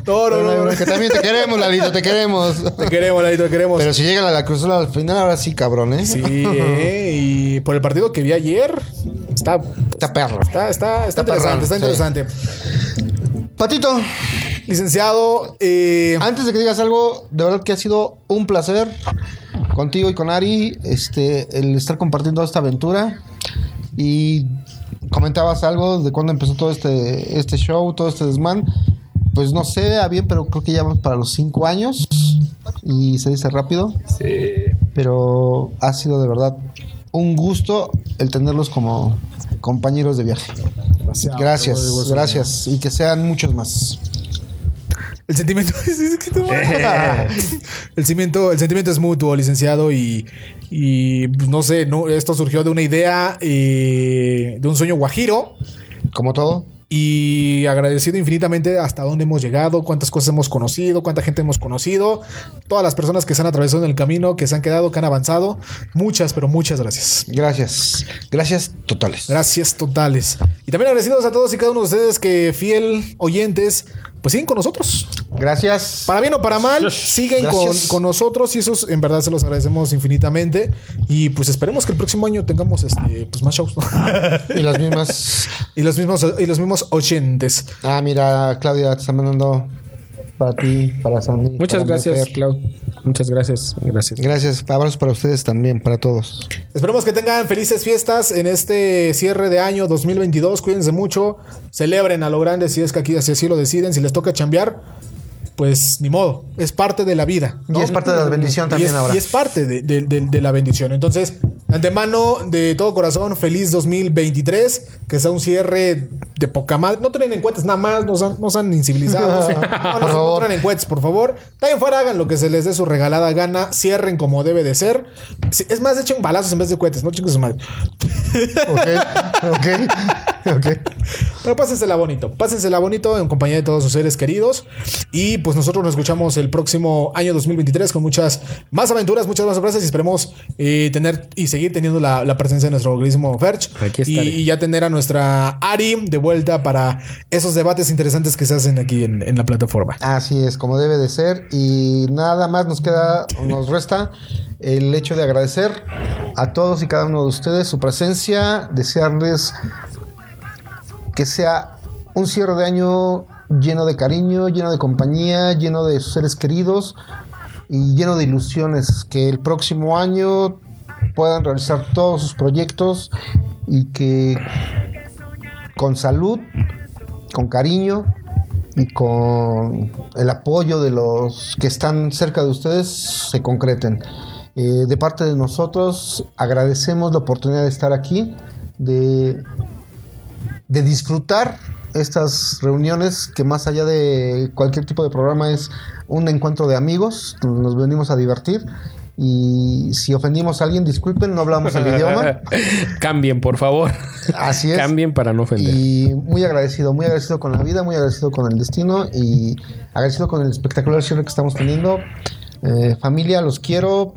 No, no, no, no.
que también te queremos, Lalito, te queremos.
Te queremos, Lalito, te queremos.
Pero si llega la, la cruzada al final, ahora sí, cabrón, ¿eh?
Sí, eh, y por el partido que vi ayer, está,
Está perro.
está, está, está interesante,
perrón,
está
sí.
interesante.
Patito,
Licenciado, eh,
antes de que digas algo, de verdad que ha sido un placer contigo y con Ari este, el estar compartiendo esta aventura. Y comentabas algo de cuando empezó todo este, este show, todo este desmán. Pues no sé, a bien, pero creo que ya vamos para los cinco años. Y se dice rápido. Pero ha sido de verdad un gusto el tenerlos como compañeros de viaje. Gracias, gracias. Y que sean muchos más.
el sentimiento <laughs> es que te voy
<laughs>
a- el sentimiento, el sentimiento es mutuo, licenciado, y, y, pues, no sé, no, esto surgió de una idea, eh, de un sueño guajiro.
Como todo.
Y agradecido infinitamente hasta dónde hemos llegado, cuántas cosas hemos conocido, cuánta gente hemos conocido, todas las personas que se han atravesado en el camino, que se han quedado, que han avanzado. Muchas, pero muchas gracias.
Gracias. Gracias totales.
Gracias totales. Y también agradecidos a todos y cada uno de ustedes que, fiel oyentes, pues siguen con nosotros.
Gracias.
Para bien o para mal, siguen con,
Gracias.
con nosotros y esos en verdad se los agradecemos infinitamente. Y pues esperemos que el próximo año tengamos este, pues más
<laughs>
shows. ¿no?
Y las
<laughs>
mismas.
y, los mismos, y los mismos oyentes.
Ah, mira, Claudia, te están mandando para ti, para Sandy.
Muchas
para
gracias,
Mefer.
Clau. Muchas gracias, gracias.
Gracias. Abrazos para ustedes también, para todos.
Esperemos que tengan felices fiestas en este cierre de año 2022. Cuídense mucho. Celebren a lo grande si es que aquí así, así lo deciden. Si les toca chambear, pues ni modo. Es parte de la vida.
Y es parte de la bendición
Y es, y es parte de, de- de- de la bendición. Entonces, De antemano, de todo corazón, feliz 2023. Que sea un cierre de poca madre. No traen encuestas nada más, no sean, no sean incivilizados. No, no, no
favor.
traen encuestas, por favor. También fuera, hagan lo que se les dé su regalada gana. Cierren como debe de ser. Sí, Es más, echen balazos en vez de cohetes, no chicos su madre.
Ok, ok, ok.
Pero pásensela bonito, pásensela bonito en compañía de todos sus seres queridos. Y pues nosotros nos escuchamos el próximo año 2023 con muchas más aventuras, muchas más sorpresas y esperemos eh, tener y seguir teniendo la, la presencia de nuestro queridísimo Ferch.
Aquí
y,
estaré.
y ya tener a nuestra Ari de vuelta para esos debates interesantes que se hacen aquí en, en la plataforma.
Ah,
Así es, como debe de ser. Y nada más nos queda, nos resta el hecho de agradecer a todos y cada uno de ustedes su presencia, desearles que sea un cierre de año lleno de cariño, lleno de compañía, lleno de sus seres queridos y lleno de ilusiones. Que el próximo año puedan realizar todos sus proyectos y que con salud, con cariño y con el apoyo de los que están cerca de ustedes se concreten. Eh, de parte de nosotros agradecemos la oportunidad de estar aquí, de de disfrutar estas reuniones que más allá de cualquier tipo de programa es un encuentro de amigos, nos venimos a divertir y si ofendimos a alguien, disculpen, no hablamos el
<laughs>
idioma,
Cambien, por favor.
así es.
Cambien para no ofender.
Y muy agradecido, muy agradecido con la vida, muy agradecido con el destino y agradecido con el espectacular cierre que estamos teniendo. Eh, familia, los quiero.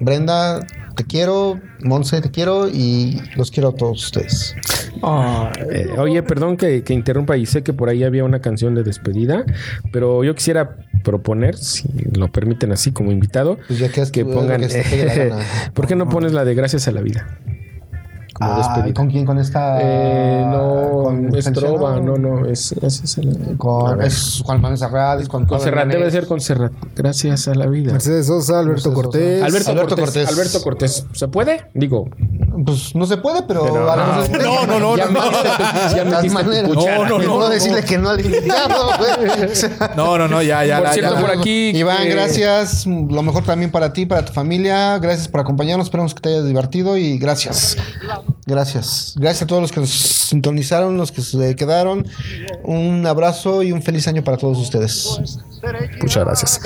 Brenda, te quiero. Monse, te quiero y los quiero a todos ustedes.
Eh, oye, perdón que, que interrumpa y sé que por ahí había una canción de despedida, pero yo quisiera proponer, si lo permiten así como invitado,
Pues ya que es
que
tu-
pongan...
lo que se te dé la
<laughs>
gana.
¿Por qué no pones la de gracias a la vida? Como
Ah,
despedida.
¿Con quién? ¿Con esta?
Eh, no,
con
es
Feliciano?
trova, no, no, es, es- es el- A
Con
ver.
es Juan Manuel Serrat, es con
Con Serrat,
Pablo
debe
Milanés.
ser con Serrat. Gracias a la vida.
Mercedes Sosa, Alberto
Mercedes Sosa.
Cortés.
Alberto,
Alberto
Cortés,
Cortés.
Alberto Cortés. ¿Se puede? Digo.
Pues no se puede, pero.
Pero-
haremos-
No, no, no,
ya
no, no.
metiste tu-
De
ya
todas
metiste tu
maneras.
cuchara.
No, no,
Ni
no.
modo de decirle que no al
<laughs>
invitado, güey. O sea,
No, no, no, ya, ya.
Por
ya,
cierto,
ya.
por aquí,
Iván,
eh,
gracias. Lo mejor también para ti, para tu familia. Gracias por acompañarnos. Esperamos que te hayas divertido y gracias. Gracias. Gracias a todos los que nos sintonizaron, los que se quedaron. Un abrazo y un feliz año para todos ustedes.
Muchas gracias.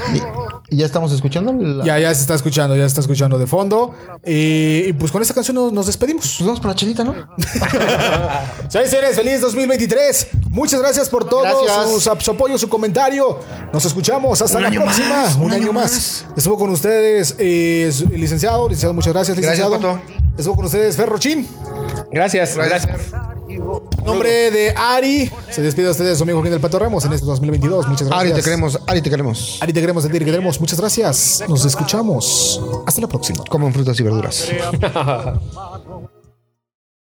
Y ya estamos escuchando. la-
Ya, ya se está escuchando, ya se está escuchando de fondo. Eh, y pues con esta canción nos, nos despedimos.
Pues vamos por la chelita, ¿no?
Señores, señores, feliz 2023. Muchas gracias por todo
Gracias.
sus ap- su apoyo, su comentario. Nos escuchamos. Hasta la próxima. un, año, más. Estuvo con ustedes, eh, su- licenciado. Licenciado, muchas gracias,
Gracias,
licenciado. Estuvo con ustedes, Ferrochín.
Gracias, gracias.
En Nombre de Ari. Se despide de ustedes, su amigo Joaquín del Pato Ramos, en este 2022. Muchas gracias.
Ari, te queremos. Ari, te queremos.
Ari, te queremos, sentir, te queremos. Muchas gracias. Nos escuchamos. Hasta la próxima.
Coman frutas y verduras.